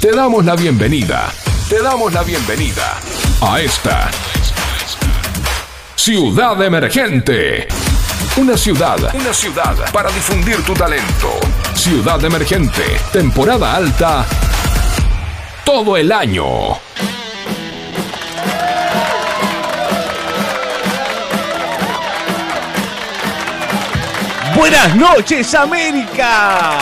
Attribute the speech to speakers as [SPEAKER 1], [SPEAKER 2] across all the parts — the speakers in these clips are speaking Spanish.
[SPEAKER 1] te damos la bienvenida. Te damos la bienvenida a esta ciudad emergente. Una ciudad, una ciudad para difundir tu talento. Ciudad emergente, temporada alta, todo el año.
[SPEAKER 2] Buenas noches, América.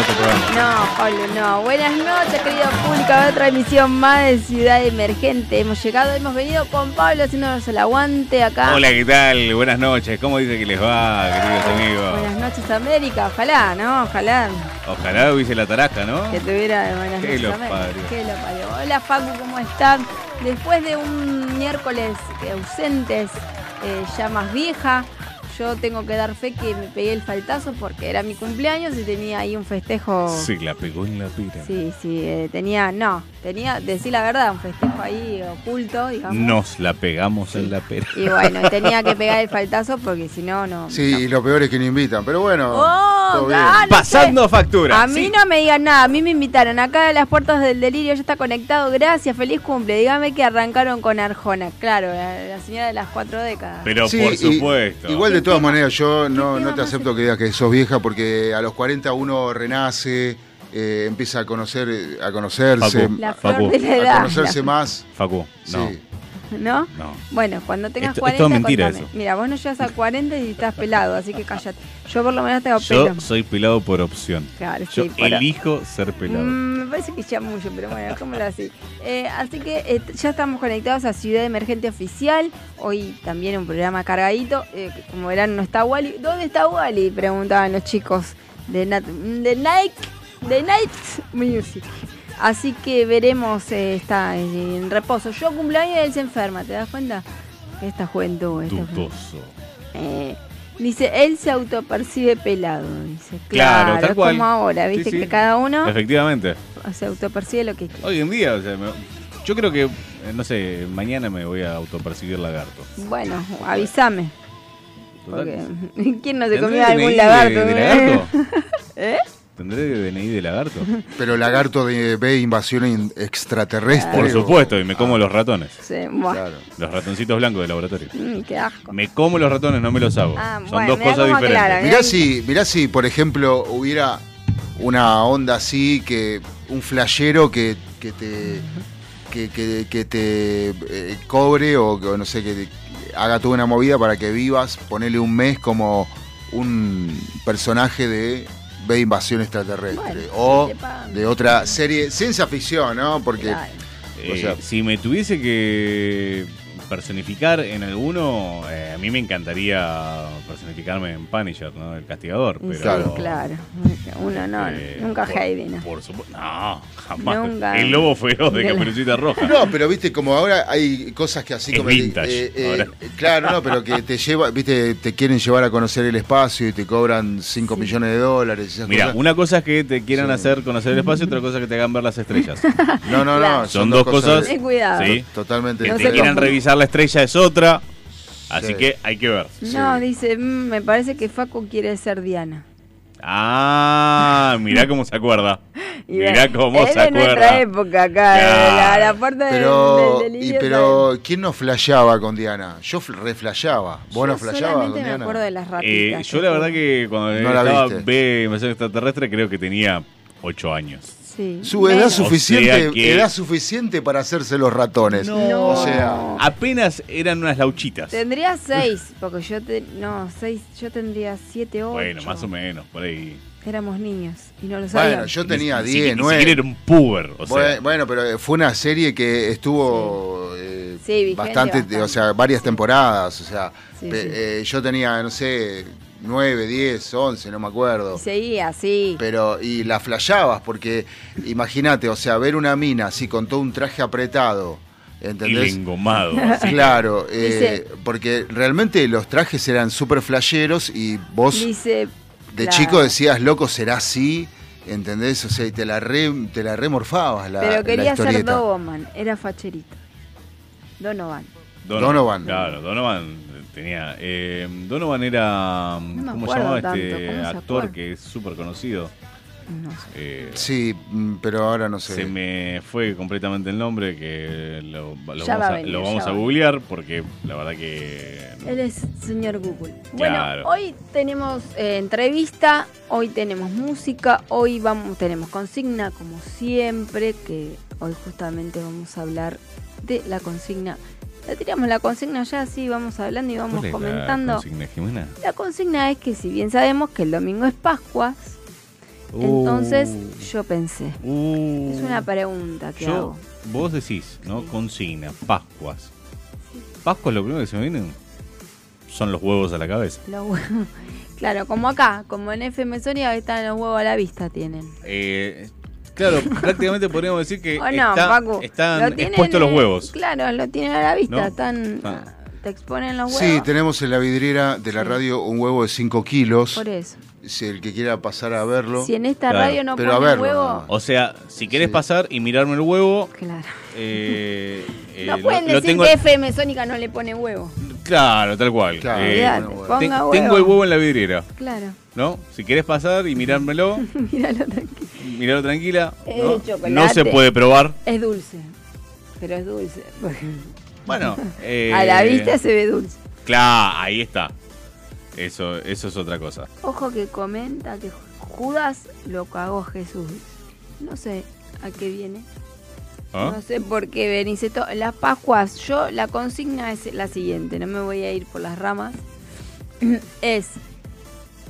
[SPEAKER 2] este
[SPEAKER 3] No, Pablo, no. Buenas noches, querido público. A otra emisión más de Ciudad Emergente. Hemos llegado, hemos venido con Pablo haciéndonos el aguante acá.
[SPEAKER 2] Hola, ¿qué tal? Buenas noches. ¿Cómo dice que les va, queridos amigos?
[SPEAKER 3] Buenas noches, América. Ojalá, ¿no? Ojalá
[SPEAKER 2] Ojalá hubiese la taraca, ¿no?
[SPEAKER 3] que tuviera buenas
[SPEAKER 2] Qué
[SPEAKER 3] noches,
[SPEAKER 2] lo
[SPEAKER 3] América.
[SPEAKER 2] parió.
[SPEAKER 3] Qué lo parió. Hola, Facu, ¿cómo están? Después de un miércoles que ausentes, eh, ya más vieja, yo tengo que dar fe que me pegué el faltazo porque era mi cumpleaños y tenía ahí un festejo.
[SPEAKER 2] Sí, la pegó en la pira.
[SPEAKER 3] Sí, sí, eh, tenía, no, tenía, decir la verdad, un festejo ahí oculto, digamos.
[SPEAKER 2] Nos la pegamos en la pera.
[SPEAKER 3] Y bueno, tenía que pegar el faltazo porque si no, no.
[SPEAKER 4] Sí, y lo peor es que no invitan, pero bueno.
[SPEAKER 3] ¡Oh!
[SPEAKER 4] todo bien.
[SPEAKER 3] ah, no
[SPEAKER 2] Pasando
[SPEAKER 3] sé.
[SPEAKER 2] factura.
[SPEAKER 3] A mí
[SPEAKER 2] sí.
[SPEAKER 3] no me digan nada, a mí me invitaron acá a las puertas del delirio, ya está conectado, gracias, feliz cumple. Dígame que arrancaron con Arjona, claro, la, la señora de las cuatro décadas.
[SPEAKER 2] Pero
[SPEAKER 4] Sí,
[SPEAKER 2] por
[SPEAKER 4] y-
[SPEAKER 2] supuesto.
[SPEAKER 4] igual de
[SPEAKER 3] ¿Qué
[SPEAKER 4] todas
[SPEAKER 3] tema?
[SPEAKER 4] maneras, yo no, no
[SPEAKER 3] ¿Qué tema
[SPEAKER 4] te
[SPEAKER 3] más
[SPEAKER 4] acepto que digas que sos vieja porque a los 40 uno renace, eh, empieza a conocer, eh, a conocerse,
[SPEAKER 2] Facu.
[SPEAKER 3] la flor
[SPEAKER 2] Facu,
[SPEAKER 3] de la
[SPEAKER 4] a
[SPEAKER 3] edad.
[SPEAKER 4] conocerse más.
[SPEAKER 2] Facu, no.
[SPEAKER 4] Sí.
[SPEAKER 3] ¿No?
[SPEAKER 2] No.
[SPEAKER 3] Bueno, cuando tengas
[SPEAKER 2] Esto-
[SPEAKER 3] 40.
[SPEAKER 2] es todo mentira
[SPEAKER 3] contame.
[SPEAKER 2] eso.
[SPEAKER 3] Mira, vos no llegas a 40 y estás pelado, así que cállate. Yo por lo menos tengo pelo.
[SPEAKER 2] Yo soy pelado por opción.
[SPEAKER 3] Claro,
[SPEAKER 2] Yo
[SPEAKER 3] sí, por-
[SPEAKER 2] elijo ser pelado.
[SPEAKER 3] Mm, me parece que ya mucho, pero bueno, dejémoslo así. Eh, así que eh, ya estamos conectados a Ciudad Emergente Oficial. Hoy también un programa cargadito. Eh, que como verán, no está Wally. ¿Dónde está Wally? Preguntaban los chicos de, Nat- de Nike. De Night Music. Así que veremos, eh, está en reposo. Yo cumpleaños y él se enferma, ¿te das cuenta? Esta juventud. Esta juventud.
[SPEAKER 2] Dudoso.
[SPEAKER 3] Eh, dice, él se autopercibe pelado. Dice,
[SPEAKER 2] Claro,
[SPEAKER 3] claro,
[SPEAKER 2] tal
[SPEAKER 3] es
[SPEAKER 2] cual.
[SPEAKER 3] como ahora,
[SPEAKER 2] Sí,
[SPEAKER 3] viste
[SPEAKER 2] sí.
[SPEAKER 3] que cada uno
[SPEAKER 2] Efectivamente.
[SPEAKER 3] se autopercibe lo que quiere.
[SPEAKER 2] Hoy en día, o sea, me- yo creo que, eh, no sé, mañana me voy a autopercibir lagarto.
[SPEAKER 3] Bueno, avísame. Porque,
[SPEAKER 2] Total.
[SPEAKER 3] ¿Quién no se
[SPEAKER 2] ¿Tendré
[SPEAKER 3] comió algún
[SPEAKER 2] DNI
[SPEAKER 3] lagarto?
[SPEAKER 2] De, de
[SPEAKER 3] eh?
[SPEAKER 2] lagarto?
[SPEAKER 3] ¿Eh?
[SPEAKER 2] ¿Tendré DNI de lagarto?
[SPEAKER 4] Pero lagarto de, ve invasiones in- extraterrestres.
[SPEAKER 2] Por
[SPEAKER 4] o-
[SPEAKER 2] supuesto, y me como los ratones.
[SPEAKER 3] Sí, buah.
[SPEAKER 4] Claro.
[SPEAKER 2] Los ratoncitos blancos de laboratorio.
[SPEAKER 3] Mm, qué asco.
[SPEAKER 2] Me como los ratones, no me los hago.
[SPEAKER 3] Ah,
[SPEAKER 2] Son
[SPEAKER 3] bueno,
[SPEAKER 2] dos
[SPEAKER 3] mirá
[SPEAKER 2] cosas
[SPEAKER 3] cómo
[SPEAKER 2] diferentes.
[SPEAKER 3] aclara.
[SPEAKER 4] Mirá si, mirá si, por ejemplo, hubiera una onda así, que un flashero que, que te, que, que- que te eh, cobre o, que, no sé, que te- haga toda una movida para que vivas, ponele un mes como un personaje de ve invasión extraterrestre
[SPEAKER 3] Bueno,
[SPEAKER 4] o
[SPEAKER 3] te pagan.
[SPEAKER 4] de otra serie ciencia ficción, ¿no? Porque
[SPEAKER 3] Claro.
[SPEAKER 2] Eh,
[SPEAKER 4] O sea-
[SPEAKER 2] si me tuviese que personificar en alguno, eh, a mí me encantaría personificarme en Punisher, ¿no? El castigador.
[SPEAKER 3] Y
[SPEAKER 2] Pero,
[SPEAKER 3] sí,
[SPEAKER 4] Claro.
[SPEAKER 3] claro. Uno no,
[SPEAKER 2] eh,
[SPEAKER 3] nunca
[SPEAKER 2] por-
[SPEAKER 3] Heidi, no.
[SPEAKER 2] Por supuesto. No, jamás.
[SPEAKER 3] Nunca.
[SPEAKER 2] El lobo feroz de
[SPEAKER 3] De la-
[SPEAKER 2] Caperucita Roja.
[SPEAKER 4] No, pero viste, como ahora hay cosas que así
[SPEAKER 2] Es
[SPEAKER 4] como. que,
[SPEAKER 2] vintage, ahora.
[SPEAKER 4] eh, claro, no, pero que te lleva, viste, te quieren llevar a conocer el espacio y te cobran 5 millones de dólares. y esas
[SPEAKER 2] Mira,
[SPEAKER 4] cosas.
[SPEAKER 2] una cosa es que te quieran
[SPEAKER 4] Sí.
[SPEAKER 2] hacer conocer el espacio, otra cosa es que te hagan ver las estrellas.
[SPEAKER 4] No, no,
[SPEAKER 3] Claro.
[SPEAKER 4] no.
[SPEAKER 2] Son dos cosas-
[SPEAKER 3] Ten cuidado.
[SPEAKER 2] Sí.
[SPEAKER 4] Totalmente.
[SPEAKER 2] que
[SPEAKER 3] No
[SPEAKER 2] te
[SPEAKER 3] se
[SPEAKER 2] quieran
[SPEAKER 3] confunde.
[SPEAKER 2] revisar la estrella es otra. Así
[SPEAKER 4] Sí.
[SPEAKER 2] que hay que ver.
[SPEAKER 3] No,
[SPEAKER 4] Sí.
[SPEAKER 3] dice, mm, me parece que Facu quiere ser Diana.
[SPEAKER 2] Ah, mirá cómo se acuerda.
[SPEAKER 3] Y
[SPEAKER 2] Mirá
[SPEAKER 3] bueno,
[SPEAKER 2] cómo
[SPEAKER 3] Eh, es
[SPEAKER 2] se
[SPEAKER 3] de nuestra
[SPEAKER 2] acuerda.
[SPEAKER 3] época acá,
[SPEAKER 2] Claro.
[SPEAKER 3] eh, la, la puerta del-
[SPEAKER 4] Pero,
[SPEAKER 3] del
[SPEAKER 4] y,
[SPEAKER 3] delirio.
[SPEAKER 4] pero ¿quién no flasheaba con Diana? Yo fl- reflasheaba. ¿Vos no
[SPEAKER 3] Yo
[SPEAKER 4] flasheabas
[SPEAKER 3] solamente
[SPEAKER 4] con
[SPEAKER 3] me
[SPEAKER 4] Diana?
[SPEAKER 3] acuerdo de las
[SPEAKER 2] Eh,
[SPEAKER 3] ratitas.
[SPEAKER 2] yo la verdad que cuando
[SPEAKER 4] No la
[SPEAKER 2] estaba
[SPEAKER 4] viste.
[SPEAKER 2] B invasión extraterrestre creo que tenía 8 años.
[SPEAKER 3] Sí.
[SPEAKER 4] Su edad
[SPEAKER 3] Menos.
[SPEAKER 4] suficiente,
[SPEAKER 2] O sea que-
[SPEAKER 4] edad suficiente para hacerse los ratones.
[SPEAKER 3] No.
[SPEAKER 4] O sea,
[SPEAKER 2] Apenas eran unas lauchitas.
[SPEAKER 3] Tendría seis, porque yo te, no, seis, yo tendría siete, ocho.
[SPEAKER 2] Bueno, más o menos, por ahí.
[SPEAKER 3] Éramos niños y no lo
[SPEAKER 4] bueno,
[SPEAKER 3] sabíamos.
[SPEAKER 4] yo tenía
[SPEAKER 2] Ni- ni si-
[SPEAKER 4] 10,
[SPEAKER 2] Ni siquiera
[SPEAKER 4] 9.
[SPEAKER 2] era un puber, o sea.
[SPEAKER 4] Bueno, bueno, pero fue una serie que estuvo eh,
[SPEAKER 3] Sí, vigente
[SPEAKER 4] bastante,
[SPEAKER 3] bastante.
[SPEAKER 4] o sea, varias temporadas, o sea,
[SPEAKER 3] Sí,
[SPEAKER 4] pe-
[SPEAKER 3] sí.
[SPEAKER 4] eh, yo tenía, no sé, 9, 10, 11, no me acuerdo.
[SPEAKER 3] Y seguía así.
[SPEAKER 4] Pero, y la flasheabas, porque imagínate, o sea, ver una mina así con todo un traje apretado,
[SPEAKER 2] y
[SPEAKER 4] ¿entendés?
[SPEAKER 2] lengomado.
[SPEAKER 4] Claro, eh,
[SPEAKER 3] Dice-
[SPEAKER 4] porque realmente los trajes eran súper flasheros y vos
[SPEAKER 3] Dice.
[SPEAKER 4] de
[SPEAKER 3] claro.
[SPEAKER 4] chico decías, loco, será así, ¿entendés? O sea, y te la, re, te la remorfabas la la
[SPEAKER 3] Pero quería ser
[SPEAKER 4] historieta.
[SPEAKER 3] Doboman, era facherito. Donovan.
[SPEAKER 4] Donovan.
[SPEAKER 2] Claro, Donovan tenía. eh, Donovan era.
[SPEAKER 3] No me
[SPEAKER 2] ¿Cómo se
[SPEAKER 3] acuerdo
[SPEAKER 2] llamaba
[SPEAKER 3] tanto,
[SPEAKER 2] este
[SPEAKER 3] ¿cómo se
[SPEAKER 2] actor
[SPEAKER 3] acuerda?
[SPEAKER 2] que es súper conocido?
[SPEAKER 3] No sé.
[SPEAKER 2] Eh,
[SPEAKER 4] Sí, mm, pero ahora no sé.
[SPEAKER 2] Se me fue completamente el nombre, que lo, lo
[SPEAKER 3] Ya va
[SPEAKER 2] vamos,
[SPEAKER 3] a
[SPEAKER 2] a,
[SPEAKER 3] venir,
[SPEAKER 2] lo
[SPEAKER 3] ya
[SPEAKER 2] vamos a
[SPEAKER 3] va a venir.
[SPEAKER 2] googlear porque la verdad que...
[SPEAKER 3] Él es señor Google.
[SPEAKER 2] Claro.
[SPEAKER 3] Bueno, hoy tenemos eh, entrevista, hoy tenemos música, hoy vamos tenemos consigna como siempre, que hoy justamente vamos a hablar de la consigna. La tiramos la consigna ya, así vamos hablando y vamos
[SPEAKER 2] ¿Cuál es
[SPEAKER 3] comentando.
[SPEAKER 2] La consigna, Jimena?
[SPEAKER 3] La consigna es que si bien sabemos que el domingo es Pascuas, entonces yo pensé.
[SPEAKER 2] Uh.
[SPEAKER 3] Es una pregunta que
[SPEAKER 2] Yo,
[SPEAKER 3] hago.
[SPEAKER 2] vos decís, ¿no? Consigna, Pascuas. Pascuas lo primero que se me vienen son los huevos a la cabeza.
[SPEAKER 3] Los huevos. Claro, como acá, como en FM Soria, están los huevos a la vista, tienen.
[SPEAKER 2] Eh, claro, prácticamente podríamos decir que
[SPEAKER 3] O Oh, no,
[SPEAKER 2] Eh, está-
[SPEAKER 3] Paco.
[SPEAKER 2] están
[SPEAKER 3] lo tienen,
[SPEAKER 2] expuestos los
[SPEAKER 3] eh,
[SPEAKER 2] huevos.
[SPEAKER 3] Claro, lo tienen a la vista,
[SPEAKER 2] No.
[SPEAKER 3] están,
[SPEAKER 2] Ah.
[SPEAKER 3] te exponen los huevos.
[SPEAKER 4] Sí, tenemos en la vidriera de la
[SPEAKER 3] Sí.
[SPEAKER 4] radio un huevo de 5 kilos.
[SPEAKER 3] Por eso.
[SPEAKER 4] Si el que quiera pasar a verlo.
[SPEAKER 3] Si en esta
[SPEAKER 2] Claro.
[SPEAKER 3] radio no
[SPEAKER 4] Pero a
[SPEAKER 3] ponen
[SPEAKER 4] verlo,
[SPEAKER 3] huevo,
[SPEAKER 4] nada más.
[SPEAKER 2] O sea, si querés
[SPEAKER 4] Sí.
[SPEAKER 2] pasar y mirarme el huevo,
[SPEAKER 3] claro.
[SPEAKER 2] eh, eh,
[SPEAKER 3] no pueden decir
[SPEAKER 2] tengo-
[SPEAKER 3] que FM Sónica no le pone huevo.
[SPEAKER 2] Claro, tal cual.
[SPEAKER 4] Claro.
[SPEAKER 2] Eh,
[SPEAKER 3] Olvídate,
[SPEAKER 4] bueno, bueno.
[SPEAKER 2] te-
[SPEAKER 3] ponga huevo.
[SPEAKER 2] tengo el huevo en la vidriera,
[SPEAKER 3] Claro,
[SPEAKER 2] ¿no? Si querés pasar y mirármelo,
[SPEAKER 3] míralo tranquilo.
[SPEAKER 2] mirarlo tranquila.
[SPEAKER 3] Eh,
[SPEAKER 2] ¿no?
[SPEAKER 3] chocolate.
[SPEAKER 2] No se puede probar.
[SPEAKER 3] Es dulce, pero es dulce.
[SPEAKER 2] Bueno, eh,
[SPEAKER 3] a la vista se ve dulce.
[SPEAKER 2] Claro, ahí está. Eso, eso es otra cosa.
[SPEAKER 3] Ojo que comenta que Judas lo cagó Jesús. No sé a qué viene.
[SPEAKER 2] ¿Ah?
[SPEAKER 3] No sé por qué venís esto. Las Pascuas, yo la consigna es la siguiente, no me voy a ir por las ramas. Es,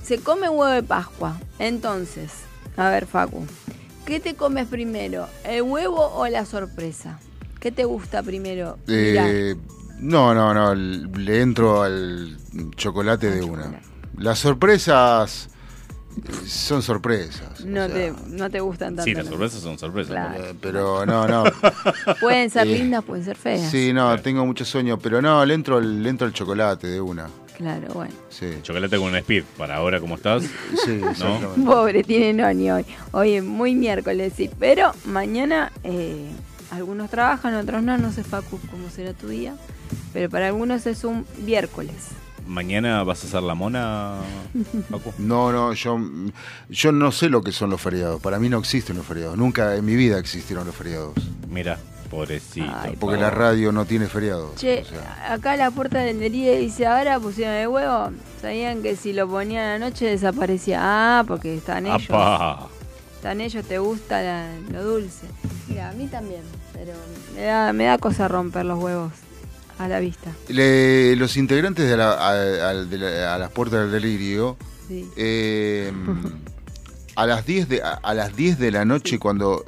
[SPEAKER 3] se come huevo de Pascua. Entonces, a ver Facu, ¿qué te comes primero? ¿El huevo o la sorpresa? ¿Qué te gusta primero? Mirá,
[SPEAKER 4] Eh, no, no, no. Le entro al chocolate
[SPEAKER 3] Al
[SPEAKER 4] de una.
[SPEAKER 3] chocolate.
[SPEAKER 4] Las sorpresas eh, son sorpresas. o
[SPEAKER 3] no,
[SPEAKER 4] sea,
[SPEAKER 3] te, no te gustan tanto.
[SPEAKER 2] Sí, las
[SPEAKER 3] ¿no?
[SPEAKER 2] sorpresas son sorpresas.
[SPEAKER 3] Claro.
[SPEAKER 4] eh, Pero no, no.
[SPEAKER 3] Pueden ser
[SPEAKER 4] Eh,
[SPEAKER 3] lindas, pueden ser feas.
[SPEAKER 4] Sí, no, tengo mucho sueño. Pero no, le entro, al- le entro al chocolate de una.
[SPEAKER 3] Claro, bueno.
[SPEAKER 4] Sí,
[SPEAKER 2] Chocolate con un speed, para ahora como estás.
[SPEAKER 4] sí, exactamente.
[SPEAKER 3] Pobre, tiene noni hoy. Hoy es muy miércoles, sí. Pero mañana eh, algunos trabajan, otros no. No sé, Facu, cómo será tu día. Pero para algunos es un miércoles.
[SPEAKER 2] Mañana vas a hacer la mona, Paco.
[SPEAKER 4] No, no, yo, yo no sé lo que son los feriados. Para mí no existen los feriados. Nunca en mi vida existieron los feriados.
[SPEAKER 2] Mira, pobrecito.
[SPEAKER 3] Ay,
[SPEAKER 4] Porque la radio no tiene feriados.
[SPEAKER 3] Che,
[SPEAKER 4] o sea.
[SPEAKER 3] acá la puerta del delirio dice ahora pusieron el huevo. Sabían que si lo ponían anoche desaparecía. Ah, porque están ellos.
[SPEAKER 2] ¡Apa!
[SPEAKER 3] Están ellos, te gusta la- lo dulce. Mira, a mí también. Pero me da, me da cosa romper los huevos a la vista.
[SPEAKER 4] Le- los integrantes de, la- a, al- de la- a las puertas del delirio,
[SPEAKER 3] Sí.
[SPEAKER 4] eh, a, las 10 de, a, a las 10 de la noche, cuando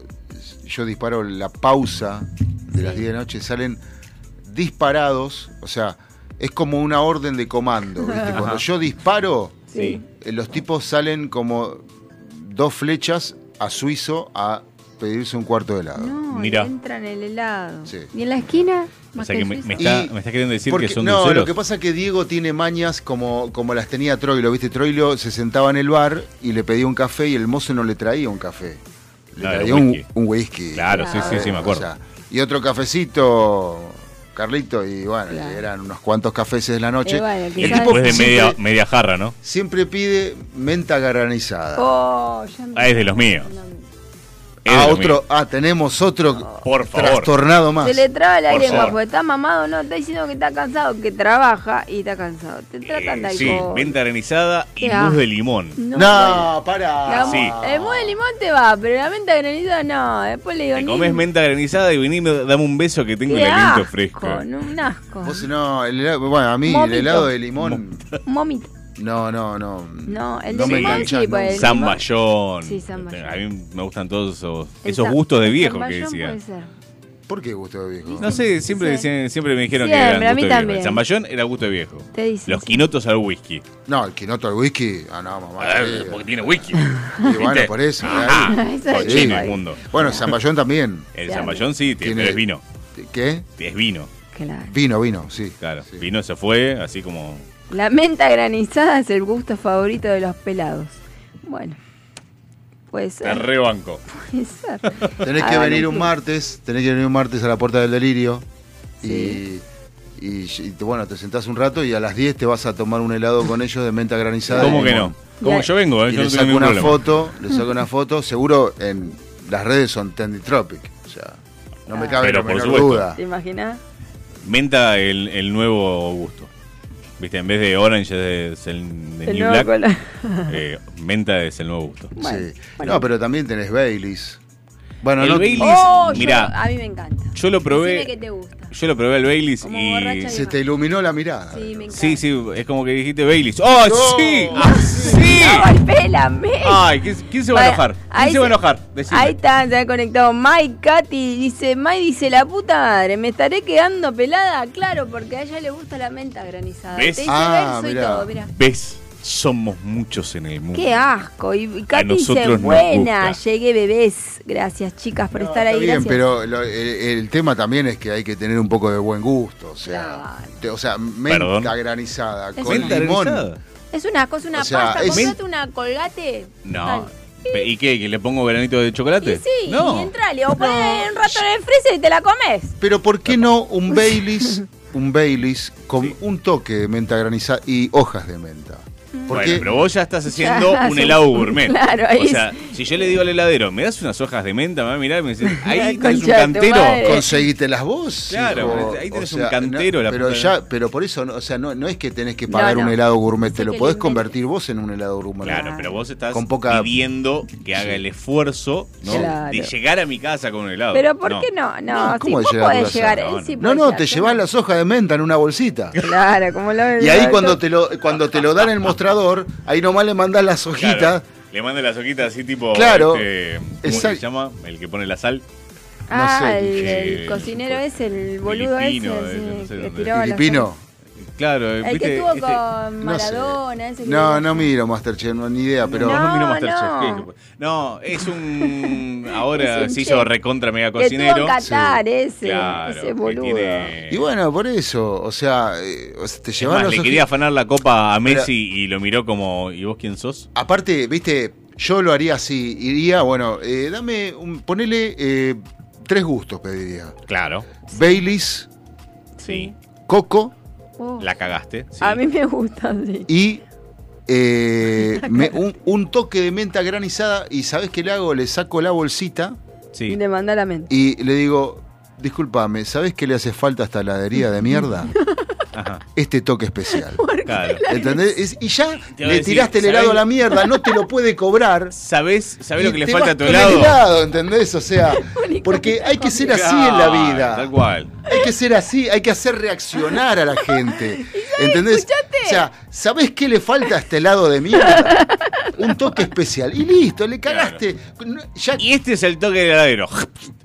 [SPEAKER 4] yo disparo la pausa de las
[SPEAKER 3] Sí.
[SPEAKER 4] 10 de la noche, salen disparados. O sea, es como una orden de comando. ¿viste? Cuando yo disparo,
[SPEAKER 2] Sí.
[SPEAKER 4] eh, los tipos salen como dos flechas a suizo a pedirse un cuarto de helado.
[SPEAKER 3] No,
[SPEAKER 2] Mirá.
[SPEAKER 3] le entran el helado.
[SPEAKER 4] Sí.
[SPEAKER 3] Y en la esquina,
[SPEAKER 2] O
[SPEAKER 3] más
[SPEAKER 2] sea
[SPEAKER 3] que
[SPEAKER 2] que me,
[SPEAKER 3] eso.
[SPEAKER 2] me está,
[SPEAKER 4] Y-
[SPEAKER 2] me está queriendo decir
[SPEAKER 4] Porque-
[SPEAKER 2] que son
[SPEAKER 4] no,
[SPEAKER 2] dulceros.
[SPEAKER 4] lo que pasa es que Diego tiene mañas como, como las tenía Troilo, ¿viste? Troilo se sentaba en el bar y le pedía un café y el mozo no le traía un café. Le
[SPEAKER 2] Claro,
[SPEAKER 4] traía
[SPEAKER 2] un
[SPEAKER 4] un,
[SPEAKER 2] whisky.
[SPEAKER 4] un whisky.
[SPEAKER 2] Claro, sí, sí, sí, me acuerdo.
[SPEAKER 4] O sea, y otro cafecito, Carlito, y bueno,
[SPEAKER 3] Claro.
[SPEAKER 4] eran unos cuantos cafés de la noche.
[SPEAKER 3] Eh, bueno,
[SPEAKER 4] el
[SPEAKER 3] quizás-
[SPEAKER 4] tipo
[SPEAKER 2] Después de
[SPEAKER 4] siempre,
[SPEAKER 2] media, media jarra, ¿no?
[SPEAKER 4] siempre pide menta granizada.
[SPEAKER 3] Oh, ya me-
[SPEAKER 2] Ah, es de los míos.
[SPEAKER 3] No,
[SPEAKER 2] Es
[SPEAKER 4] ah,
[SPEAKER 2] de los
[SPEAKER 4] otro, ah, tenemos otro
[SPEAKER 2] Por favor.
[SPEAKER 4] trastornado más.
[SPEAKER 3] Se le traba la
[SPEAKER 2] Por
[SPEAKER 3] lengua
[SPEAKER 2] favor.
[SPEAKER 3] porque está mamado, no, está diciendo que está cansado, que trabaja y está cansado. Te tratan de
[SPEAKER 2] míos. Eh, sí,
[SPEAKER 3] alcohol.
[SPEAKER 2] venta granizada y
[SPEAKER 3] Qué asco.
[SPEAKER 2] luz de limón.
[SPEAKER 4] No,
[SPEAKER 3] bueno.
[SPEAKER 4] para.
[SPEAKER 3] La-
[SPEAKER 2] ah, Sí.
[SPEAKER 3] El moho de limón te va, pero la menta granizada no. Después le digo,
[SPEAKER 2] Te
[SPEAKER 3] ni-
[SPEAKER 2] comes menta granizada y vení, me- dame un beso que tengo
[SPEAKER 3] qué
[SPEAKER 2] el aliento
[SPEAKER 3] asco,
[SPEAKER 2] fresco.
[SPEAKER 3] no, un asco.
[SPEAKER 4] Vos no, el helado- bueno, a mí
[SPEAKER 3] Momito.
[SPEAKER 4] el helado de limón.
[SPEAKER 3] Un Momito.
[SPEAKER 4] No, no, no.
[SPEAKER 3] No, el
[SPEAKER 4] No
[SPEAKER 3] de
[SPEAKER 4] me
[SPEAKER 3] limón
[SPEAKER 4] enganchás,
[SPEAKER 3] sí, pues,
[SPEAKER 4] no.
[SPEAKER 3] el
[SPEAKER 2] San
[SPEAKER 3] limón-
[SPEAKER 2] Bayón.
[SPEAKER 3] Sí, San Bayón.
[SPEAKER 2] A mí me gustan todos esos,
[SPEAKER 3] el
[SPEAKER 2] esos
[SPEAKER 3] sa-
[SPEAKER 2] gustos de
[SPEAKER 3] el
[SPEAKER 2] viejo que
[SPEAKER 3] zamballón
[SPEAKER 2] decían.
[SPEAKER 3] puede ser.
[SPEAKER 4] ¿Por qué gusto de viejo?
[SPEAKER 2] No sé, siempre,
[SPEAKER 3] Sí.
[SPEAKER 2] decían- siempre me dijeron que
[SPEAKER 3] Siempre, a
[SPEAKER 2] eran gusto
[SPEAKER 3] mí
[SPEAKER 2] de viejo.
[SPEAKER 3] también.
[SPEAKER 2] El zamballón era gusto de viejo.
[SPEAKER 3] Te dicen,
[SPEAKER 2] Los
[SPEAKER 3] sí.
[SPEAKER 2] quinotos al whisky.
[SPEAKER 4] No, el quinoto al whisky. Ah, no, mamá.
[SPEAKER 2] Ah,
[SPEAKER 4] sí.
[SPEAKER 2] porque tiene whisky.
[SPEAKER 4] Y bueno, por eso.
[SPEAKER 2] Ah,
[SPEAKER 4] claro.
[SPEAKER 3] Eso
[SPEAKER 4] Sí.
[SPEAKER 3] es
[SPEAKER 2] Cochino inmundo.
[SPEAKER 4] Bueno, Zamballón también.
[SPEAKER 2] El
[SPEAKER 3] Claro.
[SPEAKER 2] zamballón sí,
[SPEAKER 4] Tiene-
[SPEAKER 2] tiene, pero es vino.
[SPEAKER 4] ¿Qué?
[SPEAKER 2] Es vino,
[SPEAKER 3] Claro.
[SPEAKER 4] Vino, vino, sí.
[SPEAKER 2] claro.
[SPEAKER 4] Sí.
[SPEAKER 2] Vino se fue, así como...
[SPEAKER 3] La menta granizada es el gusto favorito de los pelados. Bueno, puede
[SPEAKER 2] Te
[SPEAKER 3] ser.
[SPEAKER 2] rebanco.
[SPEAKER 3] Puede ser. Ah,
[SPEAKER 4] Tenés que
[SPEAKER 3] Hagan
[SPEAKER 4] venir un
[SPEAKER 3] club.
[SPEAKER 4] martes, tenés que venir un martes a la puerta del delirio.
[SPEAKER 3] Sí.
[SPEAKER 4] Y, y, y te- bueno, te sentás un rato y a las 10 te vas a tomar un helado con ellos de menta granizada.
[SPEAKER 2] ¿Cómo
[SPEAKER 4] y
[SPEAKER 2] que no?
[SPEAKER 4] limón.
[SPEAKER 2] ¿Cómo yo vengo? eh,
[SPEAKER 4] Y
[SPEAKER 2] yo no
[SPEAKER 4] le
[SPEAKER 2] tengo
[SPEAKER 4] saco
[SPEAKER 2] ningún
[SPEAKER 4] una
[SPEAKER 2] problema.
[SPEAKER 4] foto, le saco una foto, seguro en las redes son Tendy Tropic, o sea, no me cabe
[SPEAKER 2] Ah. Pero
[SPEAKER 4] la
[SPEAKER 2] por
[SPEAKER 4] menor
[SPEAKER 2] supuesto.
[SPEAKER 4] duda.
[SPEAKER 3] ¿Te imaginas?
[SPEAKER 2] Menta el, el nuevo gusto. Viste, en vez de Orange es el de
[SPEAKER 3] El
[SPEAKER 2] New
[SPEAKER 3] nuevo
[SPEAKER 2] Black,
[SPEAKER 3] color.
[SPEAKER 2] eh, Menta es el nuevo gusto.
[SPEAKER 3] Bueno,
[SPEAKER 4] Sí.
[SPEAKER 3] bueno.
[SPEAKER 4] No, pero también tenés Baileys. Bueno,
[SPEAKER 2] El
[SPEAKER 4] no,
[SPEAKER 2] Baileys-
[SPEAKER 3] Oh, yo-
[SPEAKER 2] Mirá.
[SPEAKER 3] a mí me encanta.
[SPEAKER 2] Yo lo probé,
[SPEAKER 3] Dime que te gusta.
[SPEAKER 2] yo lo probé al Baileys
[SPEAKER 3] Como
[SPEAKER 2] y...
[SPEAKER 3] borracha
[SPEAKER 4] se te iluminó la mirada.
[SPEAKER 3] Sí, me encanta.
[SPEAKER 2] Sí, sí, es como que dijiste Baileys. ¡Oh,
[SPEAKER 4] No.
[SPEAKER 2] sí! ¡Ah, sí!
[SPEAKER 3] No, golpeé la mesa.
[SPEAKER 2] ¡Ay! ¿Quién, quién se va a
[SPEAKER 3] Bueno,
[SPEAKER 2] enojar? ¿Quién
[SPEAKER 3] ahí
[SPEAKER 2] se va a
[SPEAKER 3] se-
[SPEAKER 2] enojar? Decime.
[SPEAKER 3] Ahí está, se ha conectado Mike, Katy, dice, Mike dice, la puta madre, me estaré quedando pelada, claro, porque a ella le gusta la menta granizada.
[SPEAKER 2] ¿Ves?
[SPEAKER 3] Te dice
[SPEAKER 4] Ah,
[SPEAKER 3] verso y
[SPEAKER 4] mirá.
[SPEAKER 3] todo, mirá.
[SPEAKER 2] ¿Ves? Somos muchos en el mundo.
[SPEAKER 3] Qué asco. Y- Y Katy dice,
[SPEAKER 2] nosotros nos
[SPEAKER 3] buena,
[SPEAKER 2] gusta".
[SPEAKER 3] llegué bebés. Gracias, chicas, por
[SPEAKER 4] No,
[SPEAKER 3] estar
[SPEAKER 4] está
[SPEAKER 3] ahí.
[SPEAKER 4] bien,
[SPEAKER 3] gracias.
[SPEAKER 4] pero lo- el, el tema también es que hay que tener un poco de buen gusto, o sea,
[SPEAKER 3] Claro.
[SPEAKER 4] te- o sea, menta
[SPEAKER 2] Perdón.
[SPEAKER 4] granizada
[SPEAKER 3] Es
[SPEAKER 4] con
[SPEAKER 3] ¿Menta
[SPEAKER 4] limón.
[SPEAKER 3] Es una cosa, una
[SPEAKER 4] O sea,
[SPEAKER 3] pasta.
[SPEAKER 4] es-
[SPEAKER 3] Comprate una colgate.
[SPEAKER 2] No.
[SPEAKER 3] tal.
[SPEAKER 2] Pe- ¿Y qué? ¿Que le pongo granito de chocolate?
[SPEAKER 3] Y sí,
[SPEAKER 2] no.
[SPEAKER 3] y entrale. O ponle un rato en el freezer y te la comes.
[SPEAKER 4] Pero ¿por qué no un Baileys, un Baileys con un toque de menta granizada y hojas de menta?
[SPEAKER 2] Bueno, pero vos ya estás haciendo
[SPEAKER 3] Ya,
[SPEAKER 2] un
[SPEAKER 3] sí.
[SPEAKER 2] helado gourmet.
[SPEAKER 3] Claro, ahí
[SPEAKER 2] o sea,
[SPEAKER 3] es-
[SPEAKER 2] si yo le digo al heladero, me das unas hojas de menta, me va a mirar y me dice, ahí
[SPEAKER 3] Concha
[SPEAKER 2] tenés un
[SPEAKER 3] de tu madre.
[SPEAKER 2] cantero.
[SPEAKER 4] Conseguiste las vos.
[SPEAKER 2] Claro,
[SPEAKER 4] hijo.
[SPEAKER 2] ahí
[SPEAKER 4] O
[SPEAKER 2] tenés
[SPEAKER 4] sea,
[SPEAKER 2] un cantero,
[SPEAKER 4] no,
[SPEAKER 2] la
[SPEAKER 4] pero
[SPEAKER 2] puta
[SPEAKER 4] ya, pero por eso, no, o sea, no, no es que tenés que
[SPEAKER 3] No,
[SPEAKER 4] pagar
[SPEAKER 3] no.
[SPEAKER 4] un helado gourmet,
[SPEAKER 3] Sí
[SPEAKER 4] te lo
[SPEAKER 3] que
[SPEAKER 4] podés
[SPEAKER 3] le-
[SPEAKER 4] convertir vos en un helado gourmet.
[SPEAKER 2] Claro, pero vos estás
[SPEAKER 4] Con poca-
[SPEAKER 2] pidiendo que haga el esfuerzo ¿no?
[SPEAKER 3] Claro.
[SPEAKER 2] de llegar a mi casa con un helado.
[SPEAKER 3] Pero ¿por qué no? No,
[SPEAKER 4] No,
[SPEAKER 3] sí,
[SPEAKER 4] ¿cómo
[SPEAKER 3] vos
[SPEAKER 4] llegar a tu
[SPEAKER 3] podés
[SPEAKER 4] casa?
[SPEAKER 3] llegar.
[SPEAKER 2] No,
[SPEAKER 3] eh,
[SPEAKER 2] no.
[SPEAKER 3] sí
[SPEAKER 4] No,
[SPEAKER 3] podés
[SPEAKER 4] no,
[SPEAKER 3] llegar,
[SPEAKER 4] te
[SPEAKER 3] yo
[SPEAKER 4] llevas
[SPEAKER 3] no.
[SPEAKER 4] las hojas de menta en una bolsita.
[SPEAKER 3] Claro, como lo
[SPEAKER 4] Y ahí cuando te lo cuando te lo dan en el mostrador, ahí nomás le mandás las
[SPEAKER 2] Claro,
[SPEAKER 4] hojitas.
[SPEAKER 2] le manda las hojitas así tipo.
[SPEAKER 4] Claro.
[SPEAKER 2] este, ¿Cómo
[SPEAKER 4] Exacto.
[SPEAKER 2] se llama? El que pone la sal.
[SPEAKER 3] Ah,
[SPEAKER 4] no sé,
[SPEAKER 3] el,
[SPEAKER 2] eh,
[SPEAKER 3] el cocinero
[SPEAKER 2] fue-
[SPEAKER 3] es el boludo
[SPEAKER 2] Filipino,
[SPEAKER 3] ese.
[SPEAKER 2] eh,
[SPEAKER 3] sí,
[SPEAKER 2] no sé
[SPEAKER 3] que
[SPEAKER 2] dónde.
[SPEAKER 3] tiraba las-
[SPEAKER 4] Filipino.
[SPEAKER 2] Claro,
[SPEAKER 3] El que estuvo
[SPEAKER 2] este-
[SPEAKER 3] con
[SPEAKER 4] no sé.
[SPEAKER 3] Maradona. ese que-
[SPEAKER 4] No, no miro Masterchef, no, ni idea, pero
[SPEAKER 2] no, no, miro
[SPEAKER 3] No,
[SPEAKER 2] Masterchef,
[SPEAKER 3] no.
[SPEAKER 2] ¿qué- qué fue? No, es un. Ahora
[SPEAKER 3] Es un
[SPEAKER 2] se
[SPEAKER 3] chef.
[SPEAKER 2] hizo recontra mega
[SPEAKER 3] Que estuvo
[SPEAKER 2] cocinero.
[SPEAKER 3] en Qatar, ese.
[SPEAKER 2] Claro,
[SPEAKER 3] ese
[SPEAKER 2] que
[SPEAKER 3] boludo.
[SPEAKER 2] tiene-
[SPEAKER 4] y bueno, por eso, o sea, eh, o sea, te
[SPEAKER 2] Es
[SPEAKER 4] llevas las
[SPEAKER 2] más, le
[SPEAKER 4] hojitas.
[SPEAKER 2] quería afanar la copa a
[SPEAKER 4] Pero-
[SPEAKER 2] Messi y lo miró como. ¿Y vos quién sos?
[SPEAKER 4] Aparte, viste, yo lo haría así, iría, bueno, eh, dame, un, ponele eh, tres gustos, pediría.
[SPEAKER 2] Claro.
[SPEAKER 4] Baileys,
[SPEAKER 2] Sí.
[SPEAKER 4] Coco
[SPEAKER 3] Oh,
[SPEAKER 2] La cagaste. sí.
[SPEAKER 3] A mí me gusta, sí.
[SPEAKER 4] y eh, me- un, un toque de menta granizada y ¿sabés qué le hago? Le saco la bolsita
[SPEAKER 2] Sí.
[SPEAKER 3] Le manda la mente.
[SPEAKER 4] y le digo, discúlpame, ¿sabés qué le hace falta a esta heladería de mierda?
[SPEAKER 2] Ajá.
[SPEAKER 4] Este toque especial.
[SPEAKER 2] Claro.
[SPEAKER 4] ¿Entendés? Es- y ya
[SPEAKER 2] Te iba a
[SPEAKER 4] le
[SPEAKER 2] decir,
[SPEAKER 4] tiraste el helado a
[SPEAKER 2] ¿sabés?
[SPEAKER 4] la mierda, no te lo puede cobrar.
[SPEAKER 2] ¿Sabés, sabés lo
[SPEAKER 4] Y
[SPEAKER 2] que le
[SPEAKER 4] te
[SPEAKER 2] falta
[SPEAKER 4] vas
[SPEAKER 2] a tu
[SPEAKER 4] con el
[SPEAKER 2] helado?
[SPEAKER 4] ¿entendés? O sea,
[SPEAKER 3] Único que
[SPEAKER 4] porque
[SPEAKER 3] te
[SPEAKER 4] hay que ser
[SPEAKER 2] Claro,
[SPEAKER 4] así en la
[SPEAKER 2] Tal
[SPEAKER 4] vida.
[SPEAKER 2] cual.
[SPEAKER 4] Hay que ser así, hay que hacer reaccionar a la gente. ¿Entendés?
[SPEAKER 3] escuchate.
[SPEAKER 4] O sea, ¿sabés qué le falta a este helado de mierda? Un toque especial. Y listo, le cagaste. No, Ya,
[SPEAKER 2] Y este es el toque del heladero.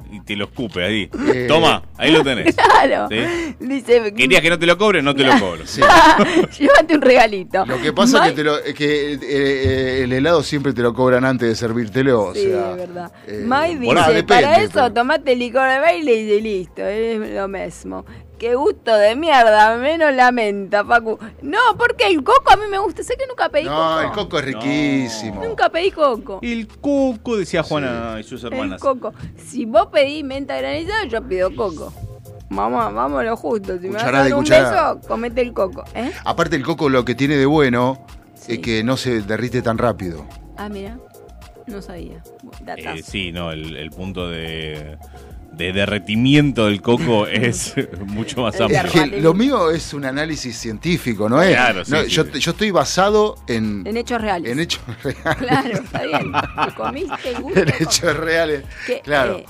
[SPEAKER 2] Y te lo escupe ahí.
[SPEAKER 4] Eh.
[SPEAKER 2] Toma, ahí lo tenés.
[SPEAKER 3] Claro.
[SPEAKER 2] Sí.
[SPEAKER 3] Dice,
[SPEAKER 2] ¿Querías que no te lo cobre? No te lo cobro.
[SPEAKER 4] sí.
[SPEAKER 3] llévate un regalito.
[SPEAKER 4] Lo que pasa es
[SPEAKER 3] Mike-
[SPEAKER 4] que, te lo- es que, eh, eh, el helado siempre te lo cobran antes de servírtelo. O
[SPEAKER 3] Sí,
[SPEAKER 4] sea,
[SPEAKER 3] es verdad.
[SPEAKER 4] eh,
[SPEAKER 3] Mai dice,
[SPEAKER 4] bueno, depende,
[SPEAKER 3] para eso
[SPEAKER 4] pero-
[SPEAKER 3] tomate licor de baile y listo, es lo mismo. Qué gusto de mierda, menos la menta, Facu. No, porque el coco a mí me gusta, sé que nunca pedí
[SPEAKER 4] No,
[SPEAKER 3] coco.
[SPEAKER 4] el coco es riquísimo.
[SPEAKER 3] Nunca pedí coco.
[SPEAKER 2] El coco, decía Juana y sus
[SPEAKER 3] El
[SPEAKER 2] hermanas.
[SPEAKER 3] coco. Si vos pedís menta granizada, yo pido coco. Vamos, vamos lo justo. Si me vas a
[SPEAKER 4] Cucharada
[SPEAKER 3] dar
[SPEAKER 4] y
[SPEAKER 3] un
[SPEAKER 4] cucharada.
[SPEAKER 3] beso, comete el coco. ¿Eh?
[SPEAKER 4] Aparte el coco lo que tiene de bueno
[SPEAKER 3] Sí.
[SPEAKER 4] es que no se derrite tan rápido.
[SPEAKER 3] Ah, mira. No sabía. Datazo.
[SPEAKER 2] Eh, sí, no, el, el punto de, de derretimiento del coco es mucho más
[SPEAKER 4] Es
[SPEAKER 3] Es
[SPEAKER 2] amplio.
[SPEAKER 3] Claro.
[SPEAKER 4] que lo mío es un análisis científico, ¿no es?
[SPEAKER 2] Claro, sí,
[SPEAKER 4] No,
[SPEAKER 2] sí,
[SPEAKER 4] yo,
[SPEAKER 2] sí.
[SPEAKER 4] yo estoy basado en,
[SPEAKER 3] En hechos reales.
[SPEAKER 4] en hechos reales.
[SPEAKER 3] Claro, está bien. Te comiste el gusto.
[SPEAKER 4] En hechos reales.
[SPEAKER 3] Que,
[SPEAKER 4] Claro.
[SPEAKER 3] eh,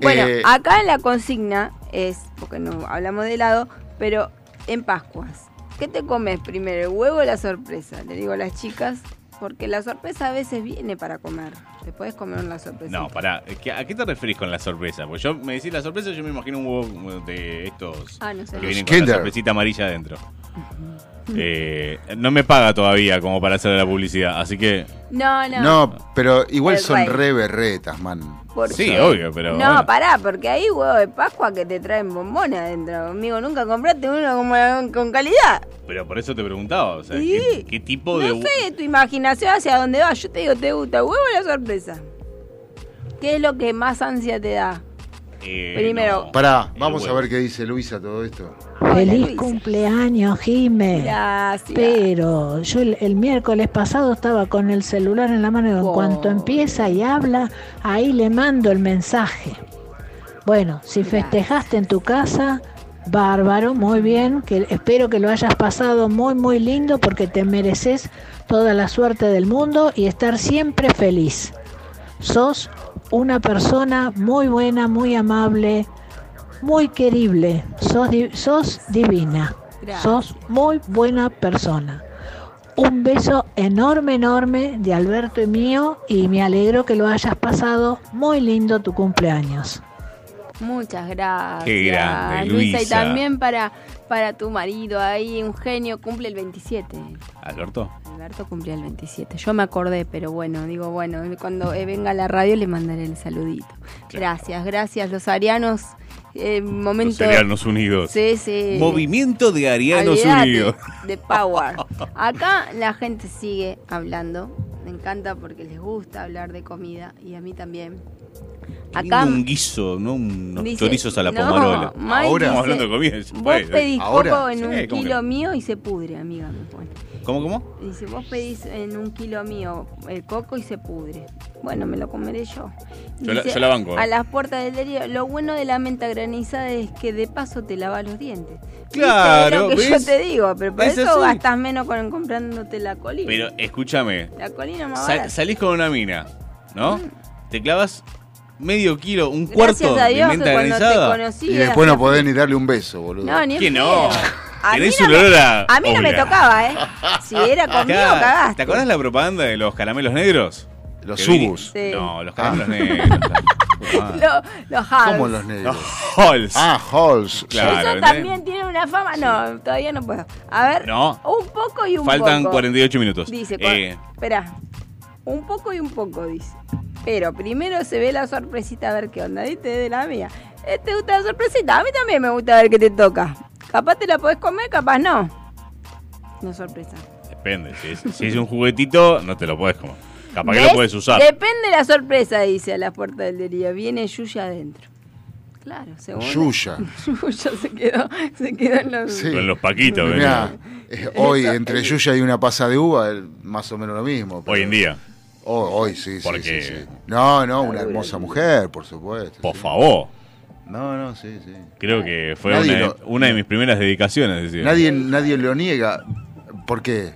[SPEAKER 3] bueno,
[SPEAKER 4] Eh,
[SPEAKER 3] acá en la consigna es, porque no hablamos de helado, pero en Pascuas, ¿qué te comes primero, el huevo o la sorpresa? Le digo a las chicas, porque la sorpresa a veces viene para comer. Te puedes comer la sorpresa.
[SPEAKER 2] No, pará. es que, ¿A qué te referís con la sorpresa? Porque yo me decís la sorpresa, yo me imagino un huevo de estos
[SPEAKER 3] Ah, no sé.
[SPEAKER 2] que
[SPEAKER 3] Los
[SPEAKER 2] vienen con
[SPEAKER 4] Kinder.
[SPEAKER 2] la sorpresita amarilla adentro. Eh, no me paga todavía como para hacer la publicidad, así que
[SPEAKER 3] no, no.
[SPEAKER 4] no, pero igual
[SPEAKER 3] El
[SPEAKER 4] son
[SPEAKER 3] rey.
[SPEAKER 4] re berretas, man.
[SPEAKER 3] porque-
[SPEAKER 2] sí, obvio, pero
[SPEAKER 3] No,
[SPEAKER 2] bueno.
[SPEAKER 3] pará, porque hay huevos de Pascua que te traen bombones adentro. Amigo, nunca compraste uno como con calidad.
[SPEAKER 2] Pero por eso te preguntaba, o sea,
[SPEAKER 3] Sí.
[SPEAKER 2] ¿qué, qué tipo
[SPEAKER 3] No
[SPEAKER 2] de...
[SPEAKER 3] sé, tu imaginación hacia dónde va. Yo te digo, ¿te gusta el huevo o la sorpresa? ¿Qué es lo que más ansia te da?
[SPEAKER 2] Eh,
[SPEAKER 3] Primero.
[SPEAKER 2] no. Eh,
[SPEAKER 4] Pará,
[SPEAKER 2] El
[SPEAKER 4] vamos a
[SPEAKER 2] huevo.
[SPEAKER 4] ver qué dice Luisa todo esto.
[SPEAKER 5] Feliz
[SPEAKER 3] Luisa.
[SPEAKER 5] cumpleaños, Jimé.
[SPEAKER 3] Gracias.
[SPEAKER 5] Pero yo el, el miércoles pasado estaba con el celular en la mano y en
[SPEAKER 3] Pobre.
[SPEAKER 5] cuanto empieza y habla, ahí le mando el mensaje. Bueno, si
[SPEAKER 3] Gracias.
[SPEAKER 5] festejaste en tu casa, bárbaro, muy bien, que espero que lo hayas pasado muy muy lindo porque te mereces toda la suerte del mundo y estar siempre feliz. Sos una persona muy buena, muy amable, muy querible, sos, di- sos divina,
[SPEAKER 3] Gracias.
[SPEAKER 5] sos muy buena persona. Un beso enorme, enorme de Alberto y mío y me alegro que lo hayas pasado muy lindo tu cumpleaños.
[SPEAKER 3] Muchas gracias.
[SPEAKER 2] Qué grande,
[SPEAKER 3] Y
[SPEAKER 2] Luisa.
[SPEAKER 3] también para, para tu marido ahí, un genio, cumple el 27.
[SPEAKER 2] Alberto.
[SPEAKER 3] Alberto cumplía el 27. Yo me acordé, pero bueno, digo, bueno, cuando eh, venga a la radio le mandaré el saludito. Gracias, gracias. Los arianos, eh,
[SPEAKER 2] Los
[SPEAKER 3] momento.
[SPEAKER 2] Pues Arianos Unidos.
[SPEAKER 3] Sí, sí.
[SPEAKER 2] Movimiento de Arianos
[SPEAKER 3] Olvídate
[SPEAKER 2] Unidos.
[SPEAKER 3] De Power. Acá la gente sigue hablando. Me encanta porque les gusta hablar de comida y a mí también. Acá
[SPEAKER 2] Lindo Un guiso, no unos
[SPEAKER 3] dice-
[SPEAKER 2] chorizos a la
[SPEAKER 3] no,
[SPEAKER 2] pomarola.
[SPEAKER 3] Mike
[SPEAKER 4] Ahora.
[SPEAKER 2] Estamos
[SPEAKER 3] dice,
[SPEAKER 2] hablando de comida.
[SPEAKER 3] Vos
[SPEAKER 2] Bueno.
[SPEAKER 3] pedís
[SPEAKER 4] ahora.
[SPEAKER 3] coco en
[SPEAKER 2] eh. Sí,
[SPEAKER 3] un
[SPEAKER 2] ¿cómo que
[SPEAKER 3] kilo
[SPEAKER 2] no?
[SPEAKER 3] mío y se pudre, amiga. me pone.
[SPEAKER 2] ¿Cómo, cómo?
[SPEAKER 3] Dice, vos pedís en un kilo mío el coco y se pudre. Bueno, me lo comeré yo.
[SPEAKER 2] Yo la- yo la banco, eh.
[SPEAKER 3] A las puertas del delirio. Lo bueno de la menta granizada es que de paso te lavas los dientes. ¿Viste?
[SPEAKER 2] Claro,
[SPEAKER 3] Es lo que yo
[SPEAKER 2] ¿ves?
[SPEAKER 3] te digo, pero por
[SPEAKER 2] Es
[SPEAKER 3] eso
[SPEAKER 2] así.
[SPEAKER 3] gastas menos con comprándote la colina.
[SPEAKER 2] Pero escúchame,
[SPEAKER 3] la colina más
[SPEAKER 2] Sa-
[SPEAKER 3] barata. Mm.
[SPEAKER 2] salís con una mina, ¿no? Te clavas medio kilo, un
[SPEAKER 3] Gracias
[SPEAKER 2] cuarto
[SPEAKER 3] a
[SPEAKER 2] de
[SPEAKER 3] Dios que
[SPEAKER 2] menta
[SPEAKER 3] cuando te
[SPEAKER 2] granizada.
[SPEAKER 3] conocí.
[SPEAKER 4] Y
[SPEAKER 3] eras
[SPEAKER 4] después no
[SPEAKER 3] una-
[SPEAKER 4] podés ni darle un beso, boludo.
[SPEAKER 3] No, ni en
[SPEAKER 2] Que
[SPEAKER 3] pedo.
[SPEAKER 2] no.
[SPEAKER 3] A mí
[SPEAKER 2] Tenés
[SPEAKER 3] no
[SPEAKER 2] un
[SPEAKER 3] me-
[SPEAKER 2] olor a.
[SPEAKER 3] A mí no me
[SPEAKER 2] Hola.
[SPEAKER 3] tocaba, ¿eh? Si era conmigo,
[SPEAKER 2] Acá,
[SPEAKER 3] cagaste.
[SPEAKER 2] Ah, ¿Te acordás la propaganda de los caramelos negros?
[SPEAKER 4] Los
[SPEAKER 2] Que vin-
[SPEAKER 4] subus.
[SPEAKER 3] Sí.
[SPEAKER 2] No, los caramelos negros. la-
[SPEAKER 3] Lo- los Hards.
[SPEAKER 4] ¿Cómo los negros?
[SPEAKER 2] Halls.
[SPEAKER 4] Ah, Halls.
[SPEAKER 2] Claro.
[SPEAKER 3] Eso
[SPEAKER 2] ¿entendés?
[SPEAKER 3] también tiene una fama. No, todavía no puedo. A ver,
[SPEAKER 2] No.
[SPEAKER 3] un poco y un
[SPEAKER 2] Faltan
[SPEAKER 3] poco.
[SPEAKER 2] 48 minutos.
[SPEAKER 3] Dice,
[SPEAKER 2] Eh,
[SPEAKER 3] espera, un poco y un poco, dice. Pero primero se ve la sorpresita a ver qué onda, ¿viste? De la mía. Eh, ¿Te gusta la sorpresita? A mí también me gusta ver qué te toca. Capaz te la podés comer, capaz no. No sorpresa.
[SPEAKER 2] depende. Si es, si es un juguetito, no te lo puedes comer. Capaz que
[SPEAKER 3] ¿Ves?
[SPEAKER 2] lo puedes usar.
[SPEAKER 3] Depende la sorpresa, dice a la puerta del delirio. Viene Yuya adentro. Claro, según.
[SPEAKER 4] Yuya.
[SPEAKER 3] Yuya se quedó, se quedó en los.
[SPEAKER 4] Sí.
[SPEAKER 2] Con los paquitos,
[SPEAKER 4] Mirá,
[SPEAKER 2] ¿verdad?
[SPEAKER 4] eh, hoy entre Yuya y una pasa de uva, eh, más o menos lo mismo. pero-
[SPEAKER 2] Hoy en día.
[SPEAKER 4] Oh, hoy sí, sí,
[SPEAKER 2] Porque-
[SPEAKER 4] sí, sí. No, no, una hermosa mujer, por supuesto.
[SPEAKER 2] Por
[SPEAKER 4] sí.
[SPEAKER 2] favor.
[SPEAKER 4] No, no, sí, sí.
[SPEAKER 2] Creo que fue
[SPEAKER 4] Nadie
[SPEAKER 2] una, de-
[SPEAKER 4] lo-
[SPEAKER 2] una de mis primeras dedicaciones. decía.
[SPEAKER 4] Nadie, nadie lo niega. ¿Por qué?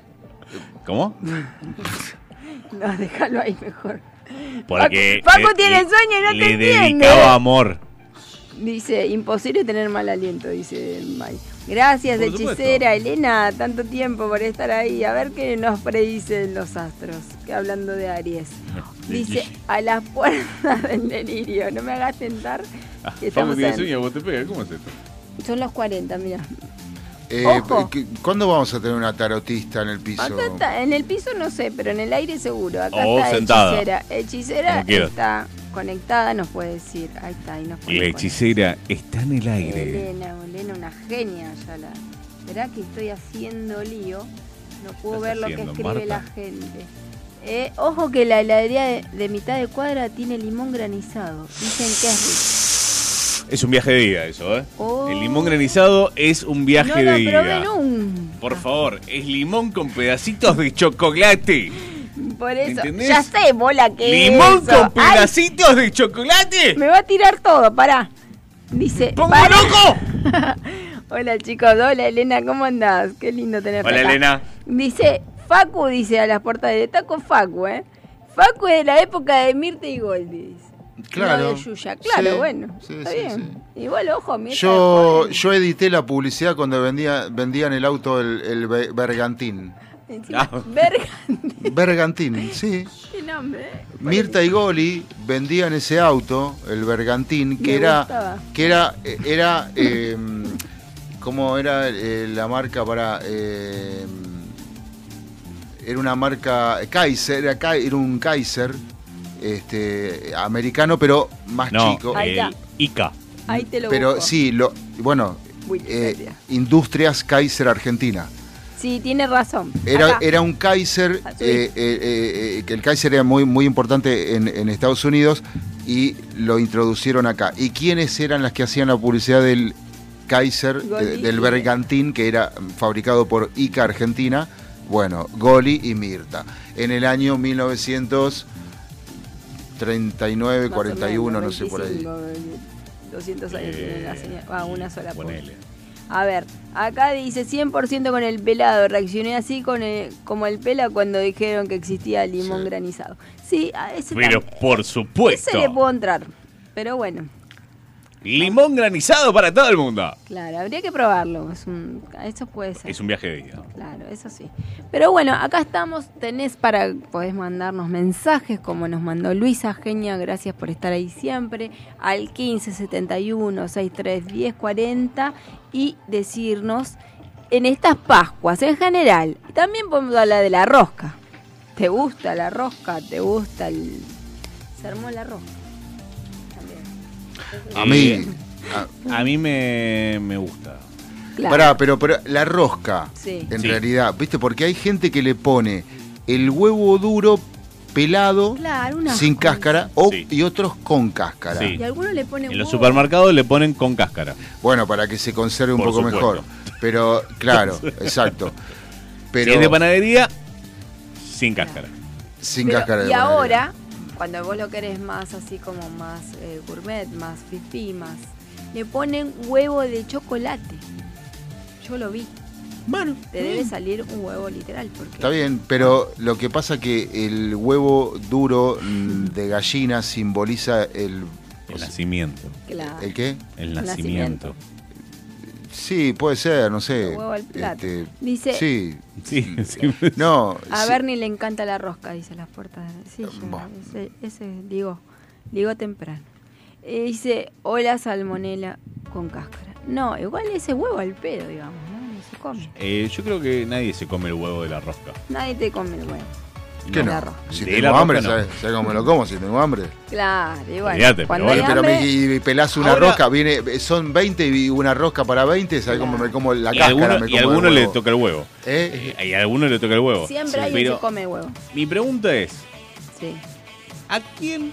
[SPEAKER 2] ¿Cómo?
[SPEAKER 3] No, déjalo ahí mejor.
[SPEAKER 2] Porque
[SPEAKER 3] Paco- Paco
[SPEAKER 2] le-
[SPEAKER 3] tiene
[SPEAKER 2] le-
[SPEAKER 3] sueño y no te
[SPEAKER 2] Le
[SPEAKER 3] entiende.
[SPEAKER 2] dedicaba amor.
[SPEAKER 3] Dice, imposible tener mal aliento, dice Mike. Gracias,
[SPEAKER 2] Por supuesto.
[SPEAKER 3] hechicera Elena, tanto tiempo por estar ahí. A ver qué nos predicen los astros, que hablando de Aries. Dice, a las puertas del delirio, no me hagas tentar.
[SPEAKER 2] Ah,
[SPEAKER 3] Que estamos en-
[SPEAKER 2] vos te pegas. ¿Cómo es esto?
[SPEAKER 3] Son los 40, mira.
[SPEAKER 4] Eh,
[SPEAKER 3] Ojo.
[SPEAKER 4] ¿cu- ¿Cuándo vamos a tener una tarotista en el piso?
[SPEAKER 3] Acá está, en el piso no sé, pero en el aire seguro. Acá
[SPEAKER 2] O
[SPEAKER 3] está
[SPEAKER 2] Oh, sentada.
[SPEAKER 3] hechicera. Hechicera
[SPEAKER 2] Como quieras.
[SPEAKER 3] está conectada, nos puede decir. Ahí está, ahí nos
[SPEAKER 2] La
[SPEAKER 3] puede
[SPEAKER 2] hechicera está en el aire.
[SPEAKER 3] Elena, Elena, una genia ya la. Verá que estoy haciendo lío. No puedo
[SPEAKER 2] ¿Estás
[SPEAKER 3] ver lo que
[SPEAKER 2] haciendo,
[SPEAKER 3] escribe la
[SPEAKER 2] Marta?
[SPEAKER 3] gente. Eh, ojo que la heladería de, de mitad de cuadra tiene limón granizado. Dicen que es rico.
[SPEAKER 2] Es un viaje de ida eso, ¿eh?
[SPEAKER 3] Oh.
[SPEAKER 2] El limón granizado es un viaje
[SPEAKER 3] no
[SPEAKER 2] de
[SPEAKER 3] lo probé
[SPEAKER 2] ida.
[SPEAKER 3] nunca.
[SPEAKER 2] Por favor, es limón con pedacitos de chocolate.
[SPEAKER 3] Por eso.
[SPEAKER 2] ¿Entendés?
[SPEAKER 3] Ya sé, bola que.
[SPEAKER 2] limón
[SPEAKER 3] eso.
[SPEAKER 2] con
[SPEAKER 3] Ay,
[SPEAKER 2] pedacitos de chocolate.
[SPEAKER 3] Me va a tirar todo, pará. Dice.
[SPEAKER 2] ¡Pongo
[SPEAKER 3] pará.
[SPEAKER 2] loco!
[SPEAKER 3] Hola chicos, hola Elena, ¿cómo andás? Qué lindo tenerte
[SPEAKER 2] Hola,
[SPEAKER 3] acá.
[SPEAKER 2] Elena.
[SPEAKER 3] Dice, Facu dice a las puertas de Taco Facu, ¿eh? Facu es de la época de Mirta y Goldi. dice.
[SPEAKER 4] Claro.
[SPEAKER 3] No de Yuya, claro,
[SPEAKER 4] Sí,
[SPEAKER 3] bueno.
[SPEAKER 4] sí,
[SPEAKER 3] está
[SPEAKER 4] sí,
[SPEAKER 3] bien. Igual, ojo, Mirta.
[SPEAKER 4] Yo,
[SPEAKER 3] de
[SPEAKER 4] yo edité la publicidad cuando vendía, vendían el auto el, el Be- Bergantín.
[SPEAKER 3] Goldi. Encima,
[SPEAKER 2] Ah.
[SPEAKER 3] Verga,
[SPEAKER 4] Bergantín, sí.
[SPEAKER 3] qué nombre, ¿eh?
[SPEAKER 4] Mirta y Goli vendían ese auto, el Bergantín, que
[SPEAKER 3] Me
[SPEAKER 4] era.
[SPEAKER 3] gustaba.
[SPEAKER 4] que era. eh, era eh, ¿Cómo era eh, la marca para.? eh, era una marca. Kaiser, era, Kai- era un Kaiser este, americano, pero más
[SPEAKER 2] No,
[SPEAKER 4] chico.
[SPEAKER 3] Ahí está.
[SPEAKER 2] el Ica.
[SPEAKER 3] Ahí te lo
[SPEAKER 4] Pero
[SPEAKER 3] busco.
[SPEAKER 4] sí, lo, bueno,
[SPEAKER 3] Wikipedia.
[SPEAKER 4] eh, Industrias Kaiser Argentina.
[SPEAKER 3] Sí, tiene razón.
[SPEAKER 4] Era,
[SPEAKER 3] Acá.
[SPEAKER 4] era un Kaiser,
[SPEAKER 3] Ah, sí.
[SPEAKER 4] eh, eh, eh, eh, que el Kaiser era muy, muy importante en, en Estados Unidos y lo introducieron acá. ¿Y quiénes eran las que hacían la publicidad del Kaiser de-
[SPEAKER 3] Goli.
[SPEAKER 4] del Bergantín, que era fabricado por Ica Argentina. Bueno, Goli y Mirta. En el año 1939, 41, no sé por ahí.
[SPEAKER 3] 200 años tiene la señal. Ah, una sola por.
[SPEAKER 2] Ponele.
[SPEAKER 3] A ver, acá dice 100% con el pelado. Reaccioné así con el- como el pela cuando dijeron que existía limón
[SPEAKER 4] Sí.
[SPEAKER 3] granizado. Sí, a ese,
[SPEAKER 2] Pero
[SPEAKER 3] tam-
[SPEAKER 2] por
[SPEAKER 3] ese le puedo
[SPEAKER 2] supuesto.
[SPEAKER 3] entrar. Pero bueno,
[SPEAKER 2] Limón granizado para todo el mundo.
[SPEAKER 3] claro, habría que probarlo. Es un, eso puede ser.
[SPEAKER 2] Es un viaje de ida.
[SPEAKER 3] Claro, eso sí. Pero bueno, acá estamos. Tenés para, podés mandarnos mensajes como nos mandó Luisa Genia, gracias por estar ahí siempre, al 15 71 63 10 40 y decirnos en estas Pascuas en general. También podemos hablar de la rosca. ¿Te gusta la rosca? ¿Te gusta el. Se armó la rosca. También.
[SPEAKER 4] A mí.
[SPEAKER 2] Eh,
[SPEAKER 4] a-
[SPEAKER 2] A mí me, me gusta.
[SPEAKER 3] Claro.
[SPEAKER 4] Pará, pero, pero la rosca,
[SPEAKER 3] Sí.
[SPEAKER 4] en
[SPEAKER 2] Sí.
[SPEAKER 4] realidad, ¿viste? Porque hay gente que le pone el huevo duro pelado,
[SPEAKER 3] Claro, una
[SPEAKER 4] sin
[SPEAKER 3] cosa.
[SPEAKER 4] cáscara, o-
[SPEAKER 2] Sí.
[SPEAKER 4] y otros con cáscara.
[SPEAKER 2] Sí.
[SPEAKER 3] Y algunos le ponen.
[SPEAKER 2] En los
[SPEAKER 3] huevo.
[SPEAKER 2] supermercados le ponen con cáscara.
[SPEAKER 4] Bueno, para que se conserve un
[SPEAKER 2] Por
[SPEAKER 4] poco
[SPEAKER 2] supuesto.
[SPEAKER 4] mejor. Pero, claro, exacto. Pero
[SPEAKER 2] Si es de panadería, sin cáscara.
[SPEAKER 4] sin
[SPEAKER 3] Pero-
[SPEAKER 4] cáscara de
[SPEAKER 3] Y
[SPEAKER 4] panadería.
[SPEAKER 3] ahora, cuando vos lo querés más así como más eh, gourmet, más fifí, más. Le ponen huevo de chocolate. Yo lo vi. Bueno. Te debe salir un huevo literal. Porque
[SPEAKER 4] Está bien, pero lo que pasa que el huevo duro mm, de gallina simboliza el...
[SPEAKER 2] El nacimiento.
[SPEAKER 3] Claro.
[SPEAKER 4] ¿El qué? Eh,
[SPEAKER 2] El nacimiento.
[SPEAKER 3] Nacimiento.
[SPEAKER 4] Sí, puede ser, no sé.
[SPEAKER 3] El huevo al plato.
[SPEAKER 4] Este,
[SPEAKER 3] Dice-
[SPEAKER 4] Sí, Mm.
[SPEAKER 2] Sí, sí.
[SPEAKER 4] no.
[SPEAKER 3] A
[SPEAKER 4] sí. Ah,
[SPEAKER 3] Bernie le encanta la rosca, dice las puertas. Sí, yo-
[SPEAKER 4] Bueno.
[SPEAKER 3] ese, ese, digo, digo temprano. Eh, dice, hola salmonela con cáscara. No, igual ese huevo al pedo, digamos, ¿no? No se come.
[SPEAKER 2] Eh, yo creo que nadie se come el huevo de la rosca.
[SPEAKER 3] Nadie te come el huevo.
[SPEAKER 4] ¿Qué
[SPEAKER 3] La
[SPEAKER 4] no?
[SPEAKER 3] rosca.
[SPEAKER 4] Si
[SPEAKER 2] De
[SPEAKER 4] tengo
[SPEAKER 2] la
[SPEAKER 4] hambre,
[SPEAKER 2] rosca no.
[SPEAKER 4] ¿sabes? ¿Sabes cómo me lo como? Si tengo hambre.
[SPEAKER 3] Claro, igual.
[SPEAKER 2] Olvídate, pero
[SPEAKER 3] cuando
[SPEAKER 2] bueno.
[SPEAKER 3] hay
[SPEAKER 4] Pero
[SPEAKER 3] hambre,
[SPEAKER 4] me y, y pelás una
[SPEAKER 2] Ahora-
[SPEAKER 4] rosca, viene, son 20 y una rosca para 20, ¿sabes cómo me como la
[SPEAKER 2] y
[SPEAKER 4] cáscara?
[SPEAKER 2] alguno,
[SPEAKER 4] me
[SPEAKER 2] y
[SPEAKER 4] como el
[SPEAKER 2] alguno le
[SPEAKER 4] huevo?
[SPEAKER 2] toca el huevo.
[SPEAKER 4] ¿Eh?
[SPEAKER 2] Eh, Y a alguno le toca el huevo.
[SPEAKER 3] siempre hay alguien
[SPEAKER 2] Pero
[SPEAKER 3] que come el huevo.
[SPEAKER 2] mi pregunta es,
[SPEAKER 3] Sí.
[SPEAKER 2] ¿a quién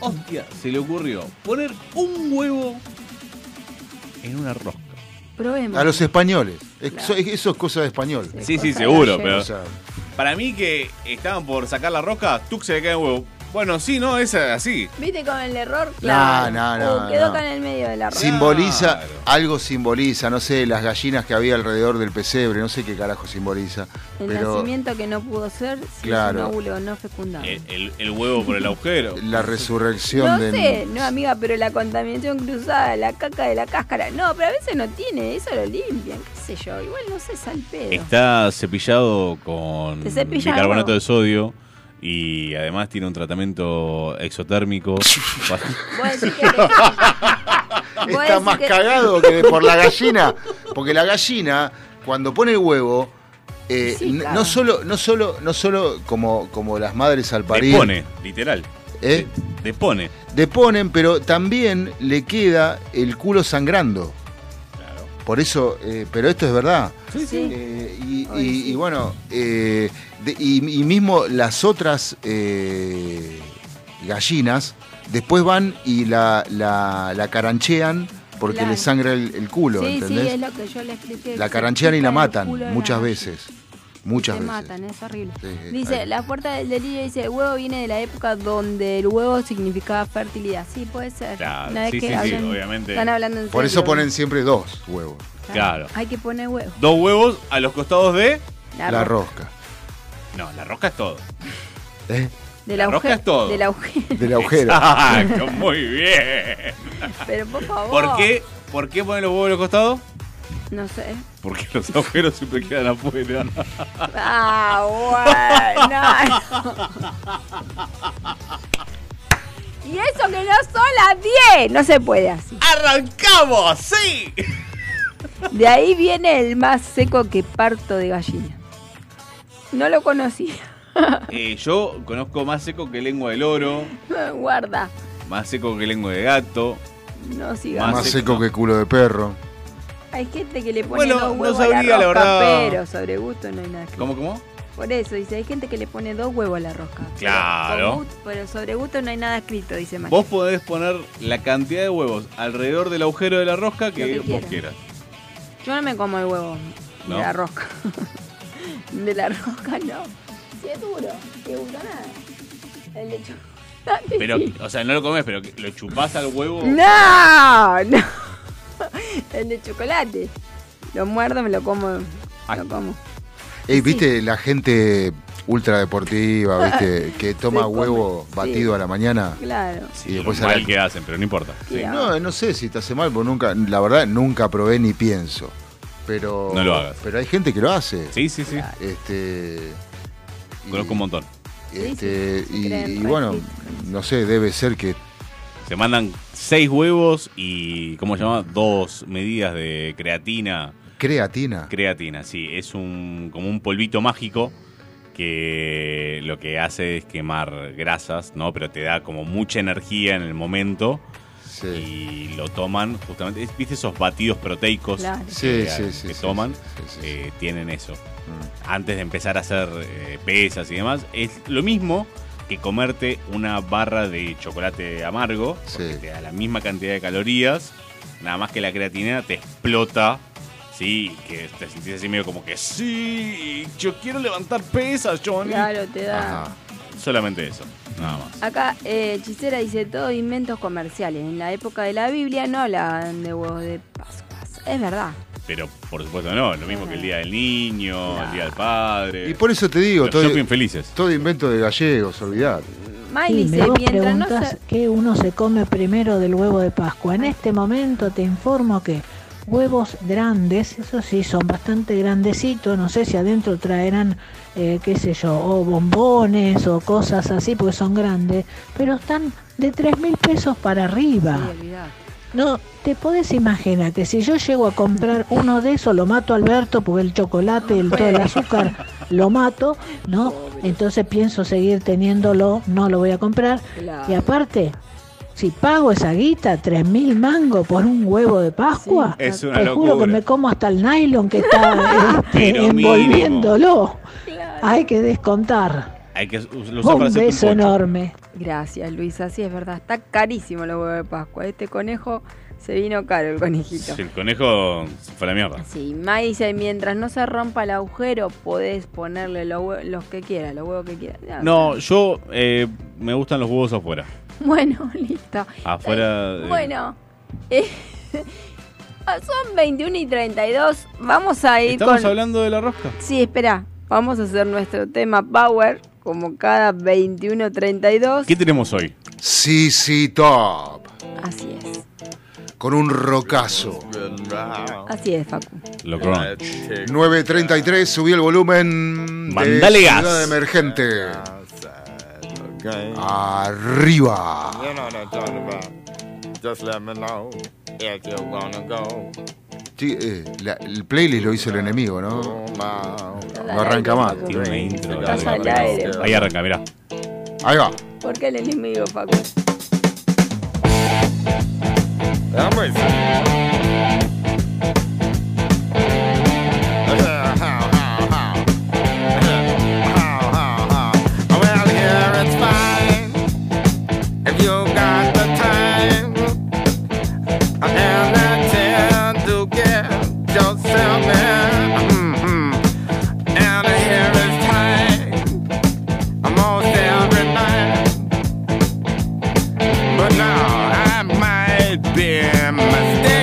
[SPEAKER 2] hostia se le ocurrió poner un huevo en una rosca?
[SPEAKER 3] Probemos.
[SPEAKER 4] A los españoles. Es-
[SPEAKER 3] Claro.
[SPEAKER 4] so- es- Eso es cosa de español.
[SPEAKER 2] Sí, sí,
[SPEAKER 3] Cosa de
[SPEAKER 2] seguro,
[SPEAKER 3] ayer.
[SPEAKER 2] pero-
[SPEAKER 4] O sea,
[SPEAKER 2] Para mí que estaban por sacar la rosca, tú se le cae el huevo. Bueno, sí, no, es así.
[SPEAKER 3] ¿Viste con el error? Claro.
[SPEAKER 4] no, no,
[SPEAKER 3] Uh,
[SPEAKER 4] no.
[SPEAKER 3] quedó acá en el medio de la ropa.
[SPEAKER 4] simboliza,
[SPEAKER 2] Claro.
[SPEAKER 4] algo simboliza, no sé, las gallinas que había alrededor del pesebre, no sé qué carajo simboliza.
[SPEAKER 3] El
[SPEAKER 4] Pero
[SPEAKER 3] nacimiento que no pudo ser, si
[SPEAKER 4] Claro.
[SPEAKER 3] es un óvulo no fecundado.
[SPEAKER 2] El, Eh, el- el huevo por el agujero.
[SPEAKER 4] la resurrección
[SPEAKER 3] no
[SPEAKER 4] de.
[SPEAKER 3] sé, no amiga, pero la contaminación cruzada, la caca de la cáscara. No, pero a veces no tiene, eso lo limpian, qué sé yo. Igual no sé, sal pedo.
[SPEAKER 2] Está cepillado con
[SPEAKER 3] Te cepilla
[SPEAKER 2] bicarbonato
[SPEAKER 3] el huevo.
[SPEAKER 2] de sodio y además tiene un tratamiento exotérmico.
[SPEAKER 3] Vos decís que te- vos
[SPEAKER 4] Está
[SPEAKER 3] decís
[SPEAKER 4] más
[SPEAKER 3] que-
[SPEAKER 4] cagado que por la gallina. Porque la gallina, cuando pone el huevo, eh,
[SPEAKER 3] Sí,
[SPEAKER 4] n-
[SPEAKER 3] claro.
[SPEAKER 4] no solo, no solo, no solo como, como las madres al parir.
[SPEAKER 2] Depone, literal.
[SPEAKER 4] ¿eh?
[SPEAKER 2] De- Depone.
[SPEAKER 4] Deponen, pero también le queda el culo sangrando.
[SPEAKER 2] Claro.
[SPEAKER 4] Por eso, eh, pero esto es verdad.
[SPEAKER 3] sí.
[SPEAKER 4] Eh, y,
[SPEAKER 3] Ay,
[SPEAKER 4] y-
[SPEAKER 3] sí.
[SPEAKER 4] y bueno, eh, de- y, y mismo las otras eh, gallinas después van y la, la, la caranchean porque
[SPEAKER 3] Claro.
[SPEAKER 4] les sangra el, el culo,
[SPEAKER 3] Sí, sí,
[SPEAKER 4] ¿entendés?
[SPEAKER 3] es lo que yo le expliqué.
[SPEAKER 4] la
[SPEAKER 3] Se
[SPEAKER 4] caranchean y
[SPEAKER 3] pica
[SPEAKER 4] la
[SPEAKER 3] el
[SPEAKER 4] matan
[SPEAKER 3] culo de la
[SPEAKER 4] muchas
[SPEAKER 3] gallina.
[SPEAKER 4] veces. Muchas
[SPEAKER 3] Te
[SPEAKER 4] veces. Eh,
[SPEAKER 3] matan, es horrible.
[SPEAKER 4] Sí, sí,
[SPEAKER 3] dice,
[SPEAKER 4] ahí.
[SPEAKER 3] la puerta del delirio dice, el huevo viene de la época donde el huevo significaba fertilidad. Sí, puede ser.
[SPEAKER 2] Claro,
[SPEAKER 3] Una vez
[SPEAKER 2] sí,
[SPEAKER 3] que
[SPEAKER 2] sí, sí,
[SPEAKER 3] hablan-
[SPEAKER 2] obviamente.
[SPEAKER 3] Están hablando en
[SPEAKER 4] Por eso
[SPEAKER 3] serio.
[SPEAKER 4] ponen siempre dos huevos.
[SPEAKER 2] Claro.
[SPEAKER 3] Hay que poner huevo.
[SPEAKER 2] Dos huevos a los costados de.
[SPEAKER 4] La,
[SPEAKER 3] ro-
[SPEAKER 4] rosca.
[SPEAKER 2] No, la rosca es todo.
[SPEAKER 4] ¿eh?
[SPEAKER 3] del
[SPEAKER 2] la
[SPEAKER 3] auge-
[SPEAKER 2] rosca es todo.
[SPEAKER 3] Del agujero.
[SPEAKER 4] Del agujero.
[SPEAKER 2] Exacto, muy bien.
[SPEAKER 3] Pero por favor.
[SPEAKER 2] ¿Por qué, ¿Por qué ponen los huevos a los costados?
[SPEAKER 3] No sé.
[SPEAKER 2] Porque los agujeros siempre quedan afuera.
[SPEAKER 3] Ah, bueno. y eso que no son las 10. No se puede así.
[SPEAKER 2] ¡Arrancamos! ¡Sí!
[SPEAKER 3] De ahí viene el más seco que parto de gallina. No lo conocía.
[SPEAKER 2] Eh, yo conozco más seco que lengua del oro,
[SPEAKER 3] Guarda.
[SPEAKER 2] más seco que lengua de gato.
[SPEAKER 3] No sigamos.
[SPEAKER 4] Más
[SPEAKER 2] Más
[SPEAKER 4] seco
[SPEAKER 2] seco.
[SPEAKER 4] que culo de perro.
[SPEAKER 3] Hay gente que le pone
[SPEAKER 2] Bueno,
[SPEAKER 3] dos
[SPEAKER 2] no
[SPEAKER 3] huevos a
[SPEAKER 2] sabría,
[SPEAKER 3] la
[SPEAKER 2] la
[SPEAKER 3] rosca,
[SPEAKER 2] verdad.
[SPEAKER 3] pero sobre gusto no hay nada. que-
[SPEAKER 2] ¿Cómo, cómo?
[SPEAKER 3] Por eso, dice, hay gente que le pone dos huevos a la rosca. Pero
[SPEAKER 2] Claro.
[SPEAKER 3] con gusto- Pero sobre gusto no hay nada escrito, dice Max.
[SPEAKER 2] Vos podés poner la cantidad de huevos alrededor del agujero de la rosca que,
[SPEAKER 3] que
[SPEAKER 2] vos
[SPEAKER 3] quieras.
[SPEAKER 2] quieras.
[SPEAKER 3] Yo no me como el huevo
[SPEAKER 2] ¿No?
[SPEAKER 3] de la rosca. de la rosca no. Si es duro, te gusta nada. El de chocolate
[SPEAKER 2] Pero,
[SPEAKER 3] sí.
[SPEAKER 2] o sea, no lo comes, pero que- lo chupás al huevo.
[SPEAKER 3] ¡No! ¡No! El de chocolate. Lo muerdo, me lo como.
[SPEAKER 2] Ay.
[SPEAKER 3] Lo como.
[SPEAKER 4] Ey, viste la gente ultradeportiva, viste, que toma
[SPEAKER 3] Se come,
[SPEAKER 4] huevo
[SPEAKER 3] sí.
[SPEAKER 4] batido a la mañana.
[SPEAKER 3] Claro.
[SPEAKER 2] Sí,
[SPEAKER 4] Y
[SPEAKER 2] lo
[SPEAKER 4] después
[SPEAKER 2] mal
[SPEAKER 4] al-
[SPEAKER 2] que hacen, pero no importa. Sí.
[SPEAKER 3] Ya.
[SPEAKER 4] No, no sé si te hace mal, porque nunca, la verdad, nunca probé ni pienso. Pero.
[SPEAKER 2] No lo hagas.
[SPEAKER 4] Pero hay gente que lo hace.
[SPEAKER 2] Sí, sí, sí.
[SPEAKER 4] Este. y-
[SPEAKER 2] Conozco un montón.
[SPEAKER 4] Este,
[SPEAKER 3] Sí, sí, sí,
[SPEAKER 4] y,
[SPEAKER 3] creen
[SPEAKER 4] y
[SPEAKER 3] re
[SPEAKER 4] bueno,
[SPEAKER 3] fit.
[SPEAKER 4] no sé, debe ser que
[SPEAKER 2] Se mandan seis huevos y, ¿cómo se llama? Dos medidas de creatina.
[SPEAKER 4] creatina.
[SPEAKER 2] Creatina, sí. Es un como un polvito mágico que lo que hace es quemar grasas, ¿no? Pero te da como mucha energía en el momento
[SPEAKER 4] Sí,
[SPEAKER 2] y lo toman justamente. es- ¿Viste esos batidos proteicos
[SPEAKER 3] Claro.
[SPEAKER 4] Sí,
[SPEAKER 2] que,
[SPEAKER 4] sí, sí,
[SPEAKER 2] que
[SPEAKER 4] sí,
[SPEAKER 2] toman?
[SPEAKER 4] sí, sí, sí.
[SPEAKER 2] Eh, tienen eso.
[SPEAKER 4] Mm.
[SPEAKER 2] Antes de empezar a hacer eh, pesas y demás, es lo mismo que comerte una barra de chocolate amargo, porque
[SPEAKER 4] Sí.
[SPEAKER 2] te da la misma cantidad de calorías, nada más que la creatina te explota, ¿sí? Y Que te sentís así medio como que, sí, yo quiero levantar pesas, Johnny.
[SPEAKER 3] Claro, te da.
[SPEAKER 4] Ajá.
[SPEAKER 2] Solamente eso, nada más.
[SPEAKER 3] Acá, eh, Hechicera dice, todos inventos comerciales. En la época de la Biblia no hablaban de huevos de Pascuas. Es verdad.
[SPEAKER 2] Pero por supuesto no, lo mismo que el Día del Niño, el Día del Padre.
[SPEAKER 4] Y por eso te digo,
[SPEAKER 2] los
[SPEAKER 4] todo,
[SPEAKER 2] shopping felices.
[SPEAKER 4] todo invento de gallegos, olvidar.
[SPEAKER 3] Miley
[SPEAKER 5] Y me
[SPEAKER 3] dice,
[SPEAKER 5] vos
[SPEAKER 3] mientras no
[SPEAKER 5] preguntás
[SPEAKER 3] se...
[SPEAKER 5] qué uno se come primero del huevo de Pascua. En este momento te informo que huevos grandes, eso sí, son bastante grandecitos. No sé si adentro traerán, eh, qué sé yo, o bombones o cosas así, porque son grandes. Pero están de 3 mil pesos para arriba.
[SPEAKER 3] Sí, olvidá.
[SPEAKER 5] No, te podés imaginar que si yo llego a comprar uno de esos, lo mato a Alberto, porque el chocolate, el, todo el azúcar, lo mato, ¿no? Entonces pienso seguir teniéndolo, no lo voy a comprar.
[SPEAKER 3] Claro.
[SPEAKER 5] Y aparte, si pago esa guita, 3.000 mango por un huevo de Pascua,
[SPEAKER 2] Sí. Es una
[SPEAKER 5] te juro que
[SPEAKER 2] locura.
[SPEAKER 5] me como hasta el nylon que está este,
[SPEAKER 2] Pero mínimo.
[SPEAKER 5] envolviéndolo. Hay que descontar.
[SPEAKER 2] Hay que lo usar para
[SPEAKER 5] Un
[SPEAKER 2] hacer un
[SPEAKER 5] beso
[SPEAKER 2] poncho.
[SPEAKER 5] enorme.
[SPEAKER 3] Gracias, Luisa. Sí, es verdad. Está carísimo los huevos de Pascua. Este conejo se vino caro, el conejito.
[SPEAKER 2] Sí, El conejo se fue a la mierda.
[SPEAKER 3] Sí, Mai dice, mientras no se rompa el agujero, podés ponerle los, hue- los que quieras, los huevos que quieras. Ya,
[SPEAKER 2] No, yo eh, me gustan los huevos afuera.
[SPEAKER 3] Bueno, listo.
[SPEAKER 2] Afuera. eh,
[SPEAKER 3] Bueno, eh, son 21 y 32. Vamos a ir
[SPEAKER 2] Estamos
[SPEAKER 3] con...
[SPEAKER 2] hablando de la rosca.
[SPEAKER 3] Sí, espera. Vamos a hacer nuestro tema Power, como cada 21.32.
[SPEAKER 2] ¿Qué tenemos hoy?
[SPEAKER 4] Sí, sí, top.
[SPEAKER 3] Así es.
[SPEAKER 4] Con un rocazo.
[SPEAKER 3] Así es, Facu.
[SPEAKER 2] Lo Crown.
[SPEAKER 4] 9.33, subí el volumen. de
[SPEAKER 2] Mandale gas.
[SPEAKER 4] Ciudad Emergente. Arriba.
[SPEAKER 6] You know what I'm talking about. Just let me know if you wanna go.
[SPEAKER 4] Sí, eh, la- el playlist lo hizo el enemigo, ¿no?
[SPEAKER 6] No
[SPEAKER 4] No arranca más.
[SPEAKER 2] Tiene una intro.
[SPEAKER 3] Estás al aire.
[SPEAKER 2] Ahí arranca, mirá.
[SPEAKER 4] Ahí va.
[SPEAKER 3] ¿Por qué el enemigo, Facu?
[SPEAKER 6] Well, here it's fine if you got the time and the chance to get yourself in.
[SPEAKER 7] Mm-hmm.
[SPEAKER 6] And here it's time almost every night. But now I might be mistaken.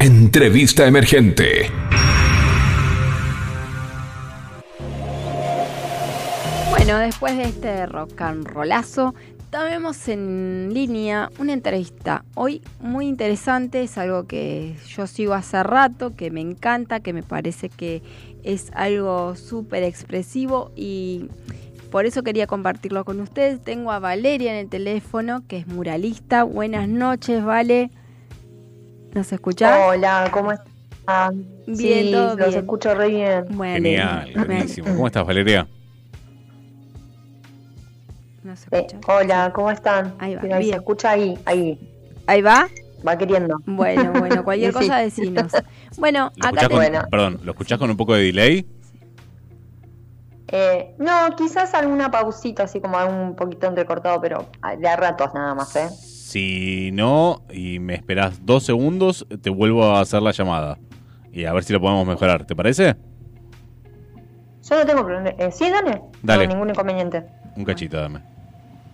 [SPEAKER 1] Entrevista emergente.
[SPEAKER 3] Bueno, después de este rock and rollazo, tenemos en línea una entrevista. Hoy muy interesante, es algo que yo sigo hace rato, que me encanta, que me parece que es algo súper expresivo y por eso quería compartirlo con ustedes. Tengo a Valeria en el teléfono, que es muralista. Buenas noches, Vale. ¿Nos escuchás?
[SPEAKER 8] Hola, ¿cómo están?
[SPEAKER 3] Bien,
[SPEAKER 8] sí,
[SPEAKER 3] todo
[SPEAKER 8] los
[SPEAKER 3] bien.
[SPEAKER 8] escucho re bien.
[SPEAKER 3] Bueno,
[SPEAKER 2] Genial,
[SPEAKER 3] me-
[SPEAKER 2] buenísimo. ¿Cómo estás, Valeria?
[SPEAKER 3] ¿Nos
[SPEAKER 8] Eh,
[SPEAKER 3] escuchás?
[SPEAKER 8] hola, ¿cómo están?
[SPEAKER 3] Ahí va,
[SPEAKER 8] Mira,
[SPEAKER 3] bien.
[SPEAKER 8] Se escucha ahí, ahí,
[SPEAKER 3] Ahí va.
[SPEAKER 8] va queriendo.
[SPEAKER 3] Bueno, bueno, cualquier
[SPEAKER 8] Sí.
[SPEAKER 3] cosa decinos. Bueno,
[SPEAKER 2] ¿Lo
[SPEAKER 3] acá
[SPEAKER 8] te-
[SPEAKER 2] escuchás con,
[SPEAKER 8] Bueno.
[SPEAKER 2] perdón, ¿lo escuchás con un poco de delay?
[SPEAKER 8] Eh, no, quizás alguna pausita, así como un poquito entrecortado, pero ah, de a ratos nada más, ¿eh?
[SPEAKER 2] Si no, y me esperás dos segundos, te vuelvo a hacer la llamada. Y a ver si lo podemos mejorar. ¿Te parece?
[SPEAKER 8] Yo no tengo problema. Eh, sí, dale.
[SPEAKER 2] Dale.
[SPEAKER 8] No, ningún inconveniente.
[SPEAKER 2] Un cachito, dame.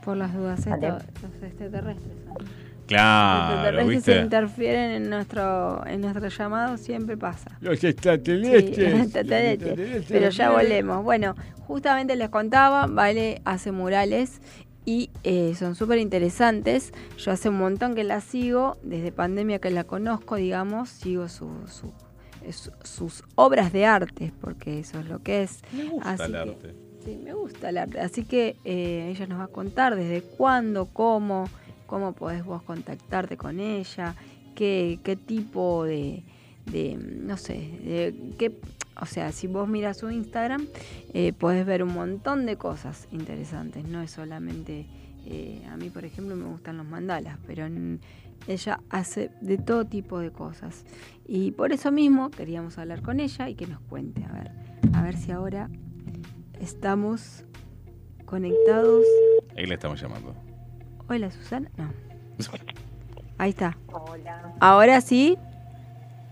[SPEAKER 3] por las dudas, esto-
[SPEAKER 8] Dale.
[SPEAKER 3] los extraterrestres. ¿no? los
[SPEAKER 2] Claro,
[SPEAKER 3] extraterrestres se
[SPEAKER 2] Ah, ¿viste?
[SPEAKER 3] interfieren en nuestro, en nuestro llamado, siempre pasa.
[SPEAKER 9] Los
[SPEAKER 3] Sí,
[SPEAKER 9] extraterrestres.
[SPEAKER 3] extraterrestres. Pero ya volvemos. Bueno, justamente les contaba, Vale hace murales y eh, son súper interesantes. Yo hace un montón que la sigo, desde pandemia que la conozco, digamos, sigo su, su- es- sus obras de arte, porque eso es lo que es. Así
[SPEAKER 2] Al
[SPEAKER 3] que-
[SPEAKER 2] arte.
[SPEAKER 3] Sí, me gusta el arte. Así que eh, ella nos va a contar desde cuándo, cómo, cómo podés vos contactarte con ella, qué, qué tipo de, de, no sé, de qué, o sea, si vos miras su Instagram, eh, podés ver un montón de cosas interesantes. No es solamente, eh, a mí por ejemplo me gustan los mandalas, pero en- ella hace de todo tipo de cosas. Y por eso mismo queríamos hablar con ella y que nos cuente, a ver, a ver si ahora Estamos conectados.
[SPEAKER 2] Ahí le estamos llamando.
[SPEAKER 3] Hola, Susana. No. Ahí está.
[SPEAKER 10] Hola.
[SPEAKER 3] Ahora sí.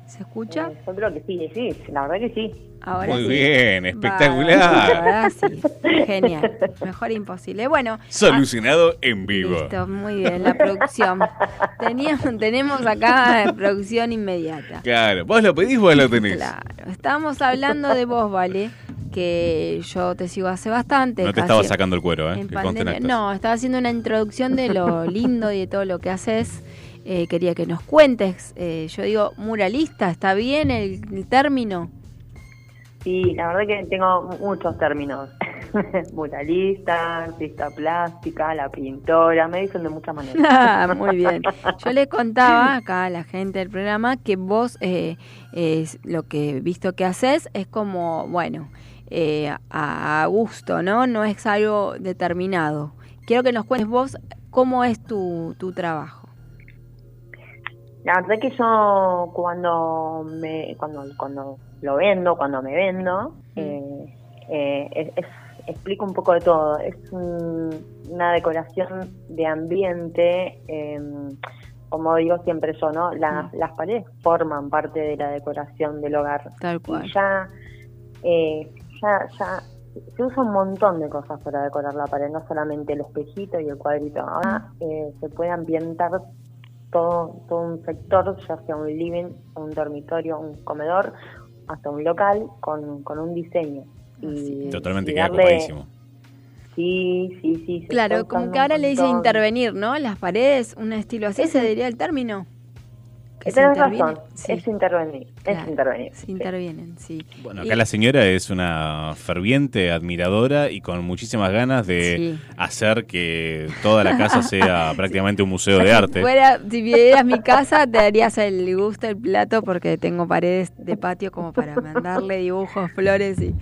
[SPEAKER 3] ¿Se escucha?
[SPEAKER 10] Eh, Yo creo que sí, sí, la verdad que sí.
[SPEAKER 3] Ahora
[SPEAKER 2] Muy
[SPEAKER 3] sí.
[SPEAKER 2] bien,
[SPEAKER 3] Bárbaro,
[SPEAKER 2] espectacular.
[SPEAKER 3] ahora sí. Genial. Mejor imposible. Bueno.
[SPEAKER 2] Solucionado en vivo.
[SPEAKER 3] Listo, muy bien, la producción. Teníamos, tenemos acá eh, producción inmediata.
[SPEAKER 2] Claro, vos lo pedís, vos lo tenés.
[SPEAKER 3] Claro, estábamos hablando de vos, Vale, que yo te sigo hace bastante.
[SPEAKER 2] No te
[SPEAKER 3] casi-
[SPEAKER 2] estaba sacando el cuero, ¿eh?
[SPEAKER 3] en
[SPEAKER 2] Que conste en
[SPEAKER 3] pandemia.
[SPEAKER 2] actas.
[SPEAKER 3] No, estaba haciendo una introducción de lo lindo y de todo lo que haces. Eh, quería que nos cuentes. eh, yo digo, muralista, ¿está bien el, el término?
[SPEAKER 10] Sí, la verdad que tengo muchos términos. Muralista, artista plástica, la pintora, me dicen de muchas maneras.
[SPEAKER 3] Ah, Muy bien. Yo le contaba acá a la gente del programa que vos eh, es- lo que he visto que haces es como, bueno, eh, a a gusto, ¿no? No es algo determinado. Quiero que nos cuentes vos cómo es tu, tu trabajo.
[SPEAKER 10] La verdad que yo cuando me cuando cuando lo vendo, cuando me vendo, eh, eh, es- es- explico un poco de todo. Es un- una decoración de ambiente, eh, como digo siempre yo, ¿no? Las, las paredes forman parte de la decoración del hogar.
[SPEAKER 3] Tal cual.
[SPEAKER 10] Y ya, eh, ya, ya se usa un montón de cosas para decorar la pared, no solamente el espejito y el cuadrito.
[SPEAKER 3] Ah.
[SPEAKER 10] Ahora eh, se puede ambientar todo, todo un sector, ya sea un living, un dormitorio, un comedor, hasta un local, con, con un diseño.
[SPEAKER 3] Así
[SPEAKER 10] Y,
[SPEAKER 3] es.
[SPEAKER 2] Totalmente
[SPEAKER 10] y
[SPEAKER 2] queda
[SPEAKER 10] darle-
[SPEAKER 2] copadísimo.
[SPEAKER 10] Sí, sí, sí. se está
[SPEAKER 3] Claro, como
[SPEAKER 10] usando
[SPEAKER 3] que ahora
[SPEAKER 10] un
[SPEAKER 3] le dice
[SPEAKER 10] montón.
[SPEAKER 3] intervenir, ¿no? Las paredes, un estilo así, se diría el término. Que se
[SPEAKER 10] Tenés
[SPEAKER 3] interviene.
[SPEAKER 10] razón,
[SPEAKER 3] Sí,
[SPEAKER 10] es intervenir, es
[SPEAKER 3] Claro,
[SPEAKER 10] intervenir.
[SPEAKER 3] se intervienen, sí.
[SPEAKER 2] Bueno,
[SPEAKER 3] Y-
[SPEAKER 2] acá la señora es una ferviente admiradora y con muchísimas ganas de
[SPEAKER 3] Sí.
[SPEAKER 2] hacer que toda la casa sea prácticamente un museo de
[SPEAKER 3] Si,
[SPEAKER 2] arte.
[SPEAKER 3] fuera- si vieras mi casa, te darías el gusto el plato porque tengo paredes de patio como para mandarle dibujos, flores y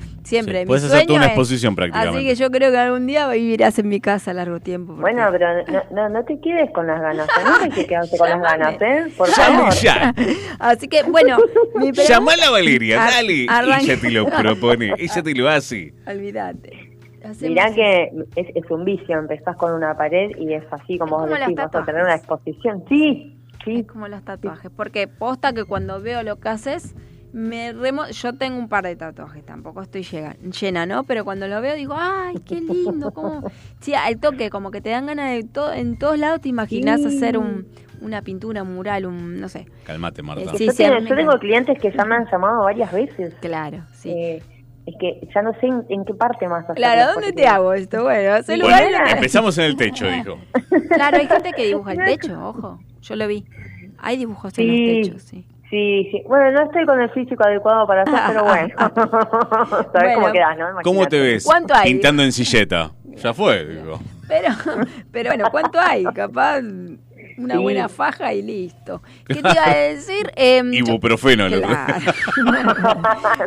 [SPEAKER 2] Sí,
[SPEAKER 3] siempre. mi
[SPEAKER 2] puedes hacer toda
[SPEAKER 3] sueño
[SPEAKER 2] una
[SPEAKER 3] es-
[SPEAKER 2] exposición prácticamente.
[SPEAKER 3] Así que yo creo que algún día vivirás en mi casa largo tiempo. porque-
[SPEAKER 10] Bueno, pero no, no, no te quedes con las ganas, ¿eh? no hay que quedarse con las ganas, ¿eh? Por favor.
[SPEAKER 2] Llamé ya.
[SPEAKER 3] Así que, bueno, mi pregunta-
[SPEAKER 2] Llamá a la Valeria,
[SPEAKER 3] Ar-
[SPEAKER 2] dale.
[SPEAKER 3] arranca-
[SPEAKER 2] Ella te lo propone, ella te lo hace.
[SPEAKER 3] Olvídate. Hacemos-
[SPEAKER 10] Mirá que es, es un vicio, empezás con una pared y es así como
[SPEAKER 3] Es
[SPEAKER 10] vos
[SPEAKER 3] como las
[SPEAKER 10] decís, vas a
[SPEAKER 3] tatuajes.
[SPEAKER 10] tener una exposición. Sí, sí,
[SPEAKER 3] Es como los tatuajes. Porque posta que cuando veo lo que haces, Me remo yo tengo un par de tatuajes, tampoco estoy llega- llena, ¿no? Pero cuando lo veo digo, ay, qué lindo, como... Sí, al toque, como que te dan ganas de todo, en todos lados te imaginas hacer un, una pintura, un mural, un, no sé.
[SPEAKER 2] Calmate, Marta.
[SPEAKER 3] Sí,
[SPEAKER 10] yo
[SPEAKER 3] sí, a
[SPEAKER 10] tengo,
[SPEAKER 3] mí me
[SPEAKER 10] yo tengo
[SPEAKER 3] encanta.
[SPEAKER 10] clientes que ya me han llamado varias veces.
[SPEAKER 3] Claro, sí.
[SPEAKER 10] Eh, es que ya no sé en, en qué parte más hacerlo,
[SPEAKER 3] claro, ¿dónde
[SPEAKER 10] porque-
[SPEAKER 3] te hago esto? Bueno, es el
[SPEAKER 2] Bueno,
[SPEAKER 3] lugar en el que-
[SPEAKER 2] empezamos en el techo, dijo.
[SPEAKER 3] Claro, hay gente que dibuja el techo, ojo, yo lo vi. Hay dibujos en
[SPEAKER 10] Sí.
[SPEAKER 3] los techos, sí.
[SPEAKER 10] Sí, sí. Bueno, no estoy con el físico adecuado para hacer, pero bueno. Sabes
[SPEAKER 3] Bueno.
[SPEAKER 10] cómo quedas, ¿no?
[SPEAKER 2] ¿Cómo te
[SPEAKER 10] Imagínate.
[SPEAKER 2] ves?
[SPEAKER 3] ¿Cuánto hay?
[SPEAKER 2] Pintando en silleta. Ya fue, digo.
[SPEAKER 3] Pero, pero bueno, ¿cuánto hay? Capaz una buena faja y listo. ¿Qué te iba a decir? Em, yo-
[SPEAKER 2] Ibuprofeno, loco.
[SPEAKER 3] Claro.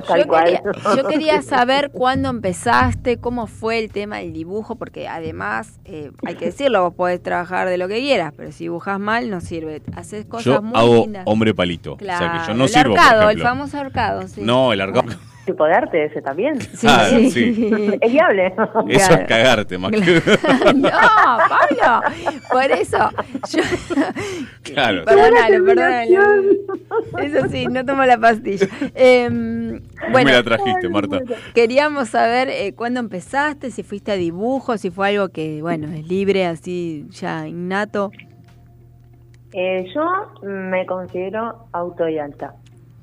[SPEAKER 10] Tal
[SPEAKER 3] yo,
[SPEAKER 10] cual.
[SPEAKER 3] quería, yo quería saber cuándo empezaste, cómo fue el tema del dibujo, porque además, eh, hay que decirlo, vos podés trabajar de lo que quieras, pero si dibujas mal no sirve. Haces cosas
[SPEAKER 2] Yo
[SPEAKER 3] muy
[SPEAKER 2] hago
[SPEAKER 3] lindas.
[SPEAKER 2] hombre palito. o sea que yo no
[SPEAKER 3] el
[SPEAKER 2] sirvo. por
[SPEAKER 3] arcado, el
[SPEAKER 2] ejemplo.
[SPEAKER 3] famoso arcado, sí.
[SPEAKER 2] No, el arcado.
[SPEAKER 10] Tipo de arte ese también.
[SPEAKER 3] Sí,
[SPEAKER 2] Ah,
[SPEAKER 3] sí.
[SPEAKER 2] sí.
[SPEAKER 10] Es viable.
[SPEAKER 2] Eso
[SPEAKER 3] Claro.
[SPEAKER 2] es cagarte, más que.
[SPEAKER 3] no, Pablo, por eso. Yo...
[SPEAKER 2] Claro.
[SPEAKER 3] Perdónalo, perdónalo. Eso sí, no tomo la pastilla. Eh, bueno,
[SPEAKER 2] Me la trajiste, Marta.
[SPEAKER 3] queríamos saber eh, cuándo empezaste, si fuiste a dibujo, si fue algo que, bueno, es libre, así ya innato.
[SPEAKER 10] Eh, yo me considero autodidacta.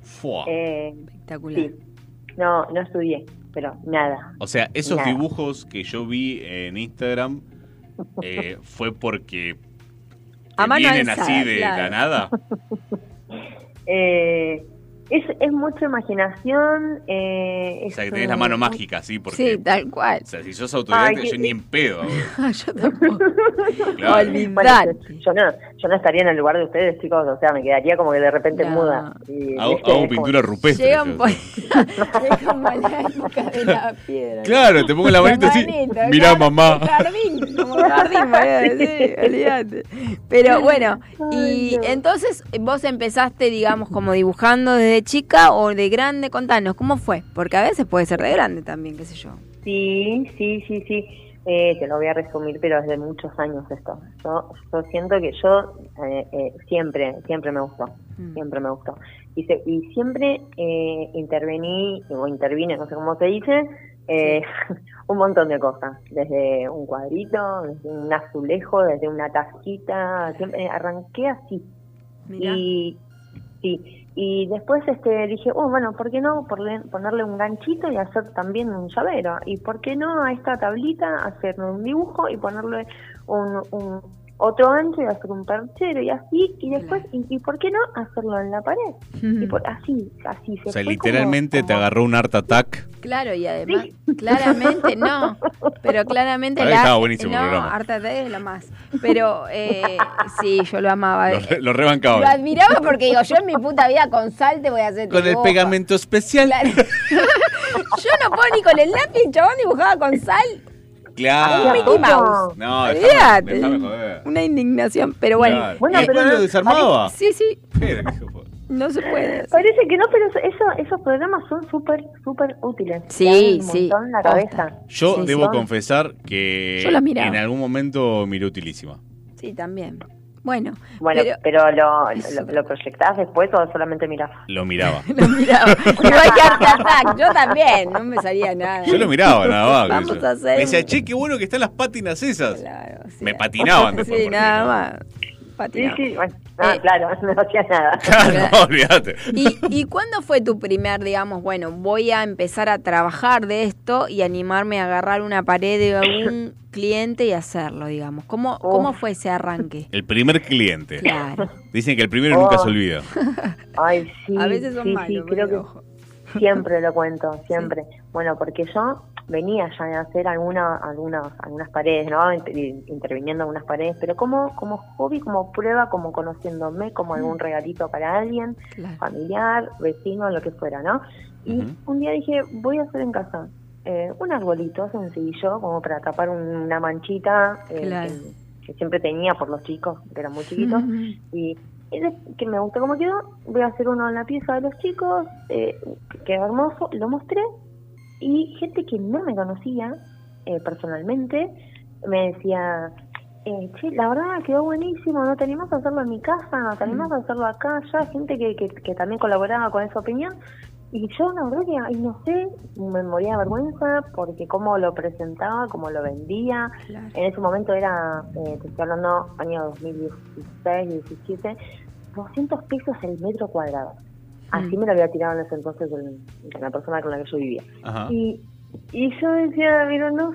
[SPEAKER 2] Fua.
[SPEAKER 10] Eh,
[SPEAKER 3] Espectacular.
[SPEAKER 10] sí. No, no estudié, pero nada.
[SPEAKER 2] O sea, esos
[SPEAKER 10] Nada.
[SPEAKER 2] dibujos que yo vi en Instagram eh, fue porque
[SPEAKER 3] A
[SPEAKER 2] te
[SPEAKER 3] mano
[SPEAKER 2] vienen
[SPEAKER 3] alzada,
[SPEAKER 2] así de
[SPEAKER 3] claro.
[SPEAKER 2] la nada.
[SPEAKER 10] Eh, es, es mucha imaginación. Eh,
[SPEAKER 2] O
[SPEAKER 10] es
[SPEAKER 2] sea, que tenés la
[SPEAKER 10] un-
[SPEAKER 2] mano mágica, así, porque.
[SPEAKER 3] Sí, tal cual.
[SPEAKER 2] O sea, si sos autodidacta,
[SPEAKER 10] Ay, qué-
[SPEAKER 2] yo ni en pedo. hago.
[SPEAKER 3] Yo tampoco.
[SPEAKER 2] Claro.
[SPEAKER 10] Bueno,
[SPEAKER 3] Olvidate.
[SPEAKER 10] yo, no, yo no estaría en el lugar de ustedes, chicos. O sea, me quedaría como que de repente
[SPEAKER 3] No.
[SPEAKER 10] muda.
[SPEAKER 2] Hago,
[SPEAKER 10] Y, ¿viste?
[SPEAKER 2] hago
[SPEAKER 10] Es como-
[SPEAKER 2] pintura rupestre.
[SPEAKER 3] Llegan
[SPEAKER 2] Pues, yo.
[SPEAKER 3] por... es como la época de la piedra.
[SPEAKER 2] Claro, te pongo la manita así.
[SPEAKER 3] Manito,
[SPEAKER 2] Mirá,
[SPEAKER 3] claro,
[SPEAKER 2] mamá.
[SPEAKER 3] Jardín, como jardín, boludo, sí, olvídate. Pero bueno, y entonces vos empezaste, digamos, como dibujando desde chica o de grande, contanos, ¿cómo fue? Porque a veces puede ser de grande también, qué sé yo.
[SPEAKER 10] Sí, sí, sí, sí. Eh, te lo voy a resumir, pero desde muchos años esto. Yo, yo siento que yo eh, eh, siempre, siempre me gustó,
[SPEAKER 3] Mm.
[SPEAKER 10] siempre me gustó. Y, se- y siempre eh, intervení, o intervine, no sé cómo se dice, eh, un montón de cosas. Desde un cuadrito, desde un azulejo, desde una tasquita. Siempre arranqué así.
[SPEAKER 3] Mirá.
[SPEAKER 10] Y sí, y después este dije, oh, bueno, ¿por qué no porle- ponerle un ganchito y hacer también un llavero? ¿Y por qué no a esta tablita hacer un dibujo y ponerle un, un- otro gancho y hacer un perchero y así? Y después, y, y por qué no hacerlo en la pared? Y por- así, así se
[SPEAKER 2] O sea,
[SPEAKER 10] fue
[SPEAKER 2] literalmente
[SPEAKER 10] como-
[SPEAKER 2] te
[SPEAKER 10] como-
[SPEAKER 2] agarró un art attack.
[SPEAKER 3] Claro, y además, claramente, no, pero claramente
[SPEAKER 2] Ahora que estaba buenísimo el
[SPEAKER 3] no,
[SPEAKER 2] programa.
[SPEAKER 3] Arte Attack es lo más. Pero eh, sí, yo lo amaba.
[SPEAKER 2] Lo, re- lo rebancaba.
[SPEAKER 3] Lo admiraba porque digo, yo en mi puta vida con sal te voy a hacer
[SPEAKER 2] Con el
[SPEAKER 3] dibujo.
[SPEAKER 2] pegamento especial.
[SPEAKER 3] Claro. yo no puedo ni con el lápiz, el chabón dibujaba con sal un
[SPEAKER 2] Claro.
[SPEAKER 3] Mickey Mouse.
[SPEAKER 2] Ah. No, déjame,
[SPEAKER 3] Olvídate.
[SPEAKER 2] déjame joder.
[SPEAKER 3] Una indignación, pero bueno.
[SPEAKER 2] Claro. y
[SPEAKER 10] Bueno,
[SPEAKER 2] después
[SPEAKER 10] pero
[SPEAKER 2] lo
[SPEAKER 10] no-
[SPEAKER 2] desarmaba.
[SPEAKER 3] Sí, sí,
[SPEAKER 2] Espera, qué hijo de-
[SPEAKER 3] no se puede.
[SPEAKER 10] Parece que no, pero eso- eso, esos programas son súper, súper útiles. Te
[SPEAKER 3] Sí,
[SPEAKER 10] abren un
[SPEAKER 3] sí,
[SPEAKER 10] montón la
[SPEAKER 3] posta.
[SPEAKER 10] cabeza.
[SPEAKER 2] Yo
[SPEAKER 10] Sí,
[SPEAKER 2] debo
[SPEAKER 10] sí.
[SPEAKER 2] confesar que
[SPEAKER 3] Yo la miraba.
[SPEAKER 2] en algún momento miré utilísima.
[SPEAKER 3] Sí, también. Bueno,
[SPEAKER 10] Bueno,
[SPEAKER 3] pero-
[SPEAKER 10] pero, lo, lo, lo proyectás después o solamente mirás.
[SPEAKER 2] Lo miraba.
[SPEAKER 3] lo miraba. Igual que Art Attack, yo también, no me salía nada.
[SPEAKER 2] Yo lo miraba nada más.
[SPEAKER 3] Vamos a hacer
[SPEAKER 2] Me decía,
[SPEAKER 3] un-
[SPEAKER 2] che, qué bueno que están las pátinas esas.
[SPEAKER 3] Claro, sí.
[SPEAKER 2] Me patinaban después.
[SPEAKER 3] Sí,
[SPEAKER 2] porque
[SPEAKER 3] nada
[SPEAKER 2] no.
[SPEAKER 3] más.
[SPEAKER 10] Sí,
[SPEAKER 3] Patinaba.
[SPEAKER 10] sí, bueno, ah,
[SPEAKER 3] Eh.
[SPEAKER 10] claro, no hacías nada.
[SPEAKER 2] Claro, no, olvídate.
[SPEAKER 3] ¿Y, ¿Y cuándo fue tu primer, digamos, bueno, voy a empezar a trabajar de esto y animarme a agarrar una pared de algún cliente y hacerlo, digamos? ¿Cómo, cómo fue ese arranque?
[SPEAKER 2] El primer cliente.
[SPEAKER 3] Claro.
[SPEAKER 2] Dicen que el primero nunca
[SPEAKER 10] Oh.
[SPEAKER 2] se olvida.
[SPEAKER 10] Ay, sí.
[SPEAKER 3] A veces son
[SPEAKER 10] sí,
[SPEAKER 3] malos,
[SPEAKER 10] sí,
[SPEAKER 3] pero
[SPEAKER 10] creo que
[SPEAKER 3] ojo.
[SPEAKER 10] siempre lo cuento, siempre. Bueno, porque yo venía ya de hacer alguna, algunas, algunas paredes, ¿no? Int- y- Interviniendo algunas paredes, pero como, como hobby, como prueba, como conociéndome, como
[SPEAKER 3] Mm.
[SPEAKER 10] algún regalito para alguien,
[SPEAKER 3] Claro.
[SPEAKER 10] familiar, vecino, lo que fuera, ¿no? Y
[SPEAKER 2] Ujú.
[SPEAKER 10] un día dije, voy a hacer en casa eh, un arbolito sencillo, como para tapar un- una manchita eh,
[SPEAKER 3] Claro.
[SPEAKER 10] que, que siempre tenía por los chicos, que eran muy chiquitos. y y de- que me gustó cómo quedó, voy a hacer uno en la pieza de los chicos, eh, quedó hermoso, lo mostré y gente que no me conocía eh, personalmente me decía, eh, che, la verdad quedó buenísimo, no te animás a hacerlo en mi casa, no te animás a hacerlo acá, ya gente que, que, que también colaboraba con esa opinión Y yo la verdad que, ay, no sé, me moría de vergüenza porque cómo lo presentaba, cómo lo vendía.
[SPEAKER 3] Claro.
[SPEAKER 10] En ese momento era, eh, te estoy hablando, año 2016, 17, 200 pesos el metro cuadrado. Así
[SPEAKER 3] Mm.
[SPEAKER 10] me lo había tirado en ese entonces el- la persona con la que yo vivía.
[SPEAKER 2] Ajá.
[SPEAKER 10] Y, y yo decía, pero no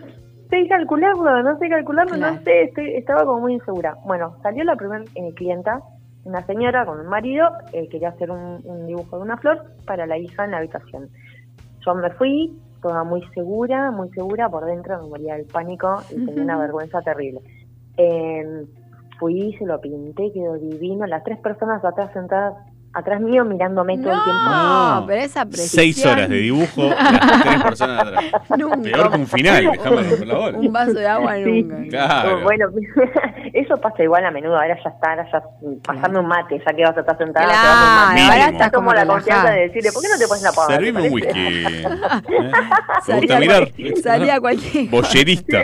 [SPEAKER 10] sé calcularlo, no sé calcularlo,
[SPEAKER 3] Claro.
[SPEAKER 10] no sé, estoy- estaba como muy insegura. Bueno, salió la primera clienta, una señora con un marido, eh, quería hacer un, un dibujo de una flor para la hija en la habitación. Yo me fui, toda muy segura, muy segura, por dentro me moría del pánico y tenía una
[SPEAKER 3] Ujú.
[SPEAKER 10] vergüenza terrible. Eh, fui, se lo pinté, quedó divino, las tres personas atrás sentadas, atrás mío mirándome todo el tiempo.
[SPEAKER 2] No.
[SPEAKER 3] No, pero esa precisión.
[SPEAKER 2] Seis horas de dibujo, las tres personas atrás.
[SPEAKER 3] Nunca.
[SPEAKER 2] Peor que un final, déjame romper la bola.
[SPEAKER 3] Un vaso de agua
[SPEAKER 10] Sí. Oh,
[SPEAKER 3] nunca.
[SPEAKER 2] Claro.
[SPEAKER 10] Bueno, eso pasa igual a menudo. Ahora ya está, ahora ya pasame un mate, ya que vas a estar sentada. te vas a tomar
[SPEAKER 3] Claro,
[SPEAKER 2] Mínimo.
[SPEAKER 10] un mate.
[SPEAKER 3] ahora estás como
[SPEAKER 10] tomo la confianza
[SPEAKER 3] relajada.
[SPEAKER 10] de decirle, ¿por qué no te pones la pava?
[SPEAKER 2] Servime
[SPEAKER 10] ¿Te
[SPEAKER 2] un
[SPEAKER 10] parece?
[SPEAKER 2] whisky. ¿eh? Me
[SPEAKER 3] Salí
[SPEAKER 2] gusta
[SPEAKER 3] a
[SPEAKER 2] mirar.
[SPEAKER 3] cual- Salí a cualquier.
[SPEAKER 2] Bollerista.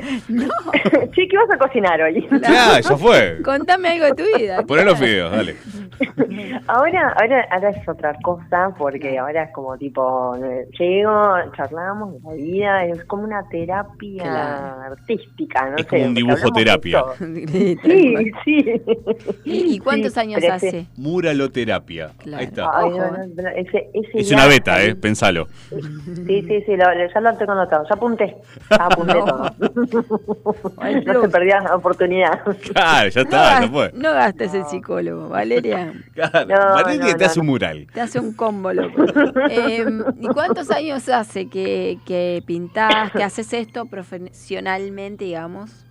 [SPEAKER 10] che, ¿qué vas a cocinar hoy?
[SPEAKER 2] Ya, ya fue.
[SPEAKER 3] Contame algo de tu vida.
[SPEAKER 2] Poné los videos, dale.
[SPEAKER 10] ahora, ahora, ahora es otra cosa, porque ahora es como tipo, eh, llego, charlamos de la vida, es como una terapia
[SPEAKER 3] Claro.
[SPEAKER 10] artística, no
[SPEAKER 2] Es
[SPEAKER 10] sé,
[SPEAKER 2] como un
[SPEAKER 10] porque
[SPEAKER 2] dibujo
[SPEAKER 10] hablamos de
[SPEAKER 2] terapia.
[SPEAKER 10] todo.
[SPEAKER 3] Sí.
[SPEAKER 10] Sí, sí.
[SPEAKER 3] ¿Y, y cuántos
[SPEAKER 10] Sí,
[SPEAKER 3] años
[SPEAKER 10] pero es que-
[SPEAKER 3] hace?
[SPEAKER 2] Muraloterapia.
[SPEAKER 3] Claro.
[SPEAKER 2] Ahí está.
[SPEAKER 10] Ay,
[SPEAKER 3] Ojo,
[SPEAKER 10] no, no, no, ese- ese
[SPEAKER 2] Es
[SPEAKER 10] ya-
[SPEAKER 2] una beta, ¿eh? Pensalo.
[SPEAKER 10] Sí, sí, sí, lo, lo- ya lo tengo anotado, ya apunté, ya apunté
[SPEAKER 3] No.
[SPEAKER 10] todo.
[SPEAKER 3] Ay,
[SPEAKER 10] no se
[SPEAKER 3] Flor.
[SPEAKER 10] perdía la oportunidad.
[SPEAKER 2] Claro, ya
[SPEAKER 3] No,
[SPEAKER 2] está, ya
[SPEAKER 3] gas-
[SPEAKER 2] fue.
[SPEAKER 3] no gastes el psicólogo, Valeria.
[SPEAKER 2] Claro.
[SPEAKER 10] No,
[SPEAKER 2] Valeria
[SPEAKER 10] no,
[SPEAKER 2] te
[SPEAKER 10] no,
[SPEAKER 2] hace un mural.
[SPEAKER 3] Te hace un combo, loco. Eh, ¿Y cuántos años hace que, que pintás, que haces esto profesionalmente, digamos?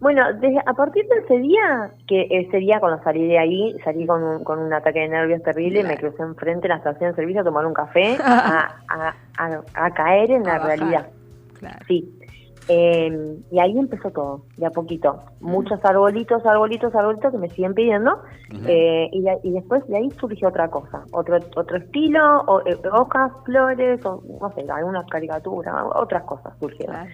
[SPEAKER 10] Bueno, desde, a partir de ese día, que ese día cuando salí de ahí, salí con un, con un ataque de nervios terrible,
[SPEAKER 3] Claro.
[SPEAKER 10] me crucé enfrente en la estación de servicio a tomar un café, a, a- a- a caer en
[SPEAKER 3] A
[SPEAKER 10] la
[SPEAKER 3] bajar.
[SPEAKER 10] realidad.
[SPEAKER 3] Claro.
[SPEAKER 10] Sí. Eh, y ahí empezó todo, de a poquito.
[SPEAKER 3] Mm.
[SPEAKER 10] Muchos arbolitos, arbolitos, arbolitos que me siguen pidiendo. Eh, y, de- y después de ahí surgió otra cosa, otro otro estilo, o- eh, hojas, flores, o, no sé, algunas caricaturas, otras cosas surgieron.
[SPEAKER 3] Claro.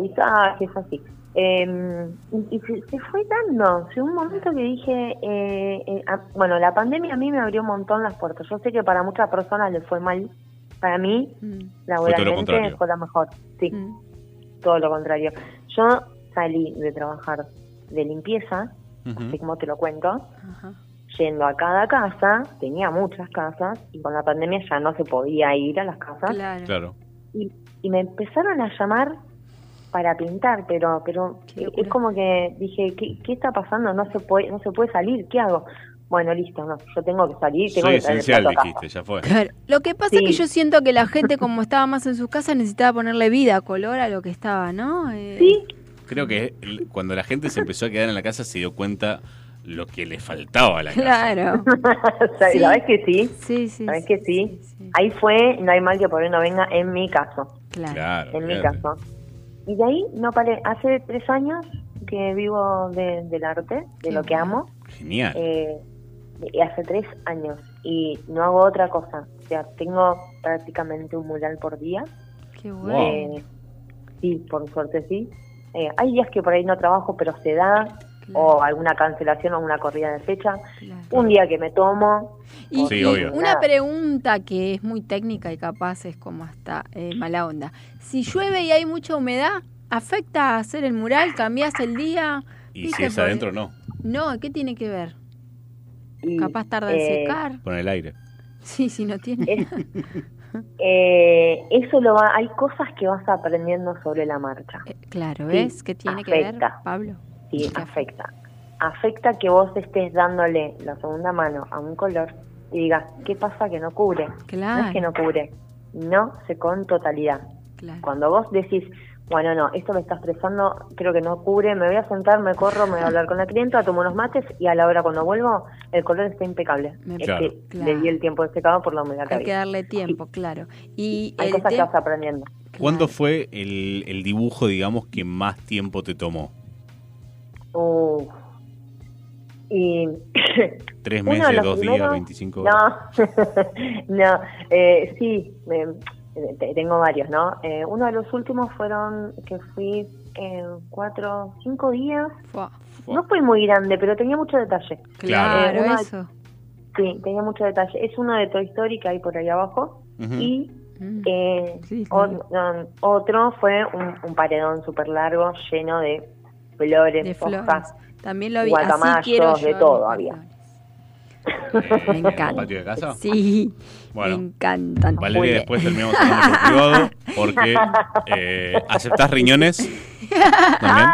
[SPEAKER 10] Paisajes, así. Eh, y y se, se fue dando. Llegó un momento que dije, eh, eh, a- bueno, la pandemia a mí me abrió un montón las puertas. Yo sé que para muchas personas les fue mal. Para mí,
[SPEAKER 3] Mm,
[SPEAKER 10] laboralmente, fue,
[SPEAKER 2] contrario.
[SPEAKER 10] la mejor. Sí
[SPEAKER 3] mm,
[SPEAKER 10] todo lo contrario. Yo salí de trabajar de limpieza, así
[SPEAKER 2] Ujú.
[SPEAKER 10] como te lo cuento,
[SPEAKER 3] ajá.
[SPEAKER 10] yendo a cada casa, tenía muchas casas, y con la pandemia ya no se podía ir a las casas,
[SPEAKER 3] Claro.
[SPEAKER 2] Claro.
[SPEAKER 10] y, y me empezaron a llamar para pintar, pero pero
[SPEAKER 3] Qué locura.
[SPEAKER 10] es como que dije, ¿qué, qué está pasando? No se puede no se puede salir, ¿qué hago? Bueno, listo, no, yo tengo que salir, tengo
[SPEAKER 2] Soy
[SPEAKER 10] que salir
[SPEAKER 2] esencial, dijiste, ya fue.
[SPEAKER 3] Claro. Lo que pasa es que
[SPEAKER 10] Sí.
[SPEAKER 3] yo siento que la gente, como estaba más en sus casas, necesitaba ponerle vida, color a lo que estaba, ¿no? Eh,
[SPEAKER 10] Sí,
[SPEAKER 2] Creo que el- cuando la gente se empezó a quedar en la casa se dio cuenta lo que le faltaba a la casa.
[SPEAKER 3] Claro. Sí.
[SPEAKER 10] la verdad es que sí.
[SPEAKER 3] Sí, sí.
[SPEAKER 10] ¿Sabés
[SPEAKER 3] sí,
[SPEAKER 10] que
[SPEAKER 3] sí,
[SPEAKER 10] sí?
[SPEAKER 3] sí.
[SPEAKER 10] Ahí fue, no hay mal que por hoy no venga, en mi caso.
[SPEAKER 3] Claro.
[SPEAKER 2] Claro.
[SPEAKER 10] en mi
[SPEAKER 2] olvídate.
[SPEAKER 10] caso. Y de ahí no paré. Hace tres años que vivo de- del arte, de
[SPEAKER 3] Qué
[SPEAKER 10] lo que
[SPEAKER 3] bueno.
[SPEAKER 10] amo.
[SPEAKER 2] Genial.
[SPEAKER 10] Eh, y hace tres años. Y no hago otra cosa. O sea, tengo prácticamente un mural por día.
[SPEAKER 3] Qué
[SPEAKER 2] Wow.
[SPEAKER 3] bueno.
[SPEAKER 10] Eh, sí, por suerte sí. Eh, hay días que por ahí no trabajo, pero se da.
[SPEAKER 3] Claro,
[SPEAKER 10] O alguna cancelación o una corrida de fecha.
[SPEAKER 3] claro.
[SPEAKER 10] Un día que me tomo.
[SPEAKER 3] Y,
[SPEAKER 2] Sí,
[SPEAKER 3] y
[SPEAKER 2] obvio.
[SPEAKER 3] una pregunta que es muy técnica y capaz es como hasta eh, mala onda. Si llueve y hay mucha humedad, ¿afecta hacer el mural? ¿Cambias el día?
[SPEAKER 2] Y si
[SPEAKER 3] Viste,
[SPEAKER 2] es
[SPEAKER 3] porque-
[SPEAKER 2] adentro, no.
[SPEAKER 3] No, ¿qué tiene que ver?
[SPEAKER 10] Y,
[SPEAKER 3] ¿Capaz tarda en
[SPEAKER 10] eh,
[SPEAKER 3] secar?
[SPEAKER 2] Con el aire.
[SPEAKER 3] Sí, sí, no tiene.
[SPEAKER 10] Es- eh, eso lo va, hay cosas que vas aprendiendo sobre la marcha.
[SPEAKER 3] Eh, claro,
[SPEAKER 10] sí,
[SPEAKER 3] ¿ves? ¿Qué tiene que ver,
[SPEAKER 10] afecta.
[SPEAKER 3] Pablo?
[SPEAKER 10] Sí,
[SPEAKER 3] Qué
[SPEAKER 10] afecta. Afecta que vos estés dándole la segunda mano a un color y digas, ¿qué pasa que no cubre? No es que
[SPEAKER 3] Claro,
[SPEAKER 10] no cubre, no secó en totalidad.
[SPEAKER 3] claro.
[SPEAKER 10] Cuando vos decís, bueno, no, esto me está estresando, creo que no cubre, me voy a sentar, me corro, me voy a hablar con la clienta, tomo unos mates y a la hora cuando vuelvo, el color está impecable.
[SPEAKER 3] Me-
[SPEAKER 10] Es
[SPEAKER 2] Claro.
[SPEAKER 10] que
[SPEAKER 3] Claro.
[SPEAKER 10] le di el tiempo de secado por la humedad que
[SPEAKER 3] Hay que
[SPEAKER 10] había.
[SPEAKER 3] darle tiempo, claro. Y
[SPEAKER 10] Hay
[SPEAKER 3] el
[SPEAKER 10] cosas que
[SPEAKER 3] tem-
[SPEAKER 10] vas aprendiendo.
[SPEAKER 2] ¿Cuándo
[SPEAKER 3] Claro.
[SPEAKER 2] fue el, el dibujo, digamos, que más tiempo te tomó?
[SPEAKER 10] Uh. Y
[SPEAKER 2] ¿Tres
[SPEAKER 10] Uno de
[SPEAKER 2] meses,
[SPEAKER 10] los
[SPEAKER 2] dos días,
[SPEAKER 10] primeros-
[SPEAKER 2] 25 horas?
[SPEAKER 10] No, no, eh, sí, me- te- tengo varios, ¿no? Eh, uno de los últimos fueron que fui eh, cuatro, cinco días.
[SPEAKER 3] Fua,
[SPEAKER 10] No fui muy grande, pero tenía mucho detalle.
[SPEAKER 2] Claro.
[SPEAKER 3] Claro,
[SPEAKER 10] Eh, una-
[SPEAKER 3] eso.
[SPEAKER 10] Sí, tenía mucho detalle. Es uno de Toy Story que hay por ahí abajo.
[SPEAKER 2] Ujú.
[SPEAKER 10] Y
[SPEAKER 3] Mm.
[SPEAKER 10] eh,
[SPEAKER 3] Sí, sí.
[SPEAKER 10] ot- um, otro fue un, un paredón súper largo lleno de flores,
[SPEAKER 3] de
[SPEAKER 10] hojas.
[SPEAKER 3] flores. También lo vi. Así
[SPEAKER 10] guacamayos,
[SPEAKER 3] quiero yo
[SPEAKER 10] de
[SPEAKER 3] mis
[SPEAKER 10] todo había.
[SPEAKER 3] flores.
[SPEAKER 2] ¿En
[SPEAKER 3] Me
[SPEAKER 2] el patio de
[SPEAKER 3] encanta.
[SPEAKER 2] casa?
[SPEAKER 3] Sí,
[SPEAKER 2] Bueno.
[SPEAKER 3] me encantan.
[SPEAKER 2] Valeria, después terminamos hablando por privado porque eh, aceptás riñones también.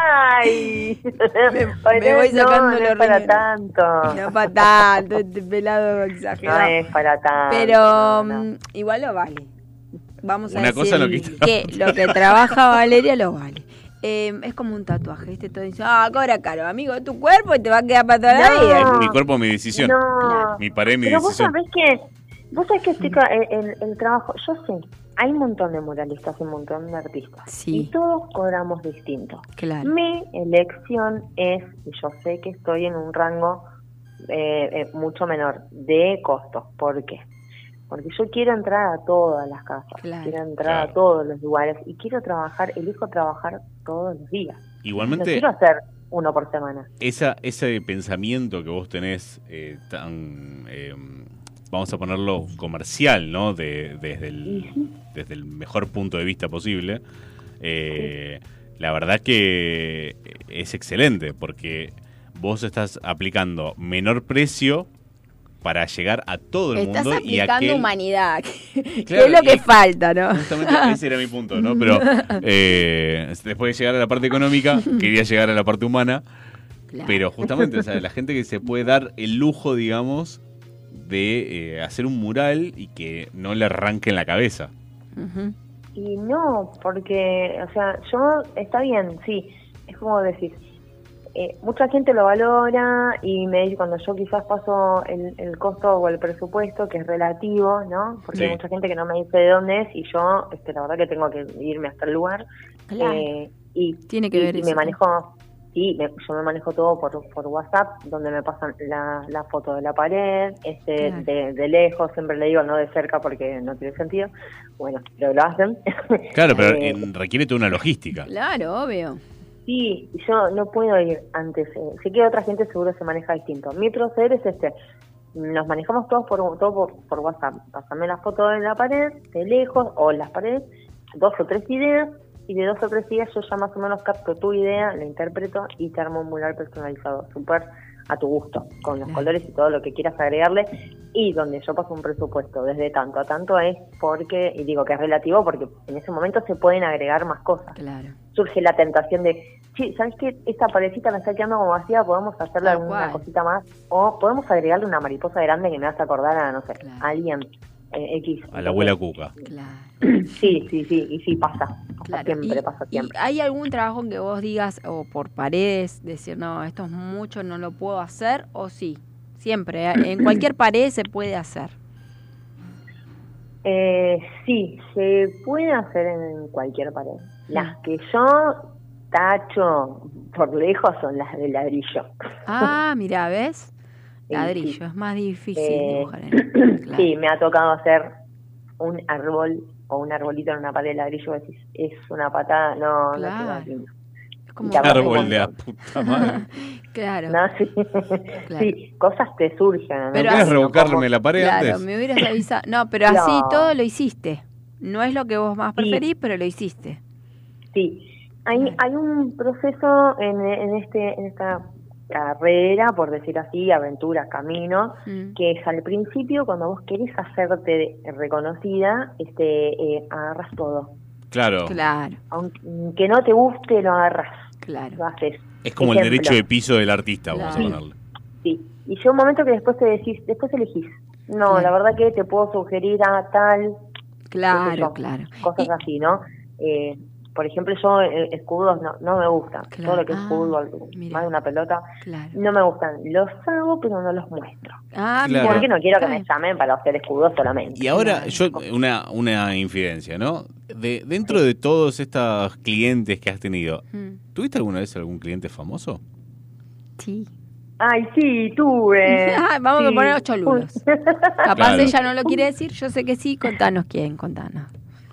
[SPEAKER 10] ¡Ay!
[SPEAKER 3] me voy sacando
[SPEAKER 10] no, no
[SPEAKER 3] los
[SPEAKER 10] es para
[SPEAKER 3] riñones.
[SPEAKER 10] tanto. No,
[SPEAKER 3] No para tanto, este pelado exagerado.
[SPEAKER 10] es para tanto.
[SPEAKER 3] Pero
[SPEAKER 10] no, no.
[SPEAKER 3] mm, igual lo vale. Vamos a
[SPEAKER 2] Una
[SPEAKER 3] decir
[SPEAKER 2] cosa lo
[SPEAKER 3] que
[SPEAKER 2] que-
[SPEAKER 3] lo que trabaja Valeria lo vale. Eh, es como un tatuaje, ¿viste? Todo dice, ah, cobra caro, amigo, es tu cuerpo y te va a quedar para toda la
[SPEAKER 10] No.
[SPEAKER 3] vida.
[SPEAKER 2] Mi cuerpo, mi decisión.
[SPEAKER 10] No.
[SPEAKER 2] Mi pared, mi
[SPEAKER 10] Pero vos
[SPEAKER 2] decisión.
[SPEAKER 10] sabés que, vos sabés que chica,
[SPEAKER 3] Mm.
[SPEAKER 10] el, el- el trabajo, yo sé, hay un montón de muralistas, un montón de artistas.
[SPEAKER 3] Sí.
[SPEAKER 10] Y todos cobramos distinto.
[SPEAKER 3] Claro.
[SPEAKER 10] Mi elección es, y yo sé que estoy en un rango eh, eh, mucho menor de costos. ¿Por qué? Porque yo quiero entrar a todas las casas,
[SPEAKER 3] Claro.
[SPEAKER 10] quiero entrar
[SPEAKER 2] Claro.
[SPEAKER 10] a todos los lugares y quiero trabajar, elijo trabajar todos los días. No
[SPEAKER 2] Igualmente,
[SPEAKER 10] quiero hacer uno por semana.
[SPEAKER 2] esa, ese pensamiento que vos tenés eh, tan, eh, vamos a ponerlo comercial, ¿no? De- desde, el, desde el mejor punto de vista posible, eh, la verdad que es excelente porque vos estás aplicando menor precio para llegar a todo el
[SPEAKER 3] Estás
[SPEAKER 2] mundo y
[SPEAKER 3] aplicando
[SPEAKER 2] aquel...
[SPEAKER 3] humanidad, que
[SPEAKER 2] Claro,
[SPEAKER 3] es lo que
[SPEAKER 2] y-
[SPEAKER 3] falta, ¿no?
[SPEAKER 2] Justamente ese era mi punto, ¿no? Pero eh, después de llegar a la parte económica, quería llegar a la parte humana.
[SPEAKER 3] Claro.
[SPEAKER 2] Pero justamente, o sea, la gente que se puede dar el lujo, digamos, de eh, hacer un mural y que no le arranque en la cabeza.
[SPEAKER 3] Ujú.
[SPEAKER 10] Y no, porque, o sea, yo, está bien, sí, es como decir, eh, mucha gente lo valora y me dice cuando yo quizás paso el, el costo o el presupuesto, que es relativo, ¿no? Porque
[SPEAKER 2] Sí.
[SPEAKER 10] hay mucha gente que no me dice de dónde es y yo, este, la verdad que tengo que irme hasta el lugar.
[SPEAKER 3] Claro.
[SPEAKER 10] eh, y
[SPEAKER 3] Tiene que
[SPEAKER 10] y-
[SPEAKER 3] ver
[SPEAKER 10] y
[SPEAKER 3] eso.
[SPEAKER 10] me manejo, sí, me- yo me manejo todo por, por WhatsApp, donde me pasan la, la foto de la pared, este,
[SPEAKER 3] Claro.
[SPEAKER 10] de, de lejos, siempre le digo no de cerca porque no tiene sentido. Bueno, pero lo hacen.
[SPEAKER 2] Claro, pero
[SPEAKER 10] Eh,
[SPEAKER 2] eh, requiere toda una logística.
[SPEAKER 3] Claro, obvio.
[SPEAKER 10] Sí, yo no puedo ir antes. eh, sé que otra gente seguro se maneja distinto. Mi proceder es este. Nos manejamos todos por todo por, por WhatsApp. Pásame las fotos de la pared, de lejos, o las paredes, dos o tres ideas, y de dos o tres ideas yo ya más o menos capto tu idea, la interpreto y te armo un mural personalizado, súper a tu gusto, con los colores y todo lo que quieras agregarle, y donde yo paso un presupuesto desde tanto a tanto es porque, y digo que es relativo, porque en ese momento se pueden agregar más cosas
[SPEAKER 3] Claro.
[SPEAKER 10] surge la tentación de, sí, ¿sabes qué? Esta parecita me está quedando como vacía, podemos hacerle
[SPEAKER 3] Tal
[SPEAKER 10] alguna
[SPEAKER 3] cual.
[SPEAKER 10] cosita más. O podemos agregarle una mariposa grande que me hace acordar a, no sé,
[SPEAKER 3] Claro.
[SPEAKER 10] a alguien eh, X.
[SPEAKER 2] A la abuela Cuca.
[SPEAKER 3] Claro.
[SPEAKER 10] Sí, sí, sí, y sí pasa. pasa
[SPEAKER 3] Claro,
[SPEAKER 10] Siempre
[SPEAKER 3] y-
[SPEAKER 10] pasa
[SPEAKER 3] y
[SPEAKER 10] siempre.
[SPEAKER 3] ¿Hay algún trabajo que vos digas, o por paredes, decir, no, esto es mucho, no lo puedo hacer, o sí? Siempre, ¿eh? en cualquier pared se puede hacer.
[SPEAKER 10] Eh, sí, se puede hacer en cualquier pared. Las que yo tacho por lejos son las de ladrillo.
[SPEAKER 3] Ah, mira, ¿ves?
[SPEAKER 10] Sí,
[SPEAKER 3] Ladrillo,
[SPEAKER 10] sí.
[SPEAKER 3] es más difícil
[SPEAKER 10] Eh,
[SPEAKER 3] dibujar en claro.
[SPEAKER 10] Sí, me ha tocado hacer un árbol o un arbolito en una pared de ladrillo. decís, Es una patada, no, no
[SPEAKER 3] Claro.
[SPEAKER 10] queda lindo.
[SPEAKER 3] Es como-
[SPEAKER 10] y capaz que
[SPEAKER 2] Árbol
[SPEAKER 10] cuando-
[SPEAKER 2] de la puta madre.
[SPEAKER 3] Claro,
[SPEAKER 10] No, sí. sí, cosas te surgen. ¿no?
[SPEAKER 3] Pero
[SPEAKER 2] ¿Querés
[SPEAKER 3] así-
[SPEAKER 2] revocarme la pared
[SPEAKER 3] claro,
[SPEAKER 2] antes?
[SPEAKER 3] me hubieras avisado. No, pero así
[SPEAKER 10] No.
[SPEAKER 3] todo lo hiciste. No es lo que vos más
[SPEAKER 10] Sí.
[SPEAKER 3] preferís, pero lo hiciste.
[SPEAKER 10] Sí, hay, hay un proceso en, en este, en esta carrera, por decir así, aventura, camino,
[SPEAKER 3] Mm.
[SPEAKER 10] que es al principio cuando vos querés hacerte reconocida, este, eh, agarras todo.
[SPEAKER 2] Claro.
[SPEAKER 3] Claro,
[SPEAKER 10] Aunque no te guste, lo agarras, lo
[SPEAKER 3] claro.
[SPEAKER 10] haces.
[SPEAKER 2] Es como el
[SPEAKER 10] Ejemplo.
[SPEAKER 2] derecho de piso del artista, vamos a
[SPEAKER 3] Claro.
[SPEAKER 2] ponerle.
[SPEAKER 10] Sí, y llega un momento que después te decís, después elegís. No,
[SPEAKER 3] Sí.
[SPEAKER 10] la verdad que te puedo sugerir a tal, qué sé
[SPEAKER 3] Claro,
[SPEAKER 10] yo,
[SPEAKER 3] claro.
[SPEAKER 10] Cosas
[SPEAKER 3] Y-
[SPEAKER 10] así, ¿no? Eh, por ejemplo, yo eh, escudos no, no me gustan.
[SPEAKER 3] Claro.
[SPEAKER 10] Todo lo que es
[SPEAKER 3] Ah,
[SPEAKER 10] fútbol,
[SPEAKER 3] mira.
[SPEAKER 10] más de una pelota,
[SPEAKER 3] claro.
[SPEAKER 10] no me gustan. Los hago, pero no los muestro.
[SPEAKER 3] Ah,
[SPEAKER 2] Claro.
[SPEAKER 3] mira.
[SPEAKER 10] Porque no quiero que me
[SPEAKER 3] Claro.
[SPEAKER 10] llamen para hacer escudos solamente.
[SPEAKER 2] Y ahora,
[SPEAKER 3] Claro.
[SPEAKER 2] yo, una, una infidencia, ¿no? De, dentro de todos estos clientes que has tenido,
[SPEAKER 3] Mm.
[SPEAKER 2] ¿tuviste alguna vez algún cliente famoso?
[SPEAKER 3] Sí.
[SPEAKER 10] Ay, sí, tuve.
[SPEAKER 3] Ah, vamos a
[SPEAKER 10] Sí.
[SPEAKER 3] poner ocho lulos. Capaz
[SPEAKER 2] Claro.
[SPEAKER 3] ella no lo quiere decir, yo sé que sí, contanos quién, contanos.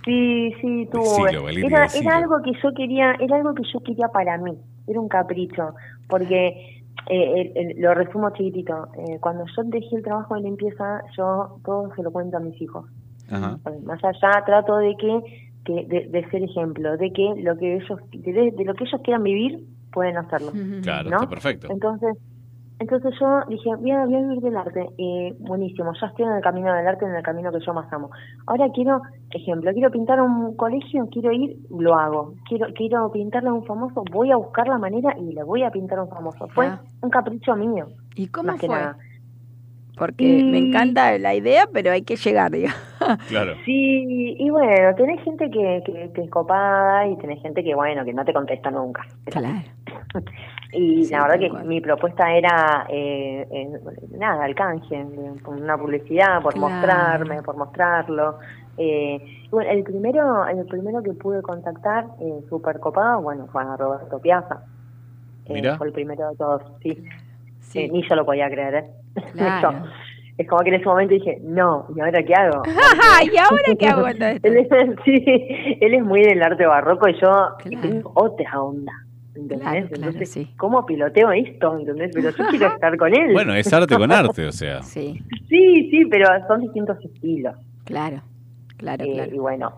[SPEAKER 10] Sí, sí, tuve.
[SPEAKER 2] Decilo, Valeria,
[SPEAKER 10] era,
[SPEAKER 2] decilo.
[SPEAKER 10] era algo que yo quería, era algo que yo quería para mí, era un capricho, porque eh, el- el- lo resumo chiquitito. Eh, cuando yo dejé el trabajo de limpieza, yo todo se lo cuento a mis hijos.
[SPEAKER 2] Ajá.
[SPEAKER 10] Eh, Más allá trato de que, que de, de ser ejemplo, de que lo que ellos de, de lo que ellos quieran vivir pueden hacerlo.
[SPEAKER 2] Claro,
[SPEAKER 10] ¿no?
[SPEAKER 2] está perfecto.
[SPEAKER 10] Entonces, entonces yo dije, voy a, voy a vivir del arte. Eh, buenísimo, ya estoy en el camino del arte, en el camino que yo más amo. Ahora quiero, ejemplo, quiero pintar un colegio, quiero ir, lo hago. Quiero quiero pintarle a un famoso, voy a buscar la manera y le voy a pintar a un famoso. Fue
[SPEAKER 3] Ah.
[SPEAKER 10] un capricho mío,
[SPEAKER 3] ¿Y cómo
[SPEAKER 10] más que
[SPEAKER 3] fue?
[SPEAKER 10] nada.
[SPEAKER 3] Porque
[SPEAKER 10] Y-
[SPEAKER 3] me encanta la idea, pero hay que llegar, digo.
[SPEAKER 2] Claro.
[SPEAKER 10] Sí, y bueno, tenés gente que, que, que es copada y tenés gente que, bueno, que no te contesta nunca.
[SPEAKER 3] Claro.
[SPEAKER 10] Y
[SPEAKER 3] Sí,
[SPEAKER 10] la verdad
[SPEAKER 3] tal
[SPEAKER 10] que
[SPEAKER 3] cual.
[SPEAKER 10] mi propuesta era, eh, eh, nada, al canje, eh, por una publicidad, por
[SPEAKER 3] Claro.
[SPEAKER 10] mostrarme, por mostrarlo. Eh, y bueno, el primero, el primero que pude contactar, eh, súper copado, bueno, fue a Roberto Piazza. Eh,
[SPEAKER 2] Mirá.
[SPEAKER 10] Fue el primero de todos, sí.
[SPEAKER 3] Sí.
[SPEAKER 10] Eh, ni yo lo podía creer, ¿eh.
[SPEAKER 3] Claro.
[SPEAKER 10] Yo- es como que en ese momento dije, no, ¿y ahora qué hago?
[SPEAKER 3] Ah, ¿Y ahora qué hago con todo esto?
[SPEAKER 10] él, es, sí, él es muy del arte barroco y yo
[SPEAKER 3] Claro.
[SPEAKER 10] tengo otra onda. ¿Entendés?
[SPEAKER 3] Claro, claro,
[SPEAKER 10] Entonces,
[SPEAKER 3] sí.
[SPEAKER 10] ¿cómo piloteo esto? ¿Entendés? Pero yo quiero estar con él.
[SPEAKER 2] Bueno, es arte con arte, o sea.
[SPEAKER 3] Sí,
[SPEAKER 10] Sí, sí, pero son distintos estilos.
[SPEAKER 3] claro, claro,
[SPEAKER 10] Eh,
[SPEAKER 3] claro.
[SPEAKER 10] Y bueno,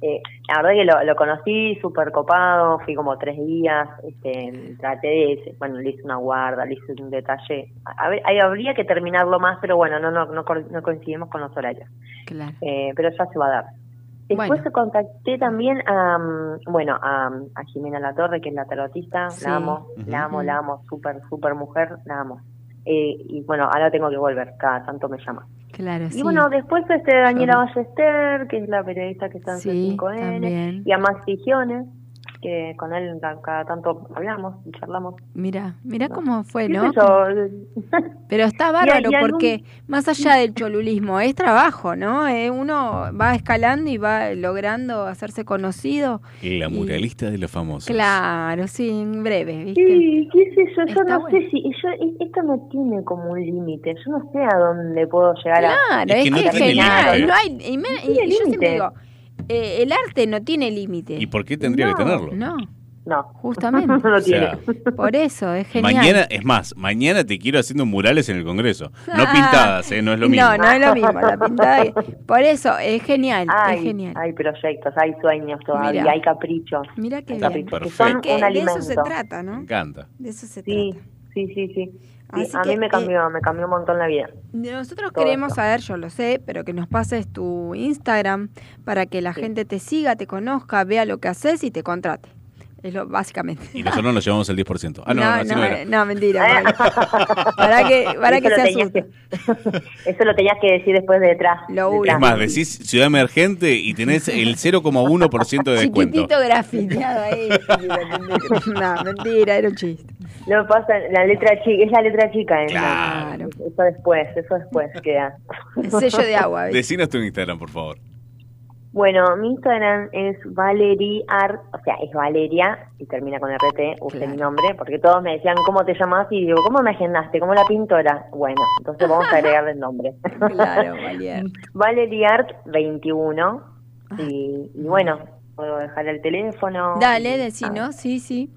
[SPEAKER 10] eh, la verdad que lo, lo conocí súper copado, fui como tres días, este, traté de, bueno, le hice una guarda, le hice un detalle. A a ver, ahí habría que terminarlo más, pero bueno, no, no, no, cor- no coincidimos con los horarios.
[SPEAKER 3] Claro.
[SPEAKER 10] Eh, pero ya se va a dar. Después
[SPEAKER 3] Bueno.
[SPEAKER 10] contacté también a, mm, bueno, a, a Jimena La Torre, que es la tarotista,
[SPEAKER 3] Sí.
[SPEAKER 10] la amo, la amo, la amo, súper, súper mujer, la amo. Eh, y bueno, ahora tengo que volver, cada tanto me llama.
[SPEAKER 3] Claro, sí.
[SPEAKER 10] Y bueno, después este Daniela Ballester, que es la periodista que está en
[SPEAKER 3] sí,
[SPEAKER 10] C5N,
[SPEAKER 3] también.
[SPEAKER 10] y a Max Gigiones, que con él ca- cada tanto hablamos y charlamos.
[SPEAKER 3] Mira, mira cómo fue,
[SPEAKER 10] ¿Qué
[SPEAKER 3] ¿no?
[SPEAKER 10] sé yo?
[SPEAKER 3] Pero está
[SPEAKER 10] hay-
[SPEAKER 3] bárbaro
[SPEAKER 10] y algún-
[SPEAKER 3] porque más allá del cholulismo es trabajo, ¿no? Eh, uno va escalando y va logrando hacerse conocido.
[SPEAKER 2] La muralista de los famosos.
[SPEAKER 3] Claro, sí, en breve, ¿viste?
[SPEAKER 10] Sí, qué sé yo, yo
[SPEAKER 3] Está
[SPEAKER 10] no
[SPEAKER 3] bueno.
[SPEAKER 10] sé si, yo, e- esto no tiene como un límite, yo no sé a dónde puedo llegar a...
[SPEAKER 3] Claro,
[SPEAKER 2] Es
[SPEAKER 3] es,
[SPEAKER 2] que no
[SPEAKER 3] que es
[SPEAKER 2] tiene límite.
[SPEAKER 3] genial. No hay, y me-
[SPEAKER 10] No tiene
[SPEAKER 3] y yo siempre
[SPEAKER 10] límite.
[SPEAKER 3] digo, eh, el arte no tiene límite.
[SPEAKER 2] ¿Y por qué tendría
[SPEAKER 3] No,
[SPEAKER 2] que tenerlo?
[SPEAKER 3] No,
[SPEAKER 10] No,
[SPEAKER 3] justamente.
[SPEAKER 10] no lo
[SPEAKER 2] O sea,
[SPEAKER 10] tiene.
[SPEAKER 3] Por eso, es genial.
[SPEAKER 2] mañana, es más, mañana te quiero haciendo murales en el Congreso. No pintadas, ¿eh? No es lo mismo.
[SPEAKER 3] No, no es lo mismo. La pintada. Por eso, es genial,
[SPEAKER 10] Hay,
[SPEAKER 3] es genial.
[SPEAKER 10] hay proyectos, hay sueños todavía,
[SPEAKER 3] Mirá.
[SPEAKER 10] hay caprichos.
[SPEAKER 3] Mira qué
[SPEAKER 10] Hay
[SPEAKER 2] Está
[SPEAKER 3] bien.
[SPEAKER 10] caprichos que
[SPEAKER 2] perfecto.
[SPEAKER 10] son
[SPEAKER 3] Que
[SPEAKER 10] un
[SPEAKER 3] de eso se
[SPEAKER 10] alimento.
[SPEAKER 3] trata,
[SPEAKER 2] Me
[SPEAKER 3] ¿no?
[SPEAKER 2] encanta.
[SPEAKER 3] De eso se
[SPEAKER 10] Sí,
[SPEAKER 3] trata.
[SPEAKER 10] sí, sí, sí. Sí,
[SPEAKER 3] Así
[SPEAKER 10] a mí
[SPEAKER 3] que, eh,
[SPEAKER 10] me cambió, me cambió un montón la vida.
[SPEAKER 3] Nosotros
[SPEAKER 10] todo
[SPEAKER 3] queremos
[SPEAKER 10] esto.
[SPEAKER 3] saber, yo lo sé, pero que nos pases tu Instagram para que la
[SPEAKER 10] Sí.
[SPEAKER 3] gente te siga, te conozca, vea lo que haces y te contrate. Es lo básicamente.
[SPEAKER 2] Y nosotros nos llevamos el 10%. Ah, no, no, así no,
[SPEAKER 3] eh,
[SPEAKER 2] era.
[SPEAKER 3] no,
[SPEAKER 10] Ah.
[SPEAKER 3] mentira. porque- para que, para que
[SPEAKER 10] Eso
[SPEAKER 3] se
[SPEAKER 10] lo tenías
[SPEAKER 3] asuste.
[SPEAKER 10] que- Eso lo tenías que decir después de detrás.
[SPEAKER 3] Lo
[SPEAKER 10] detrás.
[SPEAKER 3] único.
[SPEAKER 2] Es más, decís ciudad emergente y tenés el 0,1% de descuento.
[SPEAKER 3] Chiquitito grafiteado ahí. no, mentira, era un chiste.
[SPEAKER 10] No pasa, la letra chica, es la letra chica. ¿eh?
[SPEAKER 2] Claro.
[SPEAKER 10] Eso después, eso después queda.
[SPEAKER 3] El sello de agua, ¿viste?
[SPEAKER 2] Decinos tu Instagram, por favor.
[SPEAKER 10] Bueno, mi Instagram es valeriar, o sea, es Valeria y termina con RT, usé
[SPEAKER 3] Claro.
[SPEAKER 10] mi nombre, porque todos me decían cómo te llamas y digo, ¿cómo me agendaste? ¿Cómo la pintora? Bueno, entonces vamos a agregarle el nombre.
[SPEAKER 3] Claro, Valier.
[SPEAKER 10] Valeriart21 y, y bueno, puedo dejar el teléfono.
[SPEAKER 3] Ah. Dale,
[SPEAKER 10] y-
[SPEAKER 3] decinos, sí, sí.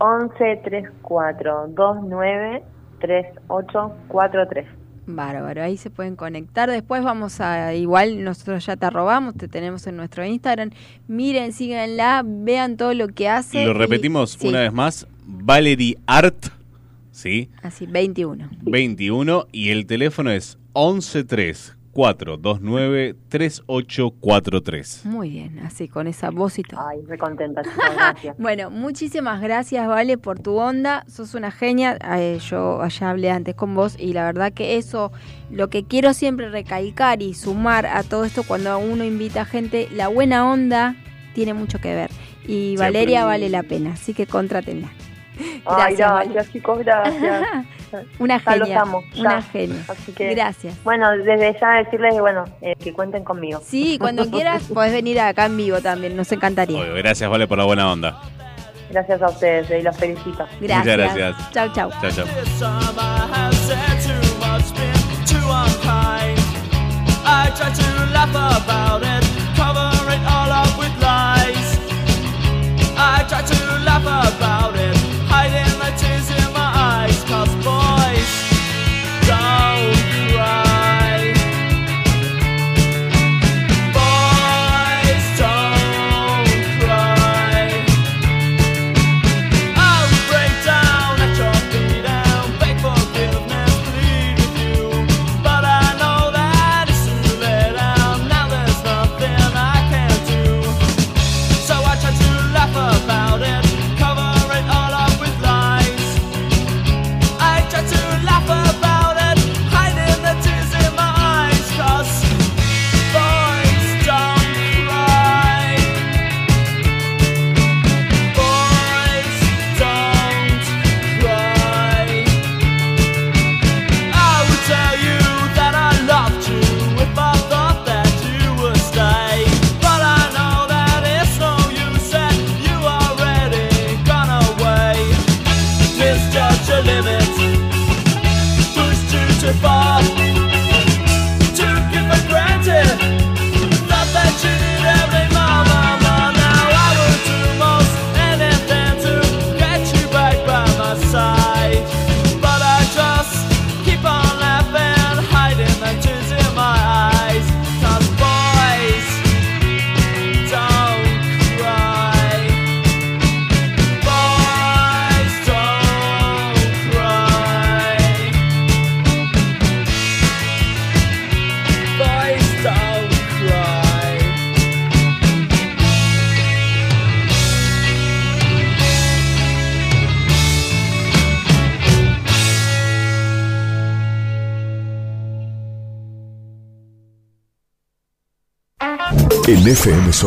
[SPEAKER 10] 11 34 29 38 43.
[SPEAKER 3] Bárbaro, ahí se pueden conectar. Después vamos a, igual nosotros ya te arrobamos, te tenemos en nuestro Instagram. Miren, síganla, vean todo lo que hace.
[SPEAKER 2] Lo
[SPEAKER 3] y-
[SPEAKER 2] repetimos
[SPEAKER 3] sí,
[SPEAKER 2] una vez más. Valerie Art, ¿sí?
[SPEAKER 3] Así, 21.
[SPEAKER 2] 21 y el teléfono es 113 429 3843.
[SPEAKER 3] Muy bien, así, con esa voz y todo.
[SPEAKER 10] Ay, re contenta, chicos, gracias.
[SPEAKER 3] Bueno, muchísimas gracias, Vale, por tu onda. Sos una genia. Eh, yo allá hablé antes con vos y la verdad que eso, lo que quiero siempre recalcar y sumar a todo esto cuando uno invita a gente, la buena onda tiene mucho que ver. Y
[SPEAKER 2] Siempre.
[SPEAKER 3] Valeria vale la pena, así que contrátenla.
[SPEAKER 10] Ay,
[SPEAKER 3] Gracias, Vale.
[SPEAKER 10] gracias, chicos, gracias.
[SPEAKER 3] Una
[SPEAKER 10] Ya los
[SPEAKER 3] genia.
[SPEAKER 10] amo, ya.
[SPEAKER 3] Una genia.
[SPEAKER 10] Así que,
[SPEAKER 3] Gracias.
[SPEAKER 10] bueno, desde ya decirles que, bueno, eh, que cuenten conmigo.
[SPEAKER 3] Sí, cuando quieras podés venir acá en vivo también, nos encantaría.
[SPEAKER 2] Obvio, gracias, Vale, por la buena onda.
[SPEAKER 10] Gracias a ustedes eh, y los felicito.
[SPEAKER 3] Gracias.
[SPEAKER 2] Muchas gracias.
[SPEAKER 3] Chau, chau.
[SPEAKER 2] Chao, chao.
[SPEAKER 9] I try to laugh about it, cover it all up with lies. I try to laugh about it, hiding the tears in my eyes.
[SPEAKER 1] En FM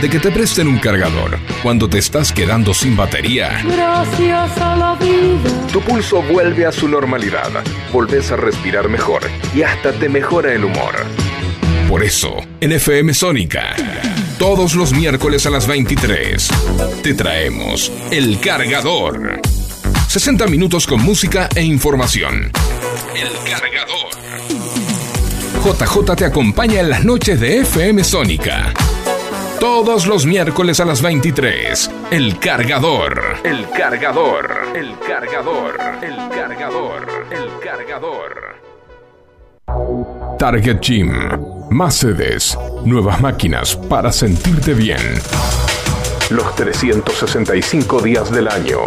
[SPEAKER 1] de que te presten un cargador cuando te estás quedando sin batería.
[SPEAKER 9] Gracias a la vida.
[SPEAKER 1] Tu pulso vuelve a su normalidad, volvés a respirar mejor y hasta te mejora el humor. Por eso, en FM Sónica, todos los miércoles a las 23, te traemos El Cargador. 60 minutos con música e información. El Cargador. JJ te acompaña en las noches de FM Sónica. Todos los miércoles a las 23. El cargador. El cargador. El cargador. El cargador. El cargador. Target Gym. Más sedes. Nuevas máquinas para sentirte bien. Los 365 días del año.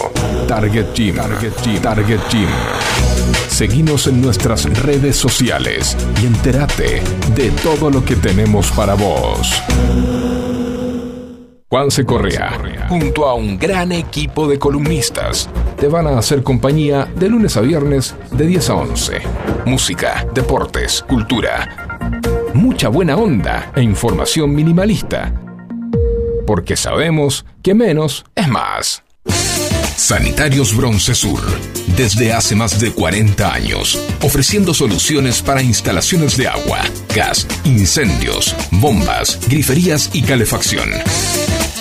[SPEAKER 1] Target Gym. Target Gym. Target Gym. Seguinos en nuestras redes sociales y entérate de todo lo que tenemos para vos. Juanse Correa, junto a un gran equipo de columnistas, te van a hacer compañía de lunes a viernes de 10 a 11. Música, deportes, cultura, mucha buena onda e información minimalista. Porque sabemos que menos es más. Sanitarios Bronce Sur, desde hace más de 40 años, ofreciendo soluciones para instalaciones de agua, gas, incendios, bombas, griferías y calefacción.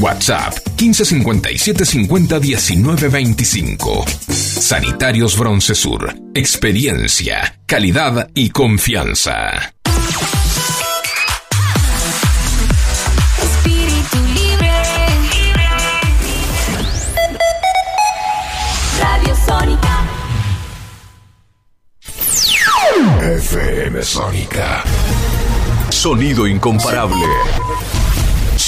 [SPEAKER 1] WhatsApp 1557 50 19 25. Sanitarios Broncesur. Experiencia, calidad y confianza.
[SPEAKER 9] Espíritu libre. Radio Sónica.
[SPEAKER 1] FM Sónica. Sonido incomparable.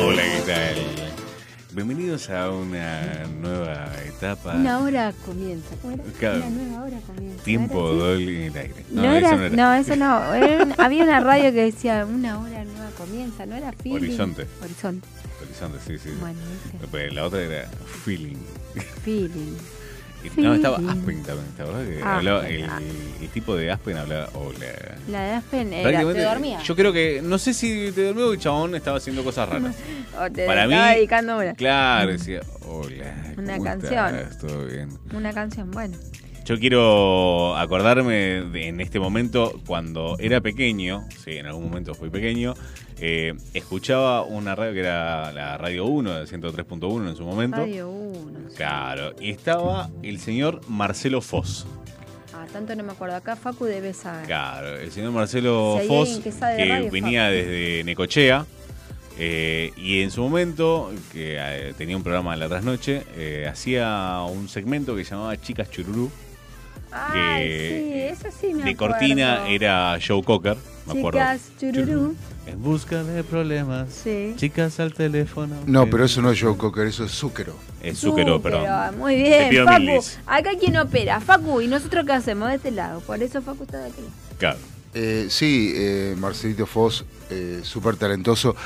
[SPEAKER 2] Hola, ¿qué tal? Bienvenidos a una nueva etapa.
[SPEAKER 3] Una hora comienza. ¿Cómo era?
[SPEAKER 2] Claro.
[SPEAKER 3] Una nueva hora comienza.
[SPEAKER 2] Tiempo
[SPEAKER 3] Ahora
[SPEAKER 2] Dolly en el aire.
[SPEAKER 3] sí. No, era,
[SPEAKER 2] no
[SPEAKER 3] no, eso no. Era un- había una radio que decía una hora nueva comienza, no era feeling.
[SPEAKER 2] Horizonte.
[SPEAKER 3] Horizonte.
[SPEAKER 2] Horizonte, sí, sí. sí.
[SPEAKER 3] Bueno, ese,
[SPEAKER 2] Pues La otra era Feeling.
[SPEAKER 3] feeling.
[SPEAKER 2] Y- No, estaba
[SPEAKER 3] Feeling. Ah,
[SPEAKER 2] Aspen también. ¿Te acordás que
[SPEAKER 3] Aspen,
[SPEAKER 2] hablaba- el,
[SPEAKER 3] Aspen.
[SPEAKER 2] el tipo de Aspen hablaba hola?
[SPEAKER 3] La de Aspen era,
[SPEAKER 2] Prácticamente,
[SPEAKER 3] te dormía.
[SPEAKER 2] Yo creo que, no sé si te dormía o el chabón estaba haciendo cosas raras.
[SPEAKER 3] O te
[SPEAKER 2] para
[SPEAKER 3] estaba
[SPEAKER 2] mí-
[SPEAKER 3] dedicando una,
[SPEAKER 2] Claro, decía, hola.
[SPEAKER 3] Una
[SPEAKER 2] ¿cómo
[SPEAKER 3] canción.
[SPEAKER 2] estás? ¿Todo bien?
[SPEAKER 3] una canción. Bueno,
[SPEAKER 2] Yo quiero acordarme de- en este momento, cuando era pequeño, sí, en algún momento fui pequeño, eh, escuchaba una radio que era la Radio 1, de 103.1 en su momento.
[SPEAKER 3] Radio 1.
[SPEAKER 2] Claro, y estaba el señor Marcelo Foz.
[SPEAKER 3] Ah, tanto no me acuerdo. Acá Facu debe saber.
[SPEAKER 2] Claro, el señor Marcelo
[SPEAKER 3] Si hay
[SPEAKER 2] Foz,
[SPEAKER 3] alguien que sabe de
[SPEAKER 2] que
[SPEAKER 3] radio,
[SPEAKER 2] venía
[SPEAKER 3] Facu.
[SPEAKER 2] desde Necochea, eh, y en su momento, que eh, tenía un programa en la trasnoche, eh, hacía un segmento que llamaba Chicas Chururú.
[SPEAKER 3] Ay, sí,
[SPEAKER 2] que
[SPEAKER 3] eso sí me
[SPEAKER 2] de
[SPEAKER 3] acuerdo.
[SPEAKER 2] Cortina era Joe Cocker, me acuerdo.
[SPEAKER 3] Chicas, chururú.
[SPEAKER 2] En busca de problemas,
[SPEAKER 3] Sí.
[SPEAKER 2] chicas al teléfono.
[SPEAKER 4] No, pero eso no es Joe Cocker, eso es Zucchero.
[SPEAKER 2] Es Zucchero, perdón.
[SPEAKER 3] Zucchero, Muy
[SPEAKER 2] Te
[SPEAKER 3] bien,
[SPEAKER 2] pido mil
[SPEAKER 3] Facu.
[SPEAKER 2] dis.
[SPEAKER 3] Acá quien opera, Facu. ¿Y nosotros qué hacemos de este lado? Por eso Facu está de aquel lado.
[SPEAKER 2] Claro.
[SPEAKER 4] Eh, sí, eh, Marcelito Foz, eh, súper talentoso.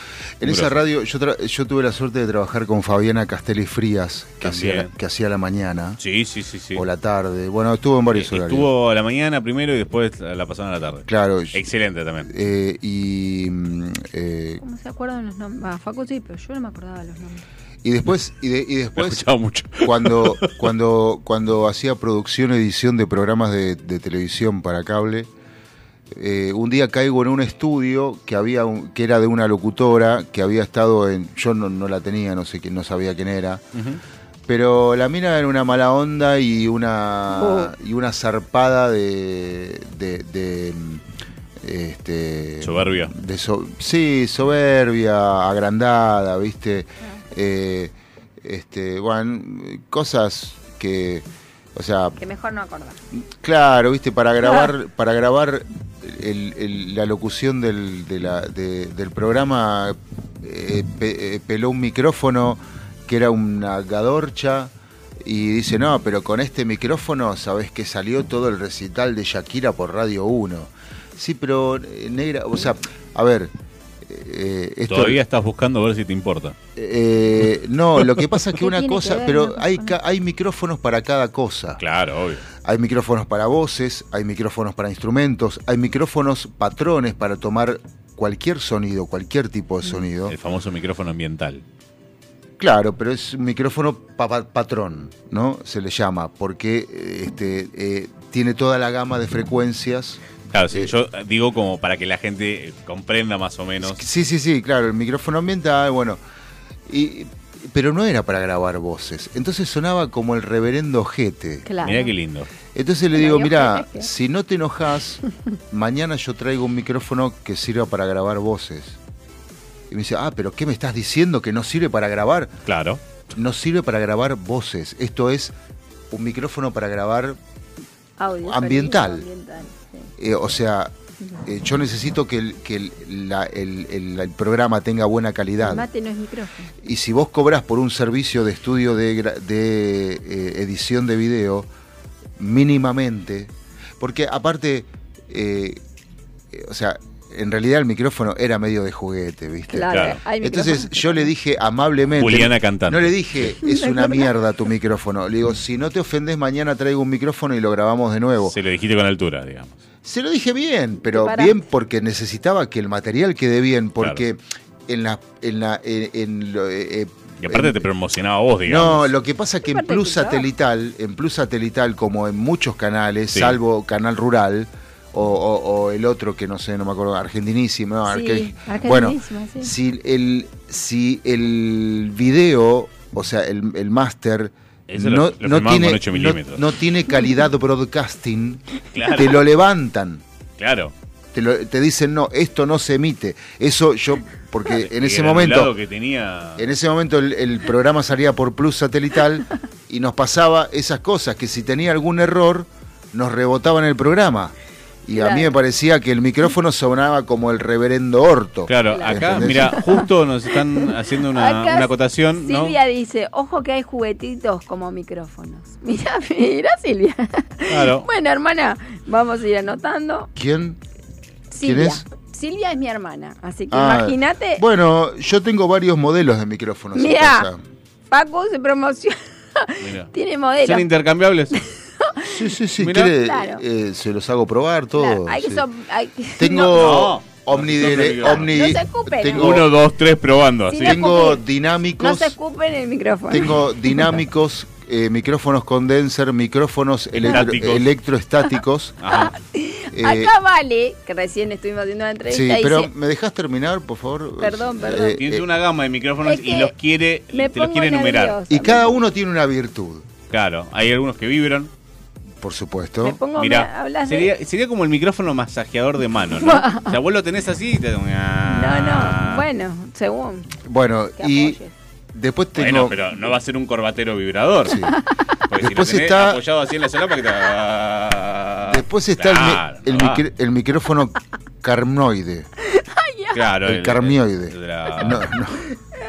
[SPEAKER 4] En
[SPEAKER 2] Grosso.
[SPEAKER 4] esa radio yo, tra- yo tuve la suerte de trabajar con Fabiana Castelli Frías, que
[SPEAKER 2] También.
[SPEAKER 4] hacía, la- que hacía la mañana
[SPEAKER 2] Sí, sí, sí, sí.
[SPEAKER 4] o la tarde. Bueno, estuvo en varios
[SPEAKER 2] Eh,
[SPEAKER 4] horarios.
[SPEAKER 2] Estuvo a la mañana primero y después la la pasaron a la tarde.
[SPEAKER 4] Claro.
[SPEAKER 2] Excelente también.
[SPEAKER 4] eh, y, mm, eh,
[SPEAKER 3] ¿Cómo se acuerdan los nombres? Ah, Facu sí, pero yo no me acordaba los nombres.
[SPEAKER 4] y después, y, de- y
[SPEAKER 2] Me
[SPEAKER 4] después
[SPEAKER 2] escuchaba mucho.
[SPEAKER 4] cuando, cuando, cuando hacía producción, edición de programas de, de televisión para cable, eh, un día caigo en un estudio que había un- que era de una locutora que había estado en. Yo no, no la tenía, no sé quién, no sabía quién era. Pero la mina era una mala onda y una. y una zarpada de. de, de, mm, este,
[SPEAKER 2] Soberbia.
[SPEAKER 4] de so- sí, soberbia, agrandada, ¿viste? Eh, este, bueno, cosas que, o sea,
[SPEAKER 3] Que mejor no acordar.
[SPEAKER 4] claro, ¿viste? Para grabar, para grabar el- el- la locución del, de la- de- del programa, eh, pe- eh, peló un micrófono que era una gadorcha. Y dice, no, pero con este micrófono sabés que salió todo el recital de Shakira por Radio 1. Sí, pero eh, negra, o sea, a ver, eh, esto,
[SPEAKER 2] Todavía estás buscando a ver si te importa.
[SPEAKER 4] eh, no, lo que pasa es que
[SPEAKER 3] ¿Qué
[SPEAKER 4] una
[SPEAKER 3] tiene que
[SPEAKER 4] cosa,
[SPEAKER 3] ver
[SPEAKER 4] pero
[SPEAKER 3] una
[SPEAKER 4] hay,
[SPEAKER 3] cosa?
[SPEAKER 4] ca- hay micrófonos para cada cosa.
[SPEAKER 2] Claro, obvio.
[SPEAKER 4] Hay micrófonos para voces, hay micrófonos para instrumentos, hay micrófonos patrones para tomar cualquier sonido, cualquier tipo
[SPEAKER 3] Mm.
[SPEAKER 4] de sonido.
[SPEAKER 2] El famoso micrófono ambiental.
[SPEAKER 4] Claro, pero es un micrófono pa- pa- patrón, ¿no? Se le llama, porque eh, este, eh, tiene toda la gama de frecuencias.
[SPEAKER 2] Claro, sí,
[SPEAKER 4] Eh,
[SPEAKER 2] yo digo como para que la gente eh, comprenda más o menos.
[SPEAKER 4] Sí, sí, sí, claro, el micrófono ambiental, bueno. Y, pero no era para grabar voces. Entonces sonaba como el reverendo Jete.
[SPEAKER 3] Claro.
[SPEAKER 2] Mirá qué lindo.
[SPEAKER 4] Entonces le
[SPEAKER 3] Bueno,
[SPEAKER 4] digo,
[SPEAKER 3] yo
[SPEAKER 4] mira,
[SPEAKER 3] creo que-
[SPEAKER 4] si no te enojas, mañana yo traigo un micrófono que sirva para grabar voces. Y me dice, ah, pero ¿qué me estás diciendo? ¿Que no sirve para grabar?
[SPEAKER 2] Claro.
[SPEAKER 4] No sirve para grabar voces. Esto es un micrófono para grabar,
[SPEAKER 3] Audio.
[SPEAKER 4] Ambiental.
[SPEAKER 3] sonido, ambiental, sí.
[SPEAKER 4] eh, o sea, eh, yo necesito que, el, que el- la- el- el- el programa tenga buena
[SPEAKER 3] El
[SPEAKER 4] calidad.
[SPEAKER 3] mate no es micrófono.
[SPEAKER 4] Y si vos cobras por un servicio de estudio de, gra- de, eh, edición de video, mínimamente, porque aparte, eh, eh, o sea, en realidad el micrófono era medio de juguete, ¿viste?
[SPEAKER 3] Claro.
[SPEAKER 2] Claro.
[SPEAKER 3] Hay
[SPEAKER 4] Entonces
[SPEAKER 3] micrófono.
[SPEAKER 4] yo le dije amablemente.
[SPEAKER 2] Juliana cantando.
[SPEAKER 4] No le dije, es una mierda tu micrófono. Le digo, si no te ofendes, mañana traigo un micrófono y lo grabamos de nuevo.
[SPEAKER 2] Se lo dijiste con altura, digamos.
[SPEAKER 4] Se lo dije bien, pero
[SPEAKER 3] Para.
[SPEAKER 4] bien porque necesitaba que el material quede bien, porque en la. En la en- en lo- eh, eh,
[SPEAKER 2] Y aparte
[SPEAKER 4] en-
[SPEAKER 2] te promocionaba vos, digamos.
[SPEAKER 4] no, lo que pasa es que en
[SPEAKER 3] parte de
[SPEAKER 4] Plus
[SPEAKER 3] tu trabajo.
[SPEAKER 4] Satelital, en Plus Satelital, como en muchos canales,
[SPEAKER 2] Sí.
[SPEAKER 4] salvo Canal Rural o, o- o el otro que no sé, no me acuerdo, Argentinísimo. no,
[SPEAKER 3] Sí,
[SPEAKER 4] Arque-
[SPEAKER 3] Argentinísima,
[SPEAKER 4] bueno,
[SPEAKER 3] sí.
[SPEAKER 4] si el, si el video, o sea, el, el máster.
[SPEAKER 2] Eso lo-
[SPEAKER 4] No,
[SPEAKER 2] lo
[SPEAKER 4] no
[SPEAKER 2] filmaban
[SPEAKER 4] tiene,
[SPEAKER 2] con ocho
[SPEAKER 4] no-
[SPEAKER 2] milímetros.
[SPEAKER 4] no tiene calidad broadcasting,
[SPEAKER 2] Claro.
[SPEAKER 4] te lo levantan.
[SPEAKER 2] Claro.
[SPEAKER 4] Te, lo- te dicen, no, esto no se emite. Eso yo, porque en
[SPEAKER 2] Y
[SPEAKER 4] ese
[SPEAKER 2] el anulado
[SPEAKER 4] momento,
[SPEAKER 2] que tenía.
[SPEAKER 4] en ese momento el, el programa salía por Plus Satelital y nos pasaba esas cosas, que si tenía algún error, nos rebotaban el programa. Y a mí
[SPEAKER 3] Claro.
[SPEAKER 4] me parecía que el micrófono sonaba como el reverendo orto.
[SPEAKER 2] Claro, acá,
[SPEAKER 4] ¿Entendés?
[SPEAKER 2] mira, justo nos están haciendo una,
[SPEAKER 3] Acá
[SPEAKER 2] una acotación, ¿no?
[SPEAKER 3] Silvia dice, ojo que hay juguetitos como micrófonos. Mira, mira Silvia.
[SPEAKER 2] Claro.
[SPEAKER 3] Bueno, hermana, vamos a ir anotando.
[SPEAKER 4] ¿Quién?
[SPEAKER 3] Silvia.
[SPEAKER 4] es?
[SPEAKER 3] Silvia es mi hermana, así que
[SPEAKER 4] Ah,
[SPEAKER 3] imagínate.
[SPEAKER 4] Bueno, yo tengo varios modelos de micrófonos. en
[SPEAKER 3] Mirá.
[SPEAKER 4] casa.
[SPEAKER 3] Paco se promociona.
[SPEAKER 2] Mirá.
[SPEAKER 3] Tiene
[SPEAKER 2] ¿Son
[SPEAKER 3] modelo.
[SPEAKER 2] intercambiables?
[SPEAKER 4] Sí, sí, sí.
[SPEAKER 2] Mirá.
[SPEAKER 4] ¿quiere?
[SPEAKER 3] Claro.
[SPEAKER 4] Eh, se los hago probar todo.
[SPEAKER 3] Claro, hay que
[SPEAKER 4] Oh, sí.
[SPEAKER 3] so- hay que-
[SPEAKER 4] Tengo
[SPEAKER 3] no,
[SPEAKER 2] No.
[SPEAKER 4] omnidire-
[SPEAKER 2] No, no, no,
[SPEAKER 4] omni-
[SPEAKER 3] no se escupen,
[SPEAKER 4] tengo,
[SPEAKER 2] Uno, dos, tres probando, así.
[SPEAKER 3] Sí, no.
[SPEAKER 4] tengo
[SPEAKER 3] escupir.
[SPEAKER 4] dinámicos,
[SPEAKER 3] no se escupen el micrófono.
[SPEAKER 4] tengo dinámicos, eh, micrófonos condenser, micrófonos electro-
[SPEAKER 2] Estáticos.
[SPEAKER 4] electroestáticos.
[SPEAKER 2] Ajá.
[SPEAKER 4] eh,
[SPEAKER 3] Acá vale, que recién estuvimos haciendo una
[SPEAKER 4] sí,
[SPEAKER 3] entrevista,
[SPEAKER 4] pero
[SPEAKER 3] dice,
[SPEAKER 4] me eh, dejas terminar, por favor.
[SPEAKER 3] Perdón, perdón.
[SPEAKER 2] Tiene una gama de micrófonos
[SPEAKER 3] Es que
[SPEAKER 2] y los quiere,
[SPEAKER 3] me
[SPEAKER 2] te los
[SPEAKER 3] pongo
[SPEAKER 2] quiere enumerar.
[SPEAKER 3] nerviosa.
[SPEAKER 4] y cada uno tiene una virtud,
[SPEAKER 2] Claro, hay algunos que vibran.
[SPEAKER 4] por
[SPEAKER 3] me
[SPEAKER 4] supuesto.
[SPEAKER 3] pongo, me
[SPEAKER 2] Mirá,
[SPEAKER 3] hablas de-
[SPEAKER 2] sería, sería como el micrófono masajeador de mano, ¿no? o sea, vos lo tenés así y te... ah.
[SPEAKER 3] No,
[SPEAKER 4] Ah.
[SPEAKER 3] no, bueno, según.
[SPEAKER 4] Bueno,
[SPEAKER 3] Que
[SPEAKER 4] y
[SPEAKER 3] apoyes.
[SPEAKER 4] después
[SPEAKER 2] Bueno,
[SPEAKER 4] tengo...
[SPEAKER 2] pero no va a ser un corbatero vibrador.
[SPEAKER 4] Sí.
[SPEAKER 2] Porque
[SPEAKER 4] Después
[SPEAKER 2] si lo tenés
[SPEAKER 4] está-
[SPEAKER 2] apoyado así en la solapa que te...
[SPEAKER 4] Después está el mi-
[SPEAKER 2] Claro,
[SPEAKER 4] el,
[SPEAKER 2] no va.
[SPEAKER 4] micr- el micrófono carnoide.
[SPEAKER 2] Claro,
[SPEAKER 4] el carmioide.
[SPEAKER 2] el de la-
[SPEAKER 4] No, no,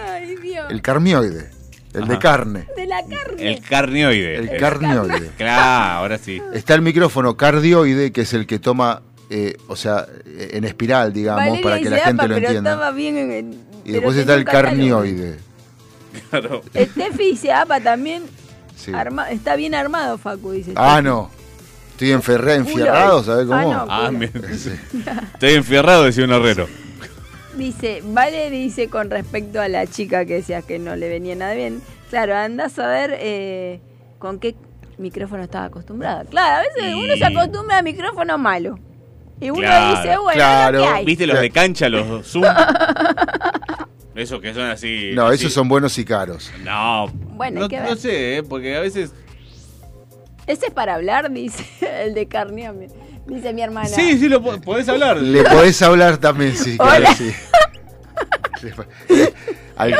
[SPEAKER 3] Ay, Dios.
[SPEAKER 4] el carmioide. El de
[SPEAKER 2] Ajá.
[SPEAKER 4] carne.
[SPEAKER 3] de la carne.
[SPEAKER 2] El carnioide.
[SPEAKER 4] El carnioide.
[SPEAKER 2] Claro, ahora sí.
[SPEAKER 4] Está el micrófono cardioide, que es el que toma eh, o sea, en espiral, digamos,
[SPEAKER 3] Valeria
[SPEAKER 4] para que
[SPEAKER 3] dice,
[SPEAKER 4] la gente
[SPEAKER 3] "Apa,
[SPEAKER 4] lo
[SPEAKER 3] pero
[SPEAKER 4] entienda.
[SPEAKER 3] estaba bien en el-
[SPEAKER 4] Y
[SPEAKER 3] pero
[SPEAKER 4] después está
[SPEAKER 3] tenía
[SPEAKER 4] el
[SPEAKER 3] un catálogo".
[SPEAKER 4] carnioide.
[SPEAKER 2] Claro.
[SPEAKER 3] Steffi dice, apa, también
[SPEAKER 4] Sí.
[SPEAKER 3] arma- está bien armado, Facu, dice.
[SPEAKER 4] Ah, no. Estoy enferré, enfierrado, ¿sabes cómo?
[SPEAKER 3] Ah, no.
[SPEAKER 2] Ah, me- Estoy enfierrado, decía un herrero.
[SPEAKER 3] Dice, Vale dice con respecto a la chica que decías que no le venía nada bien. Claro, andás a ver eh, con qué micrófono estaba acostumbrada. Claro, a veces
[SPEAKER 2] Y-
[SPEAKER 3] uno se acostumbra a micrófono malo. Y uno
[SPEAKER 2] Claro.
[SPEAKER 3] dice, bueno,
[SPEAKER 4] Claro.
[SPEAKER 3] ¿qué hay?
[SPEAKER 2] ¿Viste los de cancha, los Zoom? Esos que son así.
[SPEAKER 4] No,
[SPEAKER 2] así.
[SPEAKER 4] esos son buenos y caros.
[SPEAKER 2] No.
[SPEAKER 3] Bueno,
[SPEAKER 2] no,
[SPEAKER 3] hay que ver.
[SPEAKER 2] no sé, eh, porque a veces.
[SPEAKER 3] Ese es para hablar, dice el de carne. Dice mi hermana.
[SPEAKER 2] Sí, sí, lo po- podés hablar.
[SPEAKER 4] Le podés hablar también, sí, claro,
[SPEAKER 3] Hola.
[SPEAKER 4] sí. Le po- Al-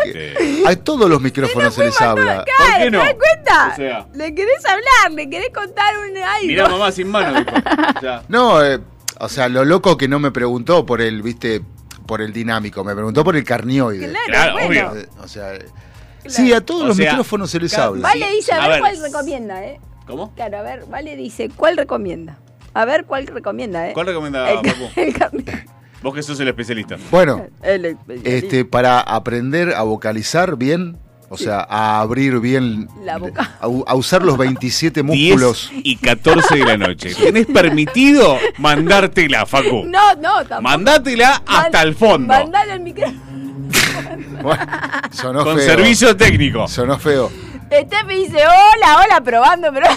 [SPEAKER 4] a todos los micrófonos se les habla.
[SPEAKER 2] Ah, ¿Por qué no?
[SPEAKER 3] ¿Te das cuenta?
[SPEAKER 2] O sea.
[SPEAKER 3] le querés hablar, le querés contar un algo.
[SPEAKER 2] Mirá, mamá sin mano. dijo. O sea,
[SPEAKER 4] No, eh, o sea, lo loco que no me preguntó por el, viste, por el dinámico, me preguntó por el carnioide.
[SPEAKER 3] Claro,
[SPEAKER 2] Claro,
[SPEAKER 3] bueno.
[SPEAKER 2] obvio.
[SPEAKER 4] Eh, O sea, eh, sí, a todos
[SPEAKER 2] O
[SPEAKER 4] los
[SPEAKER 2] sea,
[SPEAKER 4] micrófonos se les
[SPEAKER 2] cada-
[SPEAKER 4] habla.
[SPEAKER 3] Vale dice, a
[SPEAKER 2] A
[SPEAKER 3] ver,
[SPEAKER 2] ver.
[SPEAKER 3] cuál recomienda, ¿eh?
[SPEAKER 2] ¿Cómo?
[SPEAKER 3] Claro, a ver, Vale dice, ¿cuál recomienda? A ver, ¿cuál recomienda, eh?
[SPEAKER 2] ¿Cuál recomienda
[SPEAKER 3] el,
[SPEAKER 2] Papu?
[SPEAKER 3] el carne-
[SPEAKER 2] Vos que sos el especialista.
[SPEAKER 4] Bueno,
[SPEAKER 3] el especialista.
[SPEAKER 4] este, para aprender a vocalizar bien, o sea, a abrir bien
[SPEAKER 3] La boca.
[SPEAKER 4] A, u- a usar los 27
[SPEAKER 2] 10
[SPEAKER 4] músculos.
[SPEAKER 2] y 14 de la noche. ¿Tenés permitido mandártela, Facu?
[SPEAKER 3] No, no, tampoco.
[SPEAKER 2] Mandátela hasta
[SPEAKER 3] Man-
[SPEAKER 2] el fondo.
[SPEAKER 3] Mandalo al micrófono.
[SPEAKER 4] Bueno, sonó
[SPEAKER 2] con
[SPEAKER 4] feo.
[SPEAKER 2] servicio técnico.
[SPEAKER 4] Sonó feo.
[SPEAKER 3] Este me dice, hola, hola, probando, pero...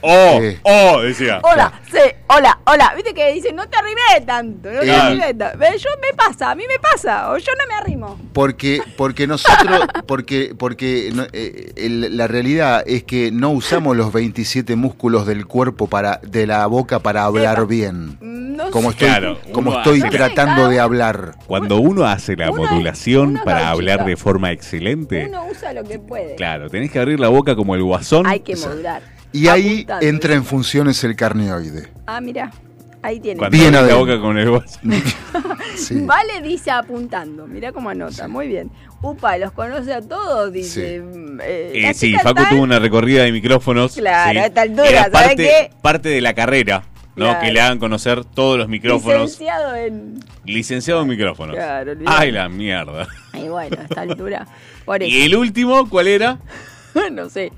[SPEAKER 2] Oh,
[SPEAKER 4] Sí.
[SPEAKER 2] oh, decía.
[SPEAKER 3] Hola, sí, hola, hola. Viste que dice, no te arrimes tanto, no te
[SPEAKER 4] Claro.
[SPEAKER 3] arrimes tanto. Ve, Yo me pasa, a mí me pasa, o yo no me arrimo.
[SPEAKER 4] Porque, porque nosotros, porque, porque no- eh, el- la realidad es que no usamos los 27 músculos del cuerpo para, de la boca para hablar bien.
[SPEAKER 3] No
[SPEAKER 4] Como
[SPEAKER 3] sé.
[SPEAKER 4] estoy,
[SPEAKER 2] Claro,
[SPEAKER 4] como
[SPEAKER 2] uno
[SPEAKER 4] estoy
[SPEAKER 2] hace la-
[SPEAKER 4] tratando de hablar.
[SPEAKER 2] Cuando uno hace la
[SPEAKER 3] Uno-
[SPEAKER 2] modulación
[SPEAKER 3] uno
[SPEAKER 2] para
[SPEAKER 3] gauchita.
[SPEAKER 2] hablar de forma excelente,
[SPEAKER 3] Uno usa lo que puede.
[SPEAKER 2] claro, tenés que abrir la boca como el guasón.
[SPEAKER 3] Hay que modular.
[SPEAKER 4] Y ahí
[SPEAKER 3] Apuntando.
[SPEAKER 4] entra en funciones el carneoide.
[SPEAKER 3] Ah, mira, ahí tiene.
[SPEAKER 2] Cuando
[SPEAKER 4] Bien
[SPEAKER 2] abrís la
[SPEAKER 4] adentro.
[SPEAKER 2] boca con el guasón.
[SPEAKER 4] Sí.
[SPEAKER 3] Vale dice apuntando, mirá cómo anota, muy bien. Upa, los conoce a todos, dice. eh,
[SPEAKER 2] Eh,
[SPEAKER 3] la
[SPEAKER 2] sí,
[SPEAKER 3] chica
[SPEAKER 2] Facu
[SPEAKER 3] tal-
[SPEAKER 2] tuvo una recorrida de micrófonos.
[SPEAKER 3] Claro,
[SPEAKER 2] sí.
[SPEAKER 3] a esta altura,
[SPEAKER 2] Era
[SPEAKER 3] ¿sabés
[SPEAKER 2] parte,
[SPEAKER 3] qué?
[SPEAKER 2] parte de la carrera, ¿no?
[SPEAKER 3] Claro.
[SPEAKER 2] Que le hagan conocer todos los micrófonos.
[SPEAKER 3] Licenciado en.
[SPEAKER 2] Licenciado en micrófonos.
[SPEAKER 3] Claro, olvidate.
[SPEAKER 2] Ay, la mierda.
[SPEAKER 3] Y bueno, a esta altura. Por
[SPEAKER 2] ¿Y
[SPEAKER 3] eso.
[SPEAKER 2] el último cuál era?
[SPEAKER 3] no sé.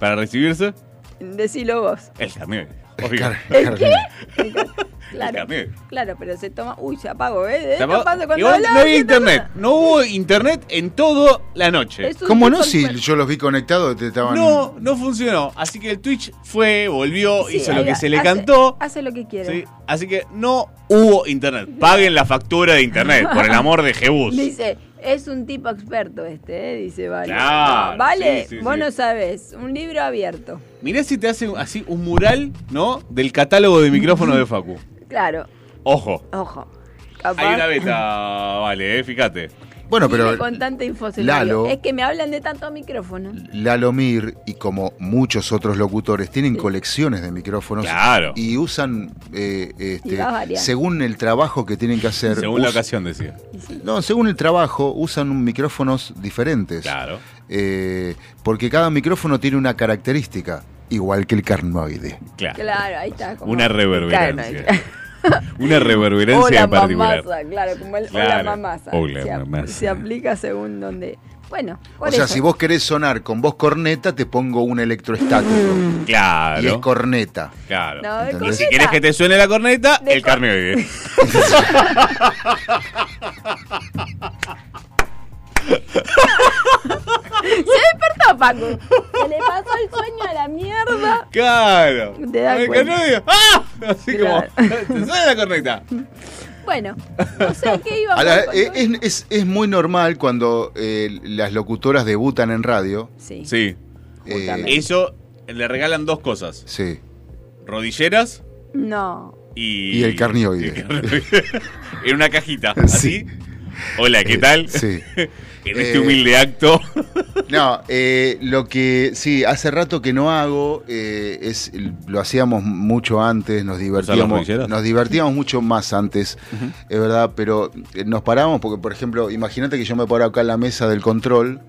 [SPEAKER 2] Para recibirse,
[SPEAKER 3] Decilo vos.
[SPEAKER 2] el carnet.
[SPEAKER 4] El car-
[SPEAKER 3] ¿El qué?
[SPEAKER 4] carne-
[SPEAKER 3] Claro.
[SPEAKER 2] camión.
[SPEAKER 3] Claro, pero se toma. Uy, se apagó, ¿eh? De
[SPEAKER 2] Tapá-
[SPEAKER 3] esto pasa cuando
[SPEAKER 2] Igual
[SPEAKER 3] hablaba,
[SPEAKER 2] no había
[SPEAKER 3] se tapa.
[SPEAKER 2] internet. No hubo internet en toda la noche.
[SPEAKER 3] Es un
[SPEAKER 4] ¿Cómo no? Si
[SPEAKER 3] desconsuelo.
[SPEAKER 4] yo los vi conectados, te estaban.
[SPEAKER 2] No, no funcionó. Así que el Twitch fue, volvió,
[SPEAKER 3] Sí,
[SPEAKER 2] hizo lo
[SPEAKER 3] ahí
[SPEAKER 2] que
[SPEAKER 3] va,
[SPEAKER 2] se le
[SPEAKER 3] hace-
[SPEAKER 2] cantó.
[SPEAKER 3] Hace lo que quiere.
[SPEAKER 2] Sí, Así que no hubo internet. Paguen la factura de internet, por el amor de Jebus.
[SPEAKER 3] Dice, es un tipo experto este, ¿eh? dice Vale.
[SPEAKER 2] Claro,
[SPEAKER 3] vale,
[SPEAKER 2] sí, sí,
[SPEAKER 3] vos
[SPEAKER 2] sí.
[SPEAKER 3] no sabés, un libro abierto.
[SPEAKER 2] Mirá si te hacen así un mural, ¿no? Del catálogo de micrófono de Facu.
[SPEAKER 3] Claro,
[SPEAKER 2] Ojo.
[SPEAKER 3] ojo. Capaz,
[SPEAKER 2] Hay una beta, vale, eh, fíjate.
[SPEAKER 4] Bueno,
[SPEAKER 3] vive
[SPEAKER 4] pero
[SPEAKER 3] con tanta info se
[SPEAKER 4] Lalo-
[SPEAKER 3] lo digo. Es que me hablan de tanto micrófono.
[SPEAKER 4] Lalomir y como muchos otros locutores tienen colecciones de micrófonos
[SPEAKER 2] Claro.
[SPEAKER 4] y usan eh, este,
[SPEAKER 3] Y va variando.
[SPEAKER 4] según el trabajo que tienen que hacer.
[SPEAKER 2] Según la
[SPEAKER 4] us-
[SPEAKER 2] ocasión decía.
[SPEAKER 4] No, según el trabajo usan un- micrófonos diferentes.
[SPEAKER 2] Claro.
[SPEAKER 4] Eh, porque cada micrófono tiene una característica, igual que el carnoide.
[SPEAKER 2] Claro.
[SPEAKER 3] Claro, ahí está. como-
[SPEAKER 2] Una
[SPEAKER 3] Claro, ahí
[SPEAKER 2] reverberancia.
[SPEAKER 3] está.
[SPEAKER 2] Una reverberancia
[SPEAKER 3] Hola,
[SPEAKER 2] en particular.
[SPEAKER 3] mamasa, claro, como el hola
[SPEAKER 2] Claro,
[SPEAKER 3] mamasa.
[SPEAKER 2] hola,
[SPEAKER 3] se, ap-
[SPEAKER 2] mamasa.
[SPEAKER 3] se aplica según donde... Bueno, por
[SPEAKER 4] O sea,
[SPEAKER 3] eso.
[SPEAKER 4] si vos querés sonar con voz corneta, te pongo un electroestático. Y es
[SPEAKER 2] Mm. Claro.
[SPEAKER 4] corneta.
[SPEAKER 2] Claro.
[SPEAKER 3] No, es
[SPEAKER 2] y si
[SPEAKER 3] corneta.
[SPEAKER 2] querés que te suene la corneta,
[SPEAKER 3] De
[SPEAKER 2] el
[SPEAKER 3] cor-
[SPEAKER 2] carneoide.
[SPEAKER 3] Despertó, Paco. Se le pasó el sueño a la mierda.
[SPEAKER 2] Claro.
[SPEAKER 3] Te das
[SPEAKER 2] el
[SPEAKER 3] cuenta.
[SPEAKER 2] carneoide. ¡Ah! Así
[SPEAKER 3] Claro.
[SPEAKER 2] como. ¿Te suena la corneta?
[SPEAKER 3] Bueno, no sé qué iba a
[SPEAKER 4] A la-
[SPEAKER 3] contar.
[SPEAKER 4] eh, es, es- es muy normal cuando eh, las locutoras debutan en radio.
[SPEAKER 3] Sí.
[SPEAKER 2] Sí.
[SPEAKER 4] eh,
[SPEAKER 3] Justamente.
[SPEAKER 2] Eso eh, le regalan dos cosas:
[SPEAKER 4] sí.
[SPEAKER 2] rodilleras
[SPEAKER 3] No.
[SPEAKER 2] y.
[SPEAKER 4] Y el carneoide.
[SPEAKER 2] y el carneoide. en una cajita. Así.
[SPEAKER 4] Sí.
[SPEAKER 2] Hola, ¿qué
[SPEAKER 4] Eh,
[SPEAKER 2] tal?
[SPEAKER 4] sí.
[SPEAKER 2] En este
[SPEAKER 4] Eh,
[SPEAKER 2] humilde acto.
[SPEAKER 4] No, eh, lo que sí, hace rato que no hago, eh, es lo hacíamos mucho antes, nos divertíamos,
[SPEAKER 2] rodilleras?
[SPEAKER 4] nos divertíamos mucho más antes, es verdad, pero eh, nos parábamos porque, por ejemplo, imagínate que yo me paro acá en la mesa del control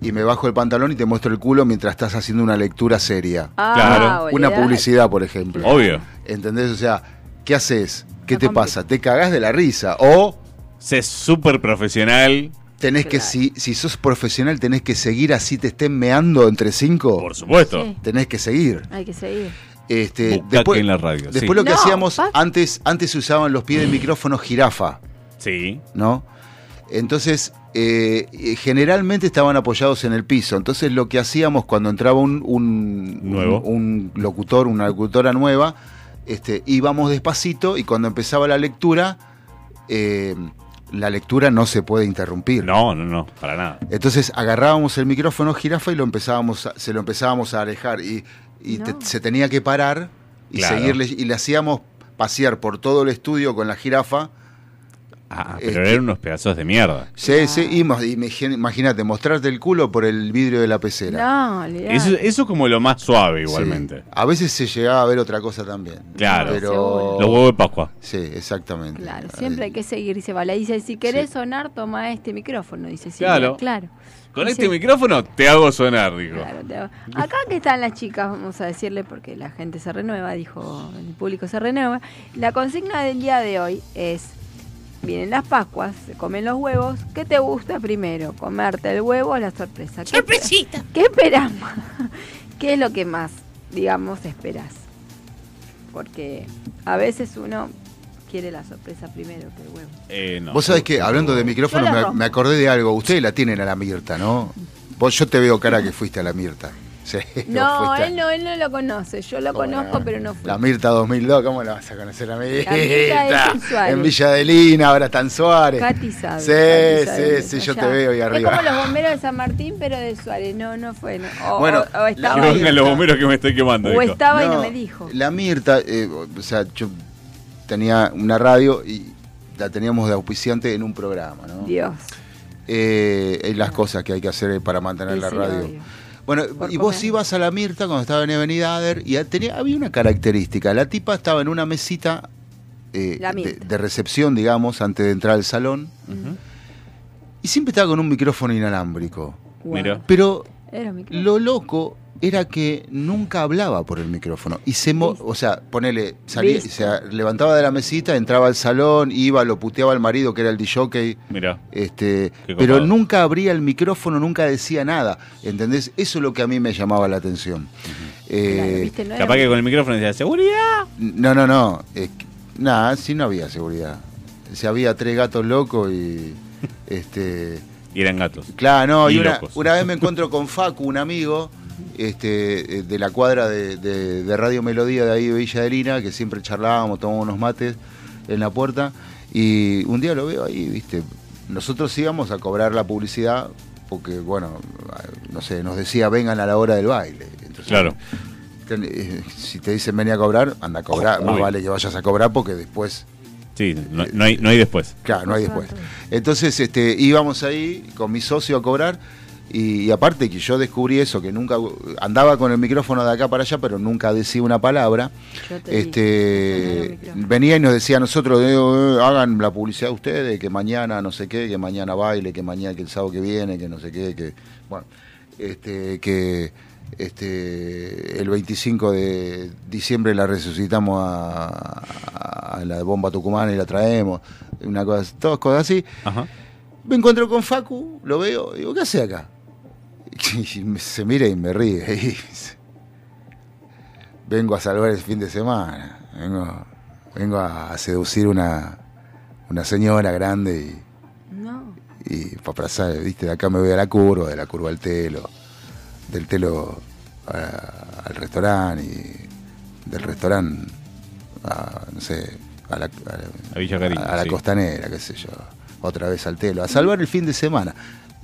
[SPEAKER 4] y me bajo el pantalón y te muestro el culo mientras estás haciendo una lectura seria.
[SPEAKER 3] Ah,
[SPEAKER 2] Claro.
[SPEAKER 3] olvidate.
[SPEAKER 4] Una publicidad, por ejemplo.
[SPEAKER 2] Obvio.
[SPEAKER 4] ¿Entendés? O sea, ¿Qué haces? ¿Qué
[SPEAKER 3] Lo
[SPEAKER 4] te
[SPEAKER 3] compli-
[SPEAKER 4] pasa? ¿Te cagás de la risa? O
[SPEAKER 2] Sé súper profesional,
[SPEAKER 4] tenés que,
[SPEAKER 3] Claro.
[SPEAKER 4] si, si sos profesional, tenés que seguir así te estén meando entre cinco.
[SPEAKER 2] por supuesto.
[SPEAKER 3] Sí.
[SPEAKER 4] Tenés que seguir.
[SPEAKER 3] Hay que seguir.
[SPEAKER 4] Este,
[SPEAKER 2] Bucaque
[SPEAKER 4] después
[SPEAKER 2] en la radio. Mm.
[SPEAKER 4] después lo que
[SPEAKER 3] No,
[SPEAKER 4] hacíamos,
[SPEAKER 3] pa-
[SPEAKER 4] antes, antes se usaban los pies de micrófono jirafa,
[SPEAKER 2] sí. Sí.
[SPEAKER 4] ¿no? Entonces, eh, eh, generalmente estaban apoyados en el piso. Entonces, lo que hacíamos cuando entraba un, un-
[SPEAKER 2] Nuevo.
[SPEAKER 4] un, un locutor, una locutora nueva, este, íbamos despacito y cuando empezaba la lectura, eh, la lectura no se puede interrumpir.
[SPEAKER 2] No, no, no, para nada.
[SPEAKER 4] Entonces agarrábamos el micrófono jirafa y lo empezábamos a- se lo empezábamos a alejar y, y
[SPEAKER 3] No.
[SPEAKER 4] te- se tenía que parar y
[SPEAKER 2] Claro.
[SPEAKER 4] seguirle y le hacíamos pasear por todo el estudio con la jirafa.
[SPEAKER 2] Ah, pero
[SPEAKER 4] Este-
[SPEAKER 2] eran unos pedazos de mierda.
[SPEAKER 4] Sí, sí, y mo- y me- imagínate, mostrarte el culo por el vidrio de la pecera.
[SPEAKER 3] No, olvidate.
[SPEAKER 2] Eso, eso es como lo más suave
[SPEAKER 4] Sí.
[SPEAKER 2] igualmente.
[SPEAKER 4] A veces se llegaba a ver otra cosa también.
[SPEAKER 2] Claro.
[SPEAKER 4] Pero
[SPEAKER 3] Seguro.
[SPEAKER 2] Los huevos de Pascua.
[SPEAKER 4] sí, exactamente.
[SPEAKER 3] Claro, siempre hay que seguir, dice Bala. Dice, si querés
[SPEAKER 4] Sí.
[SPEAKER 3] sonar, toma este micrófono, dice sí,
[SPEAKER 2] Claro.
[SPEAKER 3] Claro. claro.
[SPEAKER 2] Con
[SPEAKER 3] Y
[SPEAKER 2] este
[SPEAKER 3] sí,
[SPEAKER 2] micrófono te hago sonar, digo.
[SPEAKER 3] claro, te hago- Acá que están las chicas, vamos a decirle, porque la gente se renueva, dijo, el público se renueva. La consigna del día de hoy es, vienen las Pascuas, se comen los huevos, ¿qué te gusta primero? ¿Comerte el huevo o la sorpresa? ¿Qué- ¿Qué esperamos? ¿Qué es lo que más, digamos, esperas? Porque a veces uno quiere la sorpresa primero que el huevo.
[SPEAKER 2] Eh, no.
[SPEAKER 4] Vos sabés que hablando de micrófono
[SPEAKER 3] Yo la
[SPEAKER 4] me,
[SPEAKER 3] rompo.
[SPEAKER 4] me acordé de algo. Ustedes la tienen a la Mirta, ¿no? Vos yo te veo cara que fuiste a la Mirta. Sí, vos
[SPEAKER 3] No,
[SPEAKER 4] fuiste a-
[SPEAKER 3] él no, él no lo conoce. Yo lo conozco, pero no fui.
[SPEAKER 4] La Mirta 2002, ¿cómo la vas a conocer a Mirta?
[SPEAKER 3] Mirta es en Suárez.
[SPEAKER 4] en Villa de Lina, ahora está en Suárez.
[SPEAKER 3] Katy sabe.
[SPEAKER 4] Sí,
[SPEAKER 3] Katy sabe
[SPEAKER 4] sí, sí,
[SPEAKER 3] eso,
[SPEAKER 4] yo
[SPEAKER 3] ya.
[SPEAKER 4] te veo ahí
[SPEAKER 3] Es como
[SPEAKER 4] arriba.
[SPEAKER 3] los bomberos de San Martín, pero de Suárez. No, no fue. no. O,
[SPEAKER 4] Bueno,
[SPEAKER 3] o- o
[SPEAKER 4] la-
[SPEAKER 3] estaba,
[SPEAKER 2] Que
[SPEAKER 3] ahí,
[SPEAKER 2] vengan los bomberos que me estoy quemando.
[SPEAKER 3] o
[SPEAKER 2] dijo.
[SPEAKER 3] estaba y no
[SPEAKER 4] No,
[SPEAKER 3] me dijo.
[SPEAKER 4] La Mirta, eh, o sea, yo tenía una radio y la teníamos de auspiciante en un programa, ¿no?
[SPEAKER 3] Dios.
[SPEAKER 4] Eh, eh, las cosas que hay que hacer para mantener
[SPEAKER 3] Y
[SPEAKER 4] la
[SPEAKER 3] sí,
[SPEAKER 4] radio.
[SPEAKER 3] obvio.
[SPEAKER 4] Bueno,
[SPEAKER 3] Por
[SPEAKER 4] y vos
[SPEAKER 3] comer.
[SPEAKER 4] ibas a la Mirta cuando estaba en Avenida Ader y tenía, había una característica. La tipa estaba en una mesita eh,
[SPEAKER 3] La
[SPEAKER 4] de,
[SPEAKER 3] Mirta.
[SPEAKER 4] de recepción, digamos, antes de entrar al salón.
[SPEAKER 2] Ujú.
[SPEAKER 4] Y siempre estaba con un micrófono inalámbrico.
[SPEAKER 2] Mira.
[SPEAKER 4] Pero
[SPEAKER 3] Era mi clase.
[SPEAKER 4] lo loco era que nunca hablaba por el micrófono. Y se mo-
[SPEAKER 3] Listo.
[SPEAKER 4] o sea, ponele, salía,
[SPEAKER 3] Listo.
[SPEAKER 4] se levantaba de la mesita, entraba al salón, iba, lo puteaba al marido que era el DJ.
[SPEAKER 2] Mira.
[SPEAKER 4] Este,
[SPEAKER 2] Qué
[SPEAKER 4] pero
[SPEAKER 2] copado.
[SPEAKER 4] nunca abría el micrófono, nunca decía nada. ¿Entendés? Eso es lo que a mí me llamaba la atención.
[SPEAKER 3] Claro,
[SPEAKER 4] Eh,
[SPEAKER 3] ¿viste? No era
[SPEAKER 2] Capaz
[SPEAKER 3] mi-
[SPEAKER 2] que con el micrófono decía, seguridad.
[SPEAKER 4] no, no, no. eh, nada, sí no había seguridad. Si había tres gatos locos y. Este,
[SPEAKER 2] Y eran gatos.
[SPEAKER 4] Claro, no,
[SPEAKER 2] Y
[SPEAKER 4] y una,
[SPEAKER 2] locos.
[SPEAKER 4] una vez me encuentro con Facu, un amigo este, eh, de la cuadra de, de- de Radio Melodía de ahí de Villa de Lina, que siempre charlábamos, tomábamos unos mates en la puerta, y un día lo veo ahí, viste, nosotros íbamos a cobrar la publicidad, porque bueno, no sé, nos decía vengan a la hora del baile. Entonces,
[SPEAKER 2] Claro.
[SPEAKER 4] ten- eh, si te dicen venía a cobrar, anda a cobrar, más
[SPEAKER 2] Obvio.
[SPEAKER 4] vale que vayas a cobrar porque después
[SPEAKER 2] Sí, no, no hay, no hay después.
[SPEAKER 4] Claro, no hay después. Entonces este, íbamos ahí con mi socio a cobrar y, y aparte que yo descubrí eso, que nunca andaba con el micrófono de acá para allá, pero nunca decía una palabra.
[SPEAKER 3] Yo te dije, no, no,
[SPEAKER 4] Este,
[SPEAKER 3] micrófono.
[SPEAKER 4] venía y nos decía a nosotros, eh, eh, hagan la publicidad ustedes, que mañana no sé qué, que mañana baile, que mañana, que el sábado que viene, que no sé qué, que bueno, este, que este, el 25 de diciembre la resucitamos a, a la bomba tucumana y la traemos, una cosa, todas cosas así.
[SPEAKER 2] Ajá.
[SPEAKER 4] Me encuentro con Facu, lo veo, digo, ¿qué hace acá? Y me- se mira y me ríe. y dice, vengo a salvar el fin de semana. Vengo, vengo a seducir una, una señora grande
[SPEAKER 3] No.
[SPEAKER 4] y, y para pasar, viste, de acá me voy a la curva, de la curva al telo, del telo a- al restaurante y del restaurante a, no sé, a la- a la,
[SPEAKER 2] A Villa Cariño.
[SPEAKER 4] a la
[SPEAKER 2] sí.
[SPEAKER 4] costanera, qué sé yo, otra vez al telo, a salvar el fin de semana.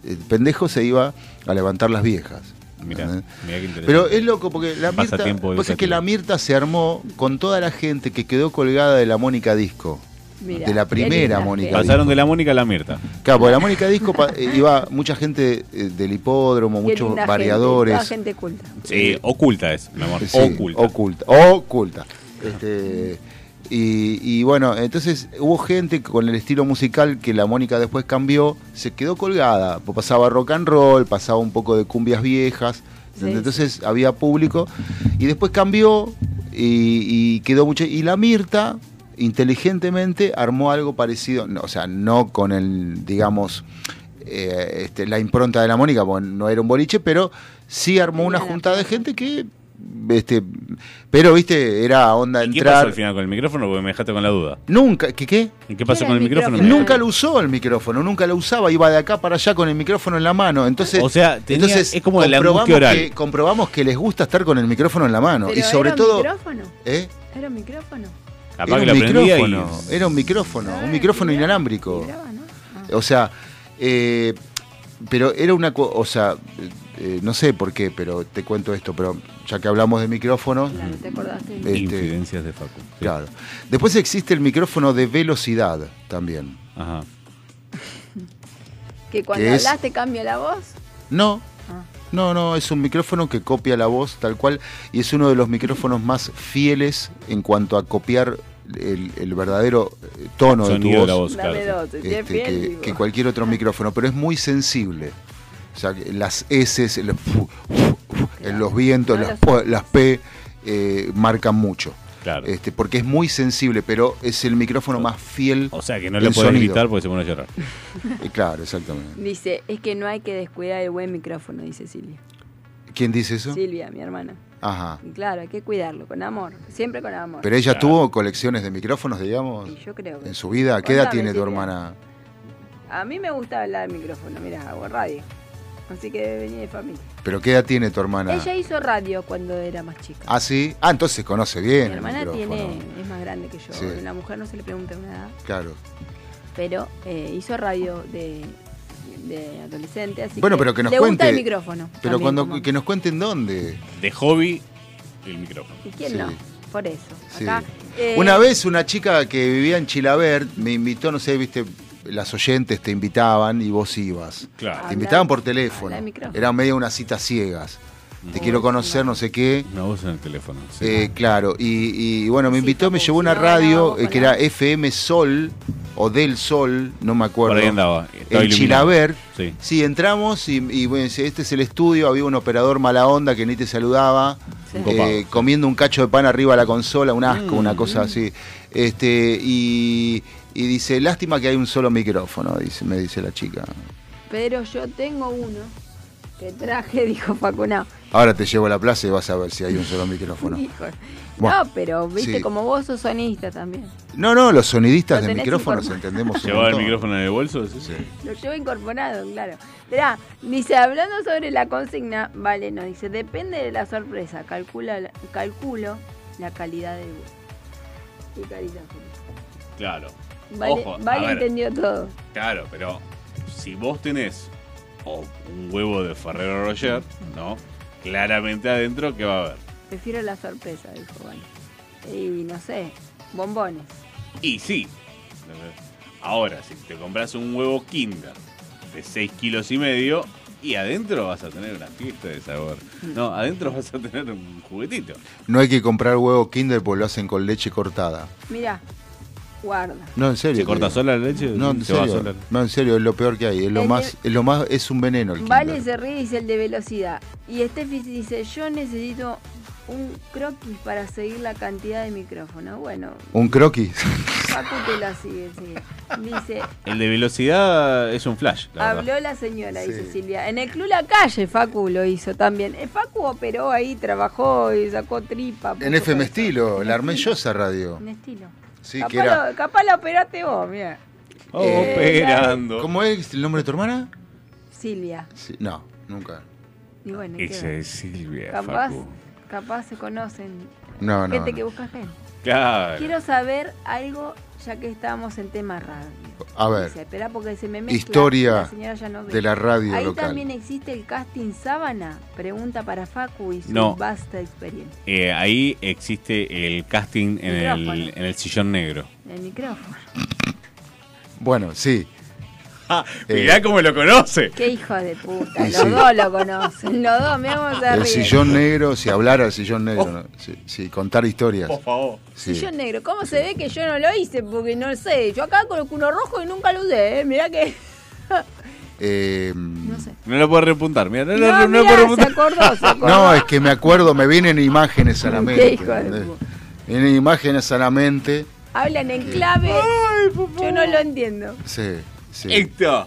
[SPEAKER 4] El pendejo se iba a levantar las viejas.
[SPEAKER 2] Mirá,
[SPEAKER 4] ¿entendés?
[SPEAKER 2] mirá qué interesante.
[SPEAKER 4] Pero es loco porque la Mirta,
[SPEAKER 2] Pasatiempo
[SPEAKER 4] vos sabés que
[SPEAKER 2] educativo.
[SPEAKER 4] la Mirta se armó con toda la gente que quedó colgada de la Mónica Disco.
[SPEAKER 3] Mirá,
[SPEAKER 4] de la
[SPEAKER 3] qué
[SPEAKER 4] primera
[SPEAKER 3] linda
[SPEAKER 4] Mónica
[SPEAKER 3] que es.
[SPEAKER 4] Disco.
[SPEAKER 2] Pasaron de la Mónica a la Mirta.
[SPEAKER 4] Claro, porque la Mónica Disco pa- eh, iba mucha gente eh, del hipódromo,
[SPEAKER 3] Qué
[SPEAKER 4] muchos
[SPEAKER 3] linda gente, toda
[SPEAKER 4] variadores.
[SPEAKER 3] gente culta.
[SPEAKER 2] Sí, oculta es, mi amor.
[SPEAKER 4] Sí,
[SPEAKER 2] oculta.
[SPEAKER 4] Oculta. oculta. Este, y, y bueno, entonces hubo gente con el estilo musical que la Mónica después cambió, se quedó colgada. pues Pasaba rock and roll, pasaba un poco de cumbias viejas.
[SPEAKER 3] Sí,
[SPEAKER 4] entonces había público. Y después cambió y, y quedó mucho. Y la Mirta inteligentemente armó algo parecido, no, o sea, no con el, digamos, eh, este, la impronta de la Mónica, porque no era un boliche, pero sí armó una junta de gente que, este, pero viste, era onda
[SPEAKER 2] ¿Y ¿Qué pasó
[SPEAKER 4] entrar.
[SPEAKER 2] al final con el micrófono? Porque me dejaste con la duda.
[SPEAKER 4] Nunca, ¿qué qué?
[SPEAKER 2] ¿Y qué pasó
[SPEAKER 3] Era
[SPEAKER 2] con el
[SPEAKER 3] el
[SPEAKER 2] micrófono?
[SPEAKER 3] micrófono.
[SPEAKER 4] Nunca lo usó el micrófono, nunca lo usaba, iba de acá para allá con el micrófono en la mano. Entonces,
[SPEAKER 2] O sea, tenía-
[SPEAKER 4] entonces
[SPEAKER 2] es como la angustia
[SPEAKER 4] comprobamos
[SPEAKER 2] oral.
[SPEAKER 4] que, comprobamos que les gusta estar con el micrófono en la mano.
[SPEAKER 3] Pero
[SPEAKER 4] y sobre
[SPEAKER 3] era
[SPEAKER 4] todo.
[SPEAKER 3] Un micrófono,
[SPEAKER 4] ¿eh?
[SPEAKER 3] era un micrófono.
[SPEAKER 2] Capaz que
[SPEAKER 4] era
[SPEAKER 2] lo
[SPEAKER 4] un
[SPEAKER 2] prendía
[SPEAKER 4] micrófono,
[SPEAKER 2] y...
[SPEAKER 4] era un micrófono,
[SPEAKER 3] Ah,
[SPEAKER 4] un micrófono
[SPEAKER 3] mirá,
[SPEAKER 4] inalámbrico.
[SPEAKER 3] vibraba, ¿no? Ah.
[SPEAKER 4] O sea, eh, pero era una cosa, o sea, eh, eh, no sé por qué, pero te cuento esto, pero ya que hablamos de micrófonos,
[SPEAKER 3] Claro, te acordaste.
[SPEAKER 4] este-
[SPEAKER 2] Infidencias de Facu. Sí.
[SPEAKER 4] claro. Después existe el micrófono de velocidad también.
[SPEAKER 2] Ajá.
[SPEAKER 3] que cuando
[SPEAKER 4] que es-
[SPEAKER 3] hablaste cambia la voz.
[SPEAKER 4] No,
[SPEAKER 3] Ah.
[SPEAKER 4] no, no, es un micrófono que copia la voz tal cual y es uno de los micrófonos más fieles en cuanto a copiar el, el verdadero eh, tono de tu
[SPEAKER 2] Sonido de la voz,
[SPEAKER 3] Dame
[SPEAKER 2] claro.
[SPEAKER 3] dos, si
[SPEAKER 4] este,
[SPEAKER 3] es fiel,
[SPEAKER 4] que,
[SPEAKER 3] digo.
[SPEAKER 4] que cualquier otro micrófono, pero es muy sensible. O sea, que las S, los, fu- fu- fu- en los vientos,
[SPEAKER 3] No
[SPEAKER 4] las,
[SPEAKER 3] lo
[SPEAKER 4] po- las P eh, marcan mucho.
[SPEAKER 2] Claro.
[SPEAKER 4] Este, porque es muy sensible, pero es el micrófono más fiel.
[SPEAKER 2] O sea, que no le
[SPEAKER 4] El
[SPEAKER 2] puedes
[SPEAKER 4] sonido.
[SPEAKER 2] gritar porque se pone a llorar.
[SPEAKER 4] Eh, claro, exactamente.
[SPEAKER 3] Dice, es que no hay que descuidar el buen micrófono, dice Silvia.
[SPEAKER 4] ¿Quién dice eso?
[SPEAKER 3] Silvia, mi hermana.
[SPEAKER 4] Ajá.
[SPEAKER 3] Y claro, hay que cuidarlo, con amor, siempre con amor.
[SPEAKER 4] Pero ella
[SPEAKER 2] Claro.
[SPEAKER 4] tuvo colecciones de micrófonos, digamos,
[SPEAKER 3] Y yo creo que-
[SPEAKER 4] en su vida. ¿Qué edad
[SPEAKER 3] Contame,
[SPEAKER 4] tiene tu
[SPEAKER 3] Silvia.
[SPEAKER 4] hermana?
[SPEAKER 3] A mí me gusta hablar de micrófono, mira, hago radio. Así que debe venir de familia.
[SPEAKER 4] ¿Pero qué edad tiene tu hermana?
[SPEAKER 3] Ella hizo radio cuando era más chica.
[SPEAKER 4] Ah, sí. Ah, entonces conoce bien.
[SPEAKER 3] Mi
[SPEAKER 4] el
[SPEAKER 3] hermana
[SPEAKER 4] micrófono.
[SPEAKER 3] tiene, es más grande que yo.
[SPEAKER 4] Sí.
[SPEAKER 3] La mujer no se le pregunta una edad,
[SPEAKER 4] Claro.
[SPEAKER 3] pero eh, hizo radio de, de adolescente. Así
[SPEAKER 4] Bueno, pero que nos
[SPEAKER 3] le
[SPEAKER 4] cuente.
[SPEAKER 3] gusta el micrófono.
[SPEAKER 4] Pero
[SPEAKER 3] también,
[SPEAKER 4] cuando
[SPEAKER 3] como-
[SPEAKER 4] que nos cuenten dónde.
[SPEAKER 2] De hobby, el micrófono.
[SPEAKER 3] ¿Y quién
[SPEAKER 4] Sí.
[SPEAKER 3] no? Por eso.
[SPEAKER 4] Sí.
[SPEAKER 3] Acá, eh,
[SPEAKER 4] Una vez una chica que vivía en Chilaver me invitó, no sé, viste, las oyentes te invitaban y vos ibas.
[SPEAKER 2] Claro.
[SPEAKER 3] Ah.
[SPEAKER 4] Te invitaban por
[SPEAKER 3] habla
[SPEAKER 4] teléfono.
[SPEAKER 3] al micrófono.
[SPEAKER 4] Era medio una cita ciegas. Te
[SPEAKER 3] Uy,
[SPEAKER 4] quiero conocer, no sé qué.
[SPEAKER 2] Una voz en el teléfono. sí.
[SPEAKER 4] Eh, claro, y, y, bueno, me
[SPEAKER 3] Sí,
[SPEAKER 4] invitó, me
[SPEAKER 3] Facu,
[SPEAKER 4] llevó a una
[SPEAKER 3] si no, grabamos
[SPEAKER 4] radio eh,
[SPEAKER 3] con
[SPEAKER 4] que
[SPEAKER 3] la-
[SPEAKER 4] era FM Sol o del Sol, no me acuerdo.
[SPEAKER 2] Por ahí andaba. Estaba
[SPEAKER 4] en
[SPEAKER 2] iluminado.
[SPEAKER 4] Chilaver.
[SPEAKER 2] Sí.
[SPEAKER 4] Sí, entramos y, y, bueno, dice, este es el estudio, había un operador mala onda que ni te saludaba,
[SPEAKER 3] Sí. Mm.
[SPEAKER 4] eh,
[SPEAKER 2] Copado, sí.
[SPEAKER 4] comiendo un cacho de pan arriba de la consola, un asco, una cosa así. Este, y, y dice, lástima que hay un solo micrófono, dice, me dice la chica.
[SPEAKER 3] Pero yo tengo uno que traje, dijo Facunao.
[SPEAKER 4] Ahora te llevo a la plaza y vas a ver si hay un solo micrófono.
[SPEAKER 3] Dijo,
[SPEAKER 4] Bueno,
[SPEAKER 3] no, pero viste
[SPEAKER 4] sí.
[SPEAKER 3] como vos sos sonista también.
[SPEAKER 4] Este, No, no, los sonidistas
[SPEAKER 3] Lo
[SPEAKER 4] de
[SPEAKER 3] tenés
[SPEAKER 4] micrófonos
[SPEAKER 3] informado.
[SPEAKER 4] entendemos un
[SPEAKER 2] Llevaba el
[SPEAKER 4] montón.
[SPEAKER 2] micrófono en el bolso. Sí.
[SPEAKER 3] Lo llevo incorporado, claro. Mirá, dice, hablando sobre la consigna, vale, nos dice, depende de la sorpresa, calcula, la- calculo la calidad del vuelo. Qué calidad.
[SPEAKER 2] Claro.
[SPEAKER 3] Vale,
[SPEAKER 2] Ojo, a
[SPEAKER 3] vale
[SPEAKER 2] ver.
[SPEAKER 3] entendió todo.
[SPEAKER 2] Claro, pero si vos tenés o un huevo de Ferrero Rocher, ¿no? Claramente adentro, ¿qué va a haber?
[SPEAKER 3] Prefiero la sorpresa, dijo, vale. Y no sé, bombones.
[SPEAKER 2] Y sí. ¿entendés? Ahora, si te compras un huevo Kinder de 6 kilos y medio, y adentro vas a tener una fiesta de sabor. No, adentro vas a tener un juguetito.
[SPEAKER 4] No hay que comprar huevo Kinder porque lo hacen con leche cortada.
[SPEAKER 3] Mirá, guarda.
[SPEAKER 4] No, en serio.
[SPEAKER 2] ¿Se
[SPEAKER 4] te
[SPEAKER 2] corta
[SPEAKER 4] digo.
[SPEAKER 2] sola la leche?
[SPEAKER 4] No, en
[SPEAKER 2] ¿Se va
[SPEAKER 4] serio.
[SPEAKER 2] sola?
[SPEAKER 4] No, en serio, es lo peor que hay. Es lo
[SPEAKER 3] El
[SPEAKER 4] más, es lo más, es un veneno el Kinder.
[SPEAKER 3] Vale se ríe dice el de velocidad. Y Steffi dice, yo necesito un croquis para seguir la cantidad de micrófonos. Bueno,
[SPEAKER 4] Un croquis.
[SPEAKER 3] Facu te la sigue, sigue. Dice,
[SPEAKER 2] El de velocidad es un flash. La verdad.
[SPEAKER 3] habló la señora, dice
[SPEAKER 4] Sí.
[SPEAKER 3] Silvia. En el Club La Calle Facu lo hizo también. Eh, Facu operó ahí, trabajó y sacó tripa.
[SPEAKER 4] En
[SPEAKER 3] puso
[SPEAKER 4] FM
[SPEAKER 3] cosas.
[SPEAKER 4] Estilo,
[SPEAKER 3] En
[SPEAKER 4] la armé yo
[SPEAKER 3] estilo,
[SPEAKER 4] esa radio.
[SPEAKER 3] En estilo.
[SPEAKER 4] Sí,
[SPEAKER 3] capaz,
[SPEAKER 4] que era. Oh,
[SPEAKER 3] lo, capaz la operaste vos, mira.
[SPEAKER 2] Oh,
[SPEAKER 3] Eh,
[SPEAKER 2] Operando.
[SPEAKER 4] ¿Cómo es el nombre de tu hermana?
[SPEAKER 3] Silvia.
[SPEAKER 4] Sí, no, nunca.
[SPEAKER 3] Y bueno, ¿qué
[SPEAKER 2] Esa
[SPEAKER 3] va?
[SPEAKER 2] es Silvia,
[SPEAKER 3] capaz,
[SPEAKER 2] Facu.
[SPEAKER 3] capaz se conocen.
[SPEAKER 4] No, no.
[SPEAKER 3] gente que
[SPEAKER 4] no.
[SPEAKER 3] busca gente.
[SPEAKER 2] Claro.
[SPEAKER 3] Quiero saber algo, ya que estábamos en tema radio.
[SPEAKER 4] A ver,
[SPEAKER 3] Dice, espera porque se me mezcla,
[SPEAKER 4] Historia
[SPEAKER 3] la señora ya no ve.
[SPEAKER 4] De la radio
[SPEAKER 3] Ahí
[SPEAKER 4] local.
[SPEAKER 3] también existe el casting sábana. Pregunta para Facu y su
[SPEAKER 2] No.
[SPEAKER 3] vasta experiencia.
[SPEAKER 2] Eh, ahí existe el casting en el,
[SPEAKER 3] Micrófono.
[SPEAKER 2] en el sillón negro.
[SPEAKER 3] El micrófono.
[SPEAKER 4] Bueno, sí.
[SPEAKER 2] Ah, mirá
[SPEAKER 4] mirá
[SPEAKER 2] cómo lo conoce.
[SPEAKER 3] Qué hijo de puta.
[SPEAKER 4] Y
[SPEAKER 3] Los
[SPEAKER 4] sí.
[SPEAKER 3] dos lo conocen. Los dos, mirá cómo se
[SPEAKER 4] El
[SPEAKER 3] ríen.
[SPEAKER 4] sillón negro, si hablara el sillón negro, ¿no? sí, sí, contar historias.
[SPEAKER 2] Por favor.
[SPEAKER 4] Sí.
[SPEAKER 3] Sillón negro. ¿Cómo se ve que yo no lo hice? Porque no sé. Yo acá con el culo rojo y nunca lo usé. ¿eh? Mirá que.
[SPEAKER 4] Eh,
[SPEAKER 3] No sé.
[SPEAKER 2] No lo puedo repuntar. Mirá, no,
[SPEAKER 3] No,
[SPEAKER 2] no, no lo
[SPEAKER 3] mirá,
[SPEAKER 2] puedo
[SPEAKER 3] Ah, se
[SPEAKER 2] repuntar.
[SPEAKER 3] acordó, se acordó.
[SPEAKER 4] No, es que me acuerdo, me vienen imágenes a la
[SPEAKER 3] Qué
[SPEAKER 4] mente.
[SPEAKER 3] hijo de
[SPEAKER 4] ¿entendés?
[SPEAKER 3] puta.
[SPEAKER 4] Vienen imágenes a la mente
[SPEAKER 3] Hablan en clave. Yo no lo entiendo.
[SPEAKER 4] Sí, sí.
[SPEAKER 2] Esto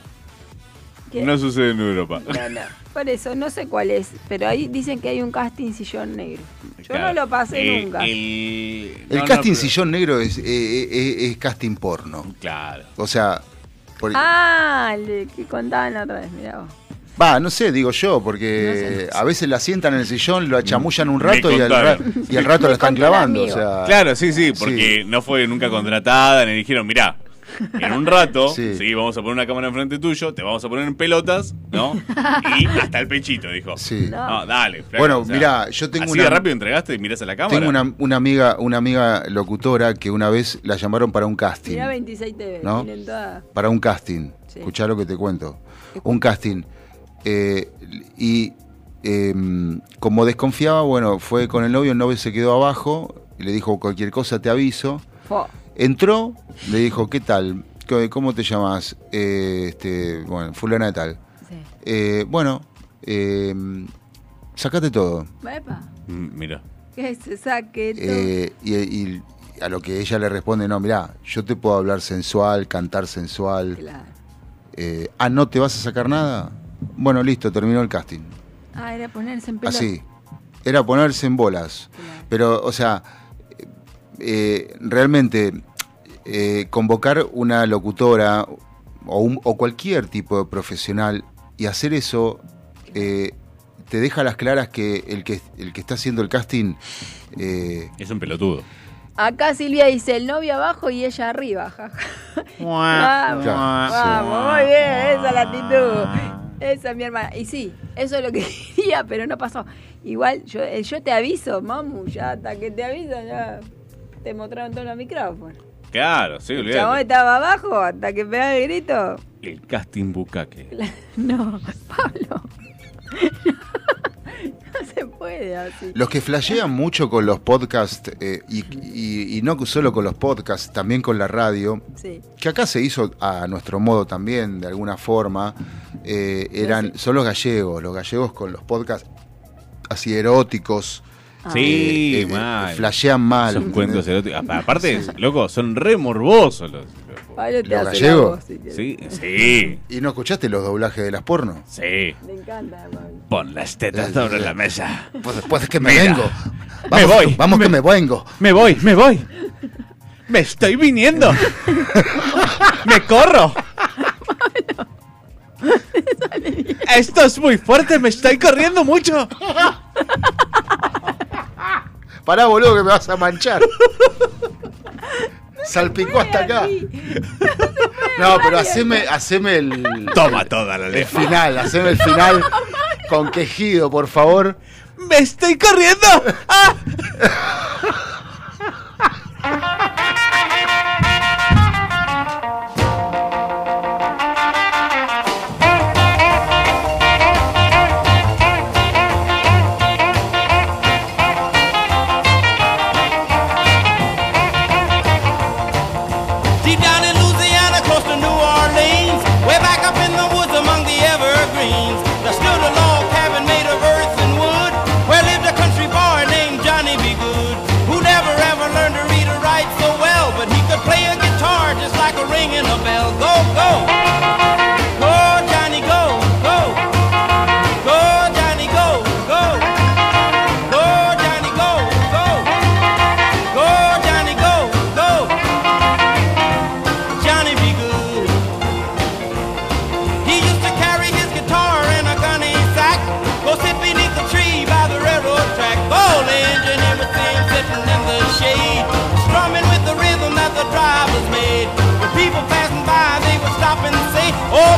[SPEAKER 3] ¿Qué?
[SPEAKER 2] no sucede en Europa.
[SPEAKER 3] No, no. Por eso, no sé cuál es. Pero ahí dicen que hay un casting sillón negro. Yo
[SPEAKER 2] Claro.
[SPEAKER 3] no lo pasé
[SPEAKER 2] Eh,
[SPEAKER 3] nunca.
[SPEAKER 2] El,
[SPEAKER 4] El
[SPEAKER 2] no, no,
[SPEAKER 4] casting
[SPEAKER 2] pero-
[SPEAKER 4] sillón negro es, eh, eh, eh, es casting porno.
[SPEAKER 2] Claro.
[SPEAKER 4] O sea, por-
[SPEAKER 3] Ah, el que contaban la otra vez, mirá vos.
[SPEAKER 4] va, no sé, digo yo, porque a veces la sientan en el sillón, lo achamuyan un rato y al, ra-
[SPEAKER 2] Mm. contaron.
[SPEAKER 4] y al rato lo están
[SPEAKER 3] contó un
[SPEAKER 4] clavando. O
[SPEAKER 3] amigo.
[SPEAKER 4] sea,
[SPEAKER 2] Claro, sí, sí, porque no fue nunca contratada, ni dijeron, mirá, en un rato, sí.
[SPEAKER 4] Sí.
[SPEAKER 2] vamos a poner una cámara enfrente tuyo, te vamos a poner en pelotas, ¿no? Y hasta el pechito, dijo.
[SPEAKER 4] sí.
[SPEAKER 3] No.
[SPEAKER 2] No, dale. flaco,
[SPEAKER 4] Bueno,
[SPEAKER 2] o sea,
[SPEAKER 4] mirá, yo tengo
[SPEAKER 2] así
[SPEAKER 4] una,
[SPEAKER 2] de rápido entregaste y mirás a la cámara.
[SPEAKER 4] tengo una, una amiga, una amiga locutora que una vez la llamaron para un casting.
[SPEAKER 3] Mirá 26 TV.
[SPEAKER 4] ¿No?
[SPEAKER 3] tienen toda-
[SPEAKER 4] Para un casting.
[SPEAKER 3] Sí.
[SPEAKER 4] Escuchá lo que te cuento. Un casting. Eh, y em, como desconfiaba, bueno, fue con el novio, el novio se quedó abajo, y le dijo cualquier cosa te aviso.
[SPEAKER 3] Fo.
[SPEAKER 4] Entró, le dijo, ¿qué tal? ¿Qué- ¿Cómo te llamas? Eh, este, bueno, fulana de tal.
[SPEAKER 3] Sí.
[SPEAKER 4] Eh, bueno, eh, sacate todo.
[SPEAKER 3] Epa,
[SPEAKER 2] Mm, Mira.
[SPEAKER 3] que se saque todo.
[SPEAKER 4] Eh, y, y a lo que ella le responde, no, mirá, yo te puedo hablar sensual, cantar sensual.
[SPEAKER 3] Claro.
[SPEAKER 4] Eh, ah, ¿no te vas a sacar nada? Bueno, listo, terminó el casting.
[SPEAKER 3] Ah, era ponerse en pelota.
[SPEAKER 4] Así. Era ponerse en bolas.
[SPEAKER 3] Claro.
[SPEAKER 4] Pero, o sea, eh, realmente eh, convocar una locutora o, un- o cualquier tipo de profesional y hacer eso eh, te deja a las claras que el que, el que está haciendo el casting eh,
[SPEAKER 2] Es un pelotudo.
[SPEAKER 3] Acá Silvia dice el novio abajo y ella arriba. ja, ja. Vamos,
[SPEAKER 4] Claro,
[SPEAKER 3] vamos, muy bien, esa es la actitud. Esa es mi hermana. Y sí, eso es lo que quería, pero no pasó. Igual, yo, eh, yo te aviso, mamu, ya hasta que te aviso, ya te mostraron todos los micrófonos.
[SPEAKER 2] Claro, sí,
[SPEAKER 3] El chabón
[SPEAKER 2] olvidate.
[SPEAKER 3] estaba abajo hasta que pegaba el grito.
[SPEAKER 2] El casting bucaque.
[SPEAKER 3] No, Pablo. No se puede así.
[SPEAKER 4] Los que flashean mucho con los podcasts, eh, y, y- y no solo con los podcasts, también con la radio,
[SPEAKER 3] Sí.
[SPEAKER 4] que acá se hizo a nuestro modo también, de alguna forma, eh, eran, son los gallegos, los gallegos con los podcasts así eróticos,
[SPEAKER 2] Sí,
[SPEAKER 4] eh, eh,
[SPEAKER 2] mal.
[SPEAKER 4] flashean mal.
[SPEAKER 2] Esos
[SPEAKER 4] ¿entendés?
[SPEAKER 2] cuentos eróticos. Apa- Aparte, loco, son re morbosos los.
[SPEAKER 3] Pablo te
[SPEAKER 4] ¿Los
[SPEAKER 3] hace la
[SPEAKER 4] gallegos?
[SPEAKER 3] voz, si querés.
[SPEAKER 2] Sí, sí,
[SPEAKER 4] ¿Y no escuchaste los doblajes de las porno?
[SPEAKER 2] sí.
[SPEAKER 3] Me encanta, Pablo.
[SPEAKER 2] Pon las tetas sobre la mesa.
[SPEAKER 4] Pues después es que me
[SPEAKER 2] Mira.
[SPEAKER 4] vengo.
[SPEAKER 2] Me
[SPEAKER 4] Vamos,
[SPEAKER 2] voy.
[SPEAKER 4] Vamos que me vengo.
[SPEAKER 2] Me voy, me voy. Me estoy viniendo. Me corro. Esto es muy fuerte, me estoy corriendo mucho.
[SPEAKER 4] Pará, boludo, que me vas a manchar. Salpicó hasta acá.
[SPEAKER 3] Sí.
[SPEAKER 4] No, pero haceme, haceme el,
[SPEAKER 2] Toma toda la
[SPEAKER 4] el
[SPEAKER 2] lefa.
[SPEAKER 4] final, haceme el final con quejido, por favor.
[SPEAKER 2] ¡Me estoy corriendo! ¡Ah!
[SPEAKER 11] Deep down in Louisiana, close to New Orleans, way back up in the woods among the evergreens, there stood a log cabin made of earth and wood, where lived a country boy named Johnny B. Good, who never ever learned to read or write so well, but he could play a guitar just like a ring in a bell. Go, go, go, Johnny, go, go, go, Johnny, go, go, go, Johnny, go, go, go, Johnny, go, go. Johnny B. Good. He used to carry his guitar in a gunny sack, go sit beneath the tree by the railroad track. Old engineer would see him sitting in the shade, strumming with the rhythm that the drivers made. When people passing by, they would stop and "Oh,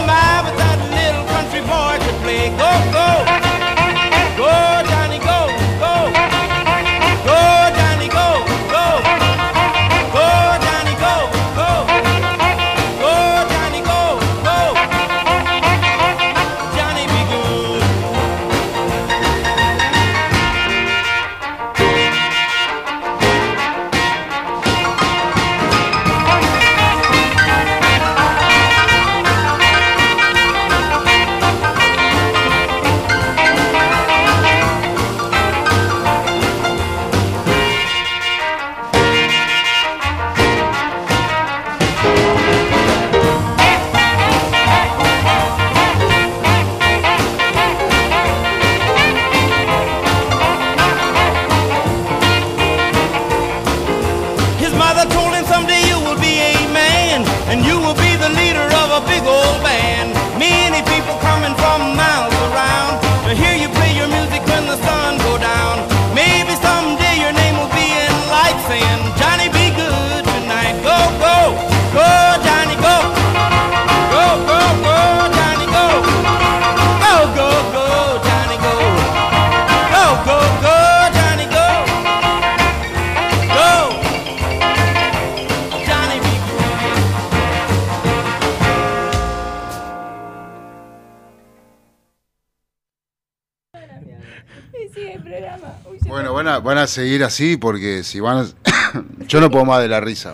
[SPEAKER 4] Bueno, van a, van a seguir así porque si van a... Yo no puedo más de la risa.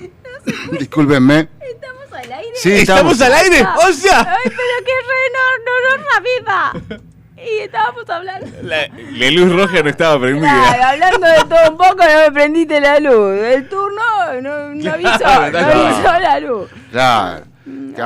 [SPEAKER 4] Discúlpenme.
[SPEAKER 3] ¿Estamos al aire?
[SPEAKER 4] Sí,
[SPEAKER 2] ¿Estamos al aire? O sea,
[SPEAKER 3] Ah. ¡Ay, pero qué re no, no, no, viva! Y estábamos hablando.
[SPEAKER 2] la, la luz roja no estaba
[SPEAKER 3] Claro,
[SPEAKER 2] prendida.
[SPEAKER 3] hablando de todo un poco, no me prendiste la luz. El turno no, no avisó,
[SPEAKER 2] Claro,
[SPEAKER 3] no
[SPEAKER 2] claro.
[SPEAKER 3] avisó la luz.
[SPEAKER 4] Claro. claro.
[SPEAKER 3] Ay,
[SPEAKER 4] No,
[SPEAKER 2] Mm,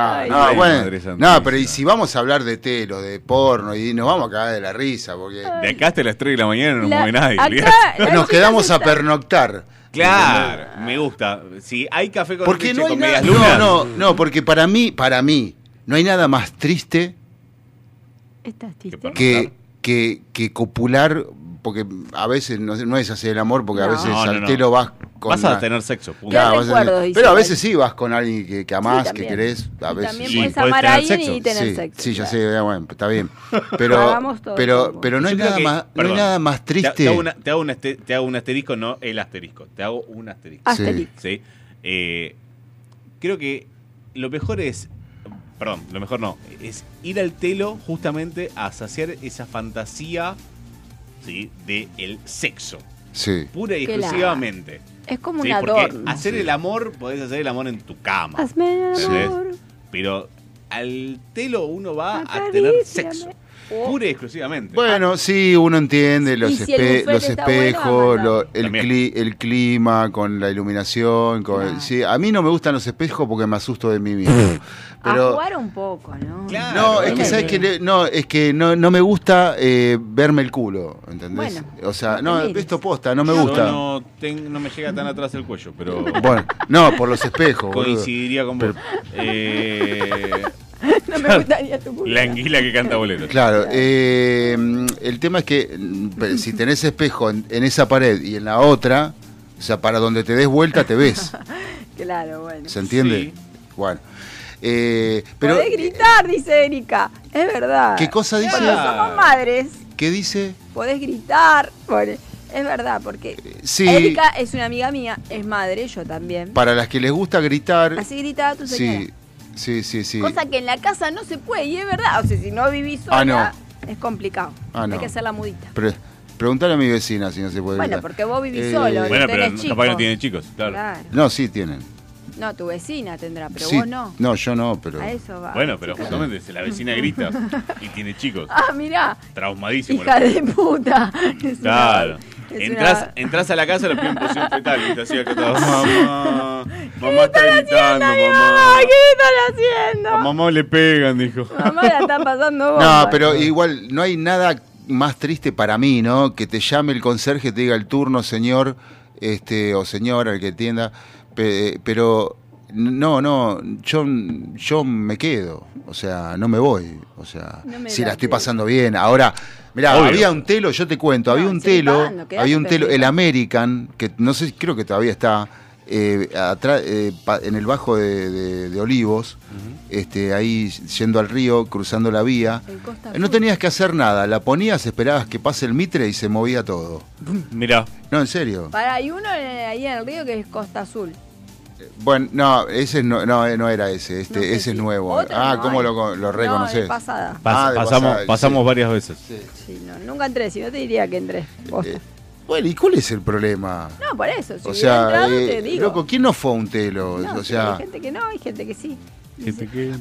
[SPEAKER 2] ay,
[SPEAKER 4] bueno,
[SPEAKER 2] Madre Santísima.
[SPEAKER 4] no, pero y si vamos a hablar de telo, de porno, y nos vamos a cagar de la risa, porque
[SPEAKER 2] De acá hasta las 3 de la mañana no nos
[SPEAKER 3] La-
[SPEAKER 2] mueve nadie.
[SPEAKER 3] acá-
[SPEAKER 2] olvidate.
[SPEAKER 3] las
[SPEAKER 4] nos
[SPEAKER 3] chicas
[SPEAKER 4] quedamos a
[SPEAKER 3] están-
[SPEAKER 4] pernoctar.
[SPEAKER 2] Claro, me gusta. Si hay café con
[SPEAKER 4] Porque
[SPEAKER 2] leche
[SPEAKER 4] no hay
[SPEAKER 2] con
[SPEAKER 4] nada.
[SPEAKER 2] medias lunas.
[SPEAKER 4] No, no, no, porque para mí, para mí, no hay nada más triste
[SPEAKER 3] ¿Estás triste?
[SPEAKER 2] pasa?
[SPEAKER 4] que, que, que copular, porque a veces no, no es hacer el amor, porque a
[SPEAKER 3] No.
[SPEAKER 4] veces
[SPEAKER 2] No, no,
[SPEAKER 4] al
[SPEAKER 2] no.
[SPEAKER 4] telo vas con.
[SPEAKER 2] Vas
[SPEAKER 4] la-
[SPEAKER 2] a tener sexo, punto.
[SPEAKER 3] Claro.
[SPEAKER 4] Claro, vas a tener-
[SPEAKER 3] recuerdos,
[SPEAKER 4] pero a
[SPEAKER 3] Isabel.
[SPEAKER 4] veces sí vas con alguien que, que amás,
[SPEAKER 3] Sí,
[SPEAKER 4] que
[SPEAKER 3] también.
[SPEAKER 4] querés. A
[SPEAKER 3] Y
[SPEAKER 4] veces
[SPEAKER 3] también
[SPEAKER 4] sí.
[SPEAKER 3] puedes
[SPEAKER 2] podés
[SPEAKER 3] amar a
[SPEAKER 2] tener
[SPEAKER 3] alguien
[SPEAKER 2] sexo.
[SPEAKER 3] y tener
[SPEAKER 4] sí,
[SPEAKER 3] sexo.
[SPEAKER 4] sí, ya
[SPEAKER 3] claro.
[SPEAKER 4] sé, bueno, está bien. Pero,
[SPEAKER 3] Hagamos todo
[SPEAKER 4] pero,
[SPEAKER 3] junto.
[SPEAKER 4] pero no hay
[SPEAKER 2] Yo creo
[SPEAKER 4] nada
[SPEAKER 2] que-
[SPEAKER 4] más, no hay
[SPEAKER 2] perdón,
[SPEAKER 4] nada más
[SPEAKER 2] Te, te hago,
[SPEAKER 4] triste.
[SPEAKER 2] una- te hago un aste- te hago un asterisco, no el asterisco. Te hago un asterisco.
[SPEAKER 4] Ah.
[SPEAKER 3] Asterix.
[SPEAKER 2] ¿sí? Eh, creo que lo mejor es. Perdón, lo mejor no. Es ir al telo justamente a saciar esa fantasía ¿sí? de el sexo.
[SPEAKER 4] Sí.
[SPEAKER 2] Pura y
[SPEAKER 3] Qué
[SPEAKER 2] exclusivamente.
[SPEAKER 3] Es como
[SPEAKER 2] ¿sí?
[SPEAKER 3] un
[SPEAKER 2] Porque
[SPEAKER 3] adorno.
[SPEAKER 2] hacer el amor, podés hacer el amor en tu cama.
[SPEAKER 3] Hazme el
[SPEAKER 2] Sí.
[SPEAKER 3] amor.
[SPEAKER 2] Pero al telo uno va a
[SPEAKER 3] Acaríciame.
[SPEAKER 2] tener sexo.
[SPEAKER 3] Oh.
[SPEAKER 2] Pura y exclusivamente.
[SPEAKER 4] Bueno, sí, uno entiende los,
[SPEAKER 3] Y si el
[SPEAKER 4] espe-
[SPEAKER 3] buffet
[SPEAKER 4] los
[SPEAKER 3] está bueno,
[SPEAKER 4] espejos,
[SPEAKER 3] bueno.
[SPEAKER 4] lo- el,
[SPEAKER 2] También.
[SPEAKER 4] cli- el clima, con la iluminación. Con,
[SPEAKER 3] Claro.
[SPEAKER 4] sí, a mí no me gustan los espejos porque me asusto de mí mismo.
[SPEAKER 3] a
[SPEAKER 4] Pero,
[SPEAKER 3] jugar un poco, ¿no?
[SPEAKER 2] Claro.
[SPEAKER 4] no, es que,
[SPEAKER 3] Ponele.
[SPEAKER 4] ¿sabes que No, es que no, no me gusta eh, verme el culo, ¿entendés?
[SPEAKER 3] Bueno,
[SPEAKER 4] o sea,
[SPEAKER 3] no
[SPEAKER 4] no,
[SPEAKER 3] te mires.
[SPEAKER 4] esto posta, no me
[SPEAKER 2] Yo
[SPEAKER 4] gusta.
[SPEAKER 2] no, ten- no me llega tan atrás el cuello, pero
[SPEAKER 4] Bueno, no, por los espejos. boludo.
[SPEAKER 2] coincidiría con vos. Eh,
[SPEAKER 3] No me gustaría tu culo.
[SPEAKER 2] la anguila que canta boleros.
[SPEAKER 4] Claro, eh, el tema es que mm, si tenés espejo en, en esa pared y en la otra, o sea, para donde te des vuelta te ves,
[SPEAKER 3] Claro, bueno.
[SPEAKER 4] ¿se entiende?
[SPEAKER 2] Sí.
[SPEAKER 4] Bueno, eh, pero
[SPEAKER 3] Podés gritar, dice Erika. Es verdad.
[SPEAKER 4] ¿qué cosa dice?
[SPEAKER 3] Cuando somos madres,
[SPEAKER 4] ¿Qué dice?
[SPEAKER 3] podés gritar. pone. Es verdad, porque
[SPEAKER 4] Sí,
[SPEAKER 3] Erika es una amiga mía, es madre, yo también.
[SPEAKER 4] para las que les gusta gritar,
[SPEAKER 3] Así gritaba tu señora.
[SPEAKER 4] sí, sí, sí, sí.
[SPEAKER 3] Cosa que en la casa no se puede, y es verdad. O sea, si no vivís sola,
[SPEAKER 4] Ah, no.
[SPEAKER 3] es complicado.
[SPEAKER 4] Ah, no.
[SPEAKER 3] Hay que hacer la mudita.
[SPEAKER 4] Pre- preguntale a mi vecina si no se puede
[SPEAKER 3] Bueno,
[SPEAKER 4] gritar.
[SPEAKER 3] porque vos vivís
[SPEAKER 4] Eh,
[SPEAKER 3] solo,
[SPEAKER 2] Bueno,
[SPEAKER 3] no
[SPEAKER 2] pero
[SPEAKER 3] tenés
[SPEAKER 2] capaz
[SPEAKER 3] chicos.
[SPEAKER 2] que no tiene chicos, claro.
[SPEAKER 3] Claro.
[SPEAKER 4] No, sí tienen.
[SPEAKER 3] No, tu vecina tendrá, pero
[SPEAKER 4] Sí.
[SPEAKER 3] vos no.
[SPEAKER 4] No, yo no, pero
[SPEAKER 3] A eso va.
[SPEAKER 2] Bueno, pero justamente si la vecina grita y tiene chicos,
[SPEAKER 3] Ah, mirá,
[SPEAKER 2] traumadísimo.
[SPEAKER 3] hija de puta. Es una-
[SPEAKER 2] Claro.
[SPEAKER 3] es
[SPEAKER 2] Entrás,
[SPEAKER 3] una-
[SPEAKER 2] entrás a la casa y lo piden posición fetal y te hacía que todo, mamá, mamá está gritando, mamá.
[SPEAKER 3] ¡Ay, ¿qué están
[SPEAKER 2] A
[SPEAKER 3] haciendo?
[SPEAKER 2] mamá le pegan, dijo.
[SPEAKER 3] Mamá la está pasando bomba.
[SPEAKER 4] No, pero igual no hay nada más triste para mí, ¿no? Que te llame el conserje, te diga el turno, señor, este o señora, el que entienda, pe- pero no, no, yo yo me quedo, o sea, no me voy, o sea,
[SPEAKER 3] No me
[SPEAKER 4] si
[SPEAKER 3] da
[SPEAKER 4] la estoy
[SPEAKER 3] que-
[SPEAKER 4] pasando bien. Ahora, mirá,
[SPEAKER 2] Obvio.
[SPEAKER 4] había un telo, yo te cuento, había
[SPEAKER 3] No,
[SPEAKER 4] un
[SPEAKER 3] seguí
[SPEAKER 4] telo,
[SPEAKER 3] pagando, quedate,
[SPEAKER 4] había un telo,
[SPEAKER 3] perrito.
[SPEAKER 4] el American, que no sé, creo que todavía está eh, atrás, eh, pa- en el bajo de, de- de Olivos, este, ahí yendo al río, cruzando la vía.
[SPEAKER 3] El Costa
[SPEAKER 4] No
[SPEAKER 3] Azul.
[SPEAKER 4] tenías que hacer nada, la ponías, esperabas que pase el mitre y se movía todo.
[SPEAKER 2] Mirá,
[SPEAKER 4] No, en serio.
[SPEAKER 3] Pará, hay uno en- ahí en el río que es Costa Azul.
[SPEAKER 4] Bueno, no, ese no, no, eh, no era ese, este,
[SPEAKER 3] No sé
[SPEAKER 4] ese es
[SPEAKER 3] si-
[SPEAKER 4] nuevo.
[SPEAKER 3] otro
[SPEAKER 4] Ah,
[SPEAKER 3] no
[SPEAKER 4] ¿cómo
[SPEAKER 3] hay.
[SPEAKER 4] lo, con- lo
[SPEAKER 3] No,
[SPEAKER 4] reconoces?
[SPEAKER 3] de pasada.
[SPEAKER 2] pas-
[SPEAKER 4] Ah, de
[SPEAKER 2] pasamos,
[SPEAKER 4] pasada,
[SPEAKER 2] pasamos
[SPEAKER 4] sí. Eh,
[SPEAKER 2] varias veces.
[SPEAKER 3] Sí, no, nunca entré, si no te diría que entré. Posta.
[SPEAKER 4] Bueno, ¿y cuál es el problema?
[SPEAKER 3] No, por eso. Si
[SPEAKER 4] o
[SPEAKER 3] hubiera
[SPEAKER 4] sea,
[SPEAKER 3] entrado,
[SPEAKER 4] eh,
[SPEAKER 3] te digo.
[SPEAKER 4] loco, ¿quién no fue a un telo?
[SPEAKER 3] No,
[SPEAKER 4] o
[SPEAKER 3] pero
[SPEAKER 4] sea,
[SPEAKER 3] hay gente que no, hay gente que sí.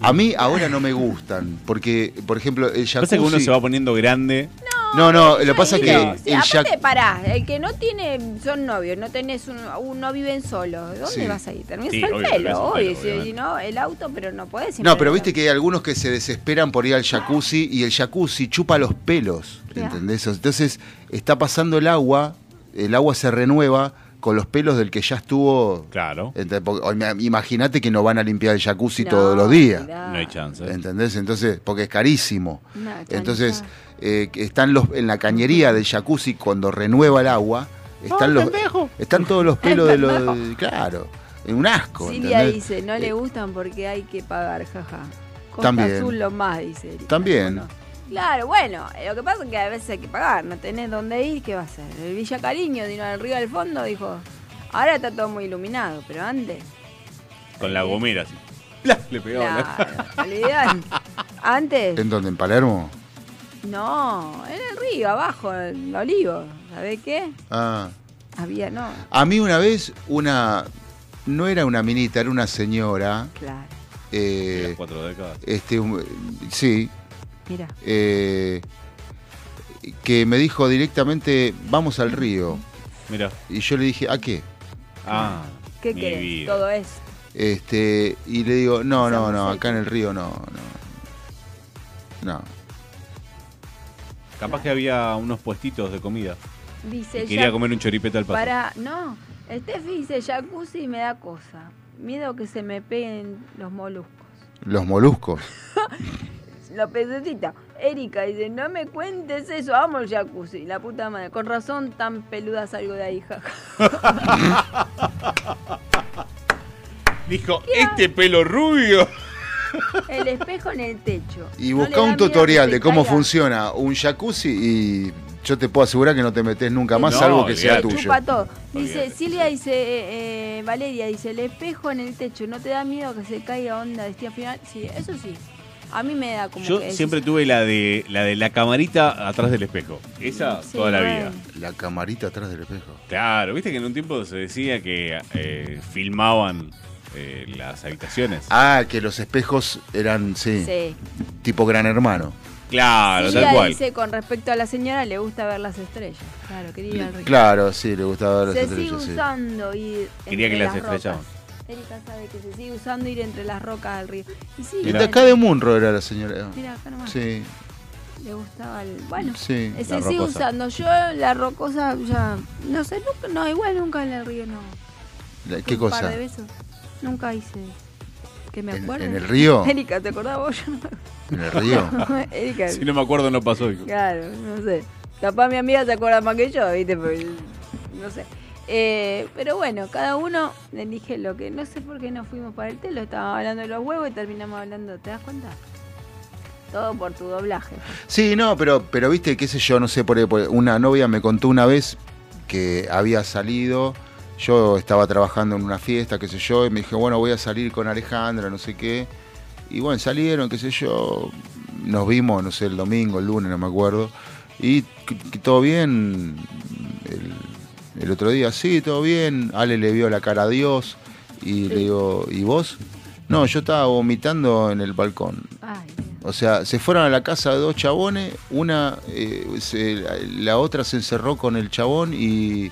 [SPEAKER 4] a mí ahora no me gustan, porque, por ejemplo, el jacuzzi...
[SPEAKER 2] Pasa que uno se va poniendo grande.
[SPEAKER 4] No, no, lo
[SPEAKER 3] Ya
[SPEAKER 4] que pasa es
[SPEAKER 3] digo,
[SPEAKER 4] que
[SPEAKER 3] o sea,
[SPEAKER 4] el
[SPEAKER 3] aparte,
[SPEAKER 4] jac-
[SPEAKER 3] pará, el que no tiene, son novios, no tenés un, un- no viven solos. ¿Dónde
[SPEAKER 4] Sí.
[SPEAKER 3] vas a ir? Terminás
[SPEAKER 2] Sí,
[SPEAKER 3] el
[SPEAKER 2] obvio, terminás
[SPEAKER 3] pelo,
[SPEAKER 2] al
[SPEAKER 3] obvio.
[SPEAKER 2] pelo,
[SPEAKER 3] si-
[SPEAKER 2] obviamente.
[SPEAKER 3] si no, el auto, pero no podés.
[SPEAKER 4] No, pero viste que hay algunos que se desesperan por ir al jacuzzi y el jacuzzi chupa los pelos,
[SPEAKER 3] Ya.
[SPEAKER 4] ¿entendés? Entonces está pasando el agua, el agua se renueva con los pelos del que ya estuvo.
[SPEAKER 2] Claro.
[SPEAKER 4] Ente- porque- o ima- Imagínate que no van a limpiar el jacuzzi todos los días,
[SPEAKER 2] No hay chance.
[SPEAKER 4] ¿entendés? Entonces, porque es carísimo.
[SPEAKER 3] No, chancha.
[SPEAKER 4] Entonces, eh, que están los en la cañería del jacuzzi cuando renueva el agua, están los están todos los pelos de los claro, es un asco,
[SPEAKER 3] Silvia
[SPEAKER 4] ¿entendés?
[SPEAKER 3] dice, no
[SPEAKER 4] Eh,
[SPEAKER 3] le gustan porque hay que pagar, jaja. Costa
[SPEAKER 4] También.
[SPEAKER 3] Azul lo más, dice Erika.
[SPEAKER 4] También.
[SPEAKER 3] Bueno, Claro, bueno, eh, lo que pasa es que a veces hay que pagar, no tenés dónde ir, ¿qué va a hacer? El Villa Cariño vino al río del fondo, dijo, ahora está todo muy iluminado, pero antes...
[SPEAKER 2] Con la gomera así. Pla, Le pegó.
[SPEAKER 3] Claro, olvidate. Antes,
[SPEAKER 4] ¿En dónde? ¿En Palermo?
[SPEAKER 3] no, en el río, abajo, en Olivo. ¿Sabe qué?
[SPEAKER 4] Ah.
[SPEAKER 3] Había, no,
[SPEAKER 4] A mí una vez una... No era una minita, era una señora.
[SPEAKER 3] claro.
[SPEAKER 2] de
[SPEAKER 4] eh,
[SPEAKER 2] las cuatro décadas.
[SPEAKER 4] este, un- sí,
[SPEAKER 3] Mira,
[SPEAKER 4] eh, que me dijo directamente, vamos al río.
[SPEAKER 2] Mira.
[SPEAKER 4] Y yo le dije, ¿a qué?
[SPEAKER 2] Ah,
[SPEAKER 3] ¿qué
[SPEAKER 2] mi
[SPEAKER 3] querés?
[SPEAKER 2] vida.
[SPEAKER 3] Todo eso.
[SPEAKER 4] Este, y le digo, no, no,
[SPEAKER 3] Estamos
[SPEAKER 4] no,
[SPEAKER 3] ahí.
[SPEAKER 4] acá en el río no, no. No.
[SPEAKER 2] Capaz que había unos puestitos de comida.
[SPEAKER 3] Dice
[SPEAKER 2] y quería
[SPEAKER 3] ya-
[SPEAKER 2] comer un choripete al paso.
[SPEAKER 3] Para, no, Steffi dice jacuzzi me da cosa. Miedo que se me peguen los moluscos.
[SPEAKER 4] Los moluscos.
[SPEAKER 3] Lo pececita. Erika dice, no me cuentes eso, amo el jacuzzi. La puta madre, con razón tan peluda salgo de ahí, jaja.
[SPEAKER 2] Dijo, este pelo rubio.
[SPEAKER 3] El espejo en el techo.
[SPEAKER 4] Y
[SPEAKER 3] No le
[SPEAKER 4] busca
[SPEAKER 3] da
[SPEAKER 4] un
[SPEAKER 3] miedo
[SPEAKER 4] tutorial
[SPEAKER 3] que
[SPEAKER 4] de
[SPEAKER 3] se
[SPEAKER 4] cómo
[SPEAKER 3] caiga.
[SPEAKER 4] funciona un jacuzzi y yo te puedo asegurar que no te metes nunca más,
[SPEAKER 2] No,
[SPEAKER 4] salvo que sea
[SPEAKER 2] olvídate.
[SPEAKER 4] tuyo.
[SPEAKER 3] Chupa todo. Dice,
[SPEAKER 2] Olvídate,
[SPEAKER 3] Silvia dice, eh, eh, Valeria dice, el espejo en el techo, ¿no te da miedo que se caiga onda destino final? Sí, eso sí. A mí me da como
[SPEAKER 2] Yo
[SPEAKER 3] que decís,
[SPEAKER 2] siempre tuve la de la de la camarita atrás del espejo. Esa
[SPEAKER 3] Sí,
[SPEAKER 2] toda la vida.
[SPEAKER 3] bueno.
[SPEAKER 4] La camarita atrás del espejo.
[SPEAKER 2] Claro, viste que en un tiempo se decía que eh, filmaban eh, las habitaciones.
[SPEAKER 4] Ah, que los espejos eran, sí,
[SPEAKER 3] Sí.
[SPEAKER 4] tipo gran hermano.
[SPEAKER 2] claro,
[SPEAKER 3] Silvia
[SPEAKER 2] Ah, tal cual.
[SPEAKER 3] dice, con respecto a la señora, le gusta ver las estrellas. Claro, quería el rico.
[SPEAKER 4] Claro, sí, le gustaba ver las
[SPEAKER 3] Se sigue
[SPEAKER 4] estrellas, sí.
[SPEAKER 3] usando ir
[SPEAKER 2] Quería
[SPEAKER 3] entre
[SPEAKER 2] que las
[SPEAKER 3] rocas.
[SPEAKER 2] estrellaban.
[SPEAKER 3] Erika sabe que se sigue usando ir entre las rocas del río. Y sí,
[SPEAKER 4] Y de acá de Munro era la señora. eh.
[SPEAKER 3] Mira, acá nomás.
[SPEAKER 4] Sí,
[SPEAKER 3] Le gustaba el... Bueno,
[SPEAKER 4] sí.
[SPEAKER 3] Eh,
[SPEAKER 2] La
[SPEAKER 3] Se sigue
[SPEAKER 2] rocosa.
[SPEAKER 3] usando. Yo la rocosa ya. No sé, nunca, no, igual nunca en el río no.
[SPEAKER 4] La- ¿Qué
[SPEAKER 3] Un Par
[SPEAKER 4] cosa?
[SPEAKER 3] de besos. Nunca hice. Que me
[SPEAKER 4] ¿En-
[SPEAKER 3] acuerdo.
[SPEAKER 4] en el río?
[SPEAKER 3] Erika, ¿te acordás vos? Yo no-
[SPEAKER 4] ¿En el río?
[SPEAKER 3] Erika.
[SPEAKER 2] Si no me acuerdo, no pasó. dijo.
[SPEAKER 3] Claro, no sé. Capaz mi amiga se acuerda más que yo, ¿viste? Porque, no sé. Eh, pero bueno, cada uno elige lo que. No sé por qué nos fuimos para el telo. Estábamos hablando de los huevos y terminamos hablando. ¿Te das cuenta? Todo por tu doblaje.
[SPEAKER 4] Sí, no, pero, pero viste, qué sé yo, no sé, por, ahí, por- una novia me contó una vez que había salido, yo estaba trabajando en una fiesta, qué sé yo, y me dije, bueno, voy a salir con Alejandra, no sé qué. Y bueno, salieron, qué sé yo, nos vimos, no sé, el domingo, el lunes, no me acuerdo. Y que- que todo bien, el, el otro día, sí, todo bien, Ale le vio la cara a Dios y le digo, ¿y vos? No, yo estaba vomitando en el balcón.
[SPEAKER 3] Ay, Dios.
[SPEAKER 4] O sea, se fueron a la casa de dos chabones, una, eh, se- la, la otra se encerró con el chabón y,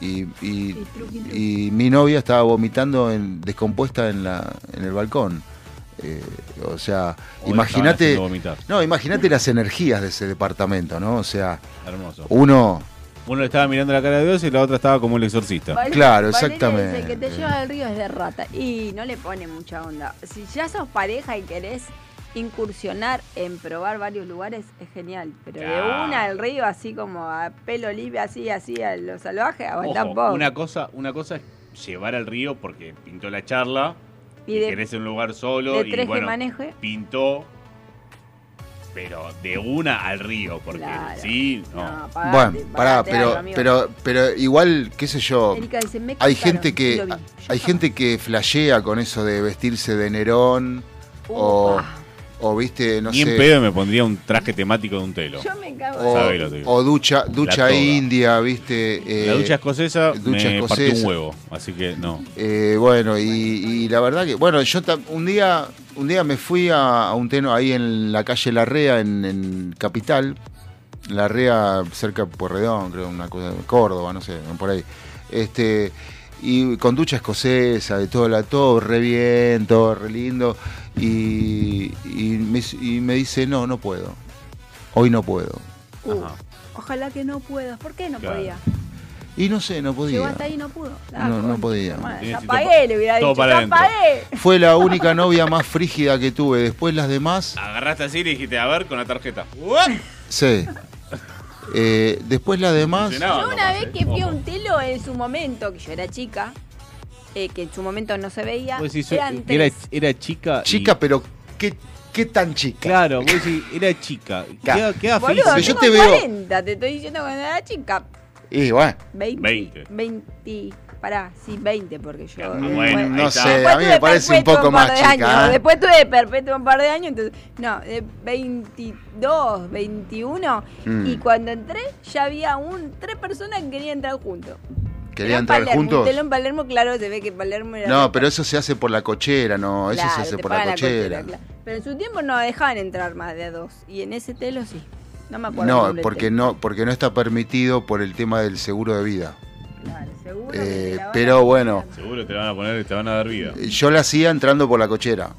[SPEAKER 4] y, y-
[SPEAKER 3] truqui,
[SPEAKER 4] y mi novia estaba vomitando en- descompuesta en, la, en el balcón. Eh, o sea,
[SPEAKER 2] O le
[SPEAKER 4] imagínate,
[SPEAKER 2] estaban haciendo vomitar.
[SPEAKER 4] no, imagínate las energías de ese departamento, ¿no? O sea,
[SPEAKER 2] Hermoso.
[SPEAKER 4] uno,
[SPEAKER 2] Uno le estaba mirando la cara de Dios y la otra estaba como el exorcista.
[SPEAKER 3] Valeria-
[SPEAKER 4] Claro,
[SPEAKER 3] Valeria
[SPEAKER 4] exactamente.
[SPEAKER 3] Dice que te lleva al río es de rata y no le pone mucha onda. Si ya sos pareja y querés incursionar en probar varios lugares, es genial. Pero
[SPEAKER 2] Claro.
[SPEAKER 3] de una al río, así como a pelo libre, así, así, a lo salvaje, aguantá un
[SPEAKER 2] Ojo,
[SPEAKER 3] poco.
[SPEAKER 2] una cosa, una cosa es llevar al río porque pintó la charla
[SPEAKER 3] Y
[SPEAKER 2] y
[SPEAKER 3] de-
[SPEAKER 2] querés un lugar solo
[SPEAKER 3] de
[SPEAKER 2] y
[SPEAKER 3] tres que
[SPEAKER 2] bueno,
[SPEAKER 3] maneje.
[SPEAKER 2] pintó pero de una al río porque
[SPEAKER 3] Claro.
[SPEAKER 2] sí, no.
[SPEAKER 3] No, pagate,
[SPEAKER 4] bueno, pará,
[SPEAKER 3] pagate algo,
[SPEAKER 4] pero,
[SPEAKER 3] amigo.
[SPEAKER 4] pero, pero igual, qué sé yo.
[SPEAKER 3] Erika dice, me
[SPEAKER 4] Hay
[SPEAKER 3] contaron,
[SPEAKER 4] gente que
[SPEAKER 3] lo vi. Yo
[SPEAKER 4] hay
[SPEAKER 3] jamás.
[SPEAKER 4] gente que flashea con eso de vestirse de Nerón o,
[SPEAKER 3] Upa.
[SPEAKER 4] o viste, no
[SPEAKER 2] Ni en
[SPEAKER 4] sé,
[SPEAKER 2] pedo me pondría un traje temático de un telo.
[SPEAKER 3] Yo me cago.
[SPEAKER 4] o,
[SPEAKER 2] Sabe lo que digo.
[SPEAKER 4] o ducha ducha
[SPEAKER 2] toga.
[SPEAKER 4] india, viste, eh,
[SPEAKER 2] la ducha escocesa
[SPEAKER 4] ducha
[SPEAKER 2] me partió un
[SPEAKER 4] escocesa.
[SPEAKER 2] huevo, así que no.
[SPEAKER 4] eh, bueno, y, y la verdad que bueno, yo tam- un día un día me fui a, a un teno ahí en la calle Larrea en, en Capital, Larrea cerca de Porredón, creo, una cosa, Córdoba, no sé, por ahí. Este y con ducha escocesa, de todo, la, todo re bien, todo re lindo. Y, y me, y me dice, no, no puedo. Hoy no puedo.
[SPEAKER 3] Uh,
[SPEAKER 2] Ajá.
[SPEAKER 3] ojalá que no puedas. ¿Por qué no
[SPEAKER 2] Claro.
[SPEAKER 3] podía?
[SPEAKER 4] Y no sé, no podía.
[SPEAKER 3] Llegó hasta ahí y no pudo. Ah,
[SPEAKER 4] No, no
[SPEAKER 3] concha,
[SPEAKER 4] podía.
[SPEAKER 3] madre,
[SPEAKER 2] Tiene
[SPEAKER 3] Ya
[SPEAKER 2] que-
[SPEAKER 3] pagué, le hubiera
[SPEAKER 2] todo
[SPEAKER 3] dicho.
[SPEAKER 2] para
[SPEAKER 3] Ya
[SPEAKER 2] adentro.
[SPEAKER 3] pagué.
[SPEAKER 4] Fue la única novia más frígida que tuve. Después las demás,
[SPEAKER 2] Agarraste así y le dijiste, a ver, con la tarjeta. ¡Uah!
[SPEAKER 4] sí. Eh, después las demás,
[SPEAKER 2] Funcionaba
[SPEAKER 3] Yo una
[SPEAKER 2] nomás,
[SPEAKER 3] vez
[SPEAKER 2] ¿eh?
[SPEAKER 3] que fui a
[SPEAKER 2] Ojo.
[SPEAKER 3] un telo en su momento, que yo era chica, eh, que en su momento no se veía,
[SPEAKER 2] Vos decís,
[SPEAKER 3] eran
[SPEAKER 2] era,
[SPEAKER 3] tres.
[SPEAKER 2] era chica. y-
[SPEAKER 4] chica, pero ¿qué, qué tan chica?
[SPEAKER 2] Claro, vos decís, era chica. Queda, queda feliz.
[SPEAKER 3] Boludo,
[SPEAKER 4] si "Ah, yo
[SPEAKER 3] yo te
[SPEAKER 4] te veo-
[SPEAKER 3] 40, te estoy diciendo cuando era chica.
[SPEAKER 4] Y bueno,
[SPEAKER 3] 20,
[SPEAKER 2] Veinte.
[SPEAKER 3] 20. pará, sí, 20, porque yo.
[SPEAKER 2] Bueno,
[SPEAKER 3] después-
[SPEAKER 2] ahí
[SPEAKER 4] no
[SPEAKER 2] está.
[SPEAKER 4] sé,
[SPEAKER 3] después
[SPEAKER 4] a mí
[SPEAKER 3] tuve
[SPEAKER 4] me parece un
[SPEAKER 3] perpetua
[SPEAKER 4] poco
[SPEAKER 3] par
[SPEAKER 4] más
[SPEAKER 3] de
[SPEAKER 4] chica.
[SPEAKER 3] años,
[SPEAKER 4] ¿eh?
[SPEAKER 3] Después tuve perpetua un par de años, entonces. No, de 22, 21.
[SPEAKER 4] Mm.
[SPEAKER 3] Y cuando entré, ya había un tres personas que querían entrar juntos.
[SPEAKER 4] ¿Querían
[SPEAKER 3] Era en
[SPEAKER 4] entrar
[SPEAKER 3] Palermo, un
[SPEAKER 4] juntos?
[SPEAKER 3] telo en Palermo, claro, se ve que Palermo era.
[SPEAKER 4] No, pero eso se hace por la cochera, no, eso se
[SPEAKER 3] Claro,
[SPEAKER 4] hace
[SPEAKER 3] te
[SPEAKER 4] por la
[SPEAKER 3] pagan
[SPEAKER 4] cochera.
[SPEAKER 3] claro. Pero en su tiempo no dejaban entrar más de a dos. Y en ese telo sí. No me acuerdo. el
[SPEAKER 4] No,
[SPEAKER 3] nombre del
[SPEAKER 4] porque
[SPEAKER 3] telo.
[SPEAKER 4] no, porque no está permitido por el tema del seguro de vida.
[SPEAKER 3] Claro, seguro que
[SPEAKER 4] Eh,
[SPEAKER 3] te la van
[SPEAKER 4] pero
[SPEAKER 3] a-
[SPEAKER 4] bueno, Eh,
[SPEAKER 2] Seguro te la van a poner y te van a dar vida.
[SPEAKER 4] yo la hacía entrando por la cochera.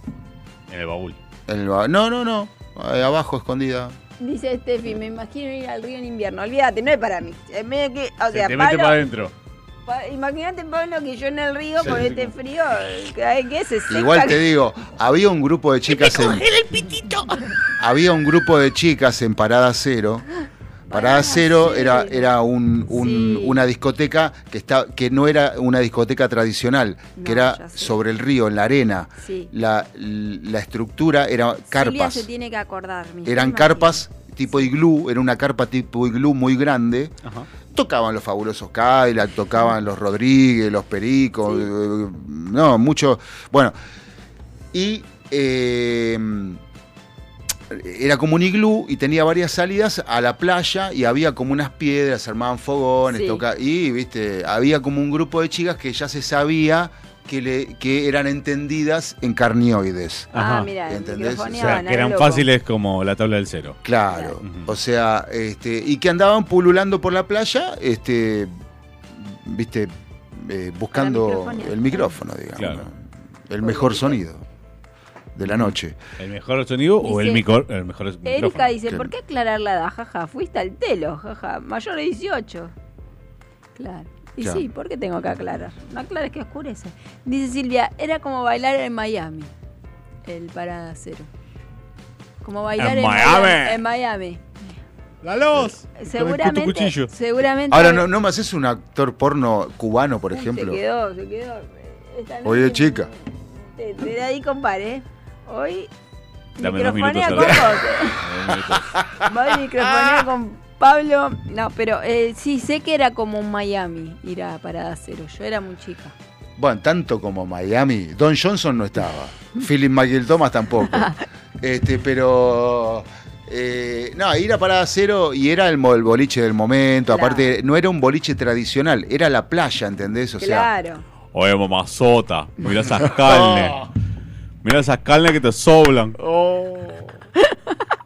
[SPEAKER 2] En el baúl.
[SPEAKER 4] en el ba- no, no, no, eh, abajo escondida.
[SPEAKER 3] Dice Steffi, me imagino ir al río en invierno. Olvídate, no es para mí. En medio que, o
[SPEAKER 2] Se
[SPEAKER 3] sea,
[SPEAKER 2] te mete para
[SPEAKER 3] Pablo,
[SPEAKER 2] adentro.
[SPEAKER 3] pa- imagínate, Pablo, que yo en el río
[SPEAKER 2] Sí,
[SPEAKER 3] con
[SPEAKER 2] sí,
[SPEAKER 3] este
[SPEAKER 2] sí.
[SPEAKER 3] frío, eh, que que se seca.
[SPEAKER 4] Igual te digo, había un grupo de chicas en había un grupo de chicas en Parada Cero. Parada
[SPEAKER 3] Parada
[SPEAKER 4] Cero
[SPEAKER 3] Cero.
[SPEAKER 4] era, era un- un-
[SPEAKER 3] Sí.
[SPEAKER 4] una discoteca que, está, que no era una discoteca tradicional, que
[SPEAKER 3] No,
[SPEAKER 4] era
[SPEAKER 3] ya sé.
[SPEAKER 4] sobre el río, en la arena.
[SPEAKER 3] Sí.
[SPEAKER 4] La, la estructura era
[SPEAKER 3] Silvia
[SPEAKER 4] carpas.
[SPEAKER 3] se tiene que acordar. mi
[SPEAKER 4] Eran
[SPEAKER 3] prima, sí.
[SPEAKER 4] carpas tipo iglú, era una carpa tipo iglú muy grande.
[SPEAKER 2] Ajá.
[SPEAKER 4] Tocaban los fabulosos Cadillac, tocaban los Rodríguez, los Pericos,
[SPEAKER 3] Sí.
[SPEAKER 4] eh, no, mucho. Bueno, y eh, era como un iglú y tenía varias salidas a la playa y había como unas piedras, se armaban fogones,
[SPEAKER 3] Sí.
[SPEAKER 4] toca- y viste, había como un grupo de chicas que ya se sabía que, le- que eran entendidas en carnioides.
[SPEAKER 3] Ah,
[SPEAKER 2] Ajá.
[SPEAKER 3] mira,
[SPEAKER 4] ¿Entendés?
[SPEAKER 2] O
[SPEAKER 3] microfoneaban,
[SPEAKER 2] sea,
[SPEAKER 3] a
[SPEAKER 2] que
[SPEAKER 3] lo
[SPEAKER 2] eran
[SPEAKER 3] loco.
[SPEAKER 2] fáciles como la tabla del cero.
[SPEAKER 4] Claro,
[SPEAKER 2] Ujú.
[SPEAKER 4] o sea, este, y que andaban pululando por la playa, este, viste, eh, buscando
[SPEAKER 3] microfonear.
[SPEAKER 4] el micrófono, digamos,
[SPEAKER 2] Claro.
[SPEAKER 4] ¿no? el mejor sonido de la noche.
[SPEAKER 2] ¿El mejor sonido o el,
[SPEAKER 3] Dice-
[SPEAKER 2] micor- el mejor micrófono?
[SPEAKER 3] Erika dice,
[SPEAKER 4] Claro.
[SPEAKER 3] ¿por qué aclarar la edad? Jaja, fuiste al telo, jaja, mayor de 18. Claro. Y
[SPEAKER 4] Claro.
[SPEAKER 3] sí, ¿por qué tengo que aclarar? No aclares que oscurece. Dice Silvia, era como bailar en Miami, el parada cero. Como bailar
[SPEAKER 2] ¿En
[SPEAKER 3] en,
[SPEAKER 2] Miami?
[SPEAKER 3] En Miami.
[SPEAKER 2] ¡La luz!
[SPEAKER 3] Seguramente.
[SPEAKER 2] cuchillo.
[SPEAKER 3] Seguramente.
[SPEAKER 4] Ahora, ¿no, ¿no me haces un actor porno cubano, por
[SPEAKER 3] Uy,
[SPEAKER 4] ejemplo?
[SPEAKER 3] Se quedó, se quedó. Esta
[SPEAKER 4] Oye,
[SPEAKER 3] noche-
[SPEAKER 4] chica.
[SPEAKER 3] Te, te da ahí, compadre. Hoy.
[SPEAKER 2] Dame dos
[SPEAKER 3] microfonea
[SPEAKER 2] minutos,
[SPEAKER 3] con
[SPEAKER 2] Adela.
[SPEAKER 3] vos. Va a microfonear con Pablo. No, pero eh, sí, sé que era como un Miami ir a Parada Cero. Yo era muy chica.
[SPEAKER 4] Bueno, tanto como Miami, Don Johnson no estaba, Philip Michael Thomas tampoco, este, pero... eh, no, ir a Parada Cero y era el, mo- el boliche del momento,
[SPEAKER 3] Claro.
[SPEAKER 4] aparte no era un boliche tradicional, era la playa, ¿entendés? O sea,
[SPEAKER 3] claro.
[SPEAKER 2] Oye, mamazota, mira esas carnes. Mira esas carnes que te sobran.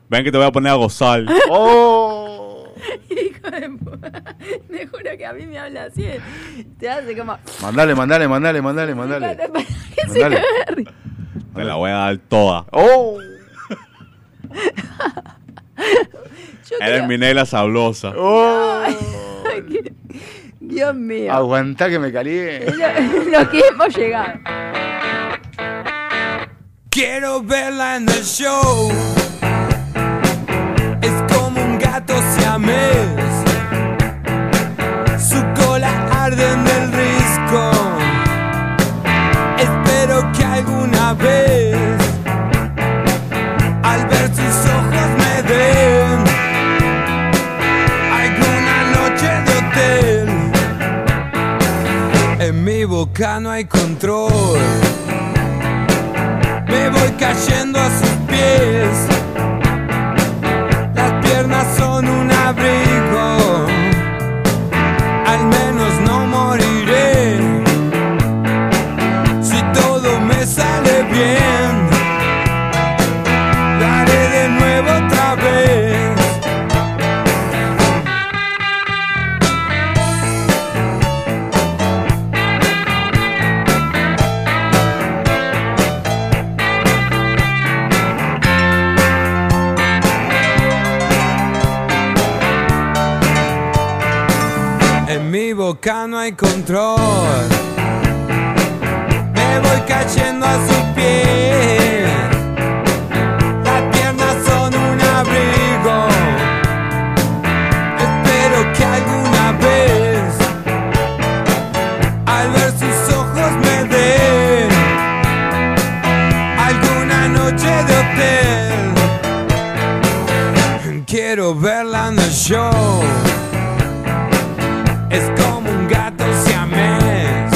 [SPEAKER 2] Ven que te voy a poner a gozar.
[SPEAKER 4] ¡Oh!
[SPEAKER 3] Hijo de puta. Te juro que a mí me habla así. Te hace como.
[SPEAKER 4] Mandale, mandale, mandale, mandale, mandale.
[SPEAKER 3] Que se
[SPEAKER 4] Mandale.
[SPEAKER 3] cagarre.
[SPEAKER 2] Te la voy a dar toda.
[SPEAKER 4] ¡Oh!
[SPEAKER 3] Yo
[SPEAKER 2] Eres
[SPEAKER 3] creo-
[SPEAKER 2] mi negra sablosa.
[SPEAKER 4] ¡Oh!
[SPEAKER 3] Dios mío.
[SPEAKER 4] Aguantá que me caliente.
[SPEAKER 3] Es lo, lo que hemos llegado.
[SPEAKER 7] Quiero verla en el show. Es como un gato siamés. Su cola arde en el risco. Espero que alguna vez, al ver sus ojos, me den alguna noche de hotel. En mi boca no hay control. Me voy cayendo a sus pies. Las piernas son un abrigo. Al menos no moriré. Si todo me sale bien, lo haré de nuevo otra vez. En mi boca no hay control. Me voy cayendo a sus pies. Las piernas son un abrigo. Espero que alguna vez, al ver sus ojos, me den alguna noche de hotel. Quiero verla en el show es como un gato siamés.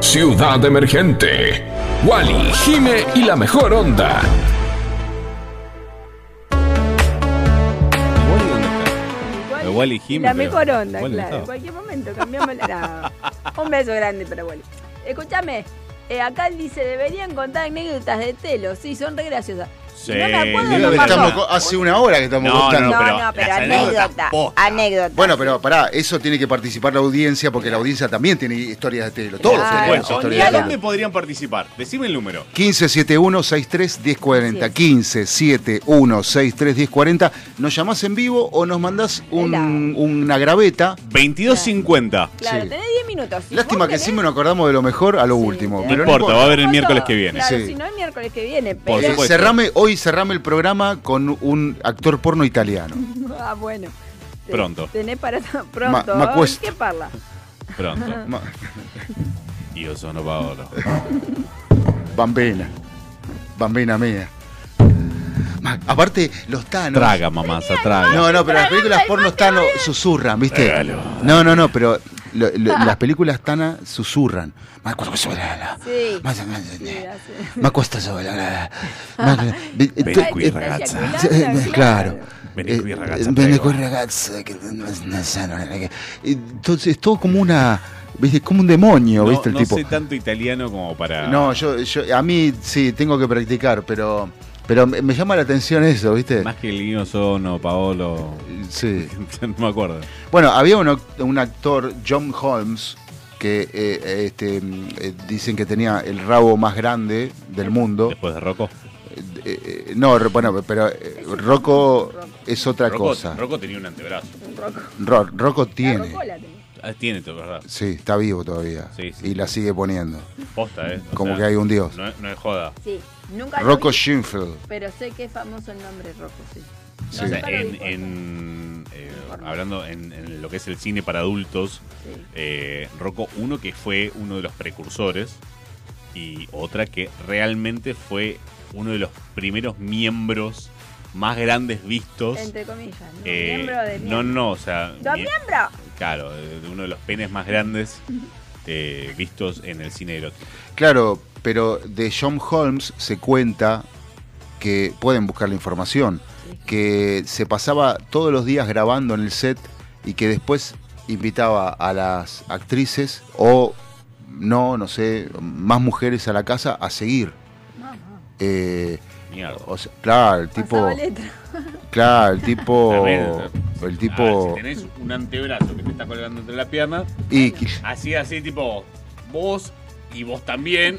[SPEAKER 1] Ciudad Emergente. Wally, Jime y la mejor onda.
[SPEAKER 2] ¿Wally dónde está?
[SPEAKER 3] Wally-
[SPEAKER 2] Eh, Wally Jimmy,
[SPEAKER 3] La
[SPEAKER 2] pero-
[SPEAKER 3] mejor onda,
[SPEAKER 2] Wally no
[SPEAKER 3] claro. En
[SPEAKER 2] estaba.
[SPEAKER 3] cualquier momento cambiamos la. no. Un beso grande para Wally. Escúchame, eh, acá él dice: deberían contar anécdotas de Telo. Sí, son re graciosas.
[SPEAKER 2] Sí.
[SPEAKER 3] No me acuerdo,
[SPEAKER 2] Creo
[SPEAKER 3] no
[SPEAKER 2] que
[SPEAKER 3] me
[SPEAKER 4] Estamos
[SPEAKER 3] acuerdo.
[SPEAKER 2] está-
[SPEAKER 4] co- hace una hora que estamos
[SPEAKER 2] No,
[SPEAKER 4] contando.
[SPEAKER 2] no,
[SPEAKER 3] No,
[SPEAKER 2] pero
[SPEAKER 3] no, pero
[SPEAKER 2] las anécdotas,
[SPEAKER 3] anécdota.
[SPEAKER 2] posta.
[SPEAKER 3] Anécdota.
[SPEAKER 4] Bueno, pero pará, eso tiene que participar la audiencia porque la audiencia también tiene historias de telo. Todos
[SPEAKER 3] Claro.
[SPEAKER 4] tenemos
[SPEAKER 2] Bueno, ¿y
[SPEAKER 4] historias
[SPEAKER 2] a
[SPEAKER 4] de
[SPEAKER 2] dónde
[SPEAKER 4] telo.
[SPEAKER 2] podrían participar? Decime el número.
[SPEAKER 4] 1571-63-1040. 1571-63-1040. Nos llamás en vivo o nos mandás un-
[SPEAKER 3] Helado.
[SPEAKER 4] una graveta.
[SPEAKER 2] 2250.
[SPEAKER 3] Claro,
[SPEAKER 4] sí.
[SPEAKER 3] tenés 10 minutos. Si
[SPEAKER 4] Lástima
[SPEAKER 3] vos
[SPEAKER 4] que
[SPEAKER 3] querés-
[SPEAKER 4] siempre nos acordamos de lo mejor a lo último.
[SPEAKER 2] No
[SPEAKER 3] No
[SPEAKER 4] pero
[SPEAKER 2] importa, va a haber el
[SPEAKER 3] Foto,
[SPEAKER 2] miércoles que viene.
[SPEAKER 3] Claro,
[SPEAKER 4] Sí.
[SPEAKER 3] si no el miércoles que viene.
[SPEAKER 2] Por
[SPEAKER 4] Eh,
[SPEAKER 3] pero-
[SPEAKER 2] supuesto.
[SPEAKER 4] cerrame, hoy cerrame el programa con un actor porno italiano.
[SPEAKER 3] Ah, bueno. Te-
[SPEAKER 2] Pronto.
[SPEAKER 3] Tenés para pronto.
[SPEAKER 4] ma
[SPEAKER 3] Ay,
[SPEAKER 4] cuesta.
[SPEAKER 3] ¿Qué parla?
[SPEAKER 2] Pronto.
[SPEAKER 4] Ma-
[SPEAKER 2] Io sono Paolo.
[SPEAKER 4] Bambena. Bambena mía. Ma- Aparte, los tanos.
[SPEAKER 2] Traga, mamasa, traga.
[SPEAKER 4] No, no, pero las películas porno están susurran, ¿viste?
[SPEAKER 2] Regalo.
[SPEAKER 4] No, no, no, pero lo- lo- las películas tana susurran. Más cuesta sobre la-
[SPEAKER 3] Sí.
[SPEAKER 4] más- más-
[SPEAKER 3] Sí, hace-
[SPEAKER 4] más cuesta sobre la- más- ve-
[SPEAKER 2] Ven
[SPEAKER 4] eh,
[SPEAKER 2] qui, ragazza.
[SPEAKER 4] eh, Claro.
[SPEAKER 2] Ven qui,
[SPEAKER 4] Eh,
[SPEAKER 2] ragazza,
[SPEAKER 4] ven
[SPEAKER 2] prego.
[SPEAKER 4] qui, ragazza, que no es- no es sano, la que- Entonces, es todo como una. ¿Viste? Como un demonio,
[SPEAKER 2] No,
[SPEAKER 4] ¿viste? El
[SPEAKER 2] no
[SPEAKER 4] tipo.
[SPEAKER 2] sé tanto italiano como para.
[SPEAKER 4] No, yo, yo, a mí sí, tengo que practicar, pero, pero me, me llama la atención eso, ¿viste?
[SPEAKER 2] Más que el Io sono Paolo.
[SPEAKER 4] Sí.
[SPEAKER 2] no me acuerdo.
[SPEAKER 4] Bueno, había un, act- un actor, John Holmes, que eh, este, mm, eh, dicen que tenía el rabo más grande del mundo.
[SPEAKER 2] Después de Rocco.
[SPEAKER 4] Eh, eh, no, re- bueno, pero eh, Rocco es otra
[SPEAKER 2] Rocco,
[SPEAKER 4] cosa.
[SPEAKER 2] Rocco tenía un antebrazo.
[SPEAKER 4] Ro- Rocco
[SPEAKER 3] La
[SPEAKER 4] tiene.
[SPEAKER 3] rocola tenés.
[SPEAKER 2] Ah, tiene todo, ¿verdad?
[SPEAKER 4] Sí, está vivo todavía.
[SPEAKER 2] Sí, sí.
[SPEAKER 4] Y la sigue poniendo.
[SPEAKER 2] Posta, ¿eh? O
[SPEAKER 4] Como
[SPEAKER 2] sea,
[SPEAKER 4] que hay un dios.
[SPEAKER 2] No, es- no es joda.
[SPEAKER 3] Sí, nunca lo
[SPEAKER 4] Rocco
[SPEAKER 3] vi,
[SPEAKER 4] Schinfeld.
[SPEAKER 3] pero sé que es famoso el nombre Rocco, sí.
[SPEAKER 4] Sí.
[SPEAKER 2] O sea,
[SPEAKER 3] Nunca lo vi,
[SPEAKER 2] en,
[SPEAKER 3] por
[SPEAKER 2] en, eh, hablando en, en lo que es el cine para adultos,
[SPEAKER 3] Sí.
[SPEAKER 2] eh, Rocco 1 que fue uno de los precursores y otra que realmente fue uno de los primeros miembros más grandes vistos.
[SPEAKER 3] Entre comillas, ¿no?
[SPEAKER 2] eh,
[SPEAKER 3] miembro de
[SPEAKER 2] no, no, o sea,
[SPEAKER 3] ¡Dos
[SPEAKER 2] mie-
[SPEAKER 3] miembros!
[SPEAKER 2] claro, de de uno de los penes más grandes eh, vistos en el cine erótico.
[SPEAKER 4] Claro, pero de John Holmes se cuenta que pueden buscar la información, que se pasaba todos los días grabando en el set y que después invitaba a las actrices o no, no sé, más mujeres a la casa a seguir. Eh,
[SPEAKER 2] Mierda.
[SPEAKER 4] o sea, claro, el tipo,
[SPEAKER 3] Pasaba letra.
[SPEAKER 4] claro, el tipo,
[SPEAKER 2] También,
[SPEAKER 4] el
[SPEAKER 2] Ah, si
[SPEAKER 4] tipo
[SPEAKER 2] tenés un antebrazo que te está colgando entre las piernas,
[SPEAKER 4] y
[SPEAKER 2] así, así, tipo, vos y vos también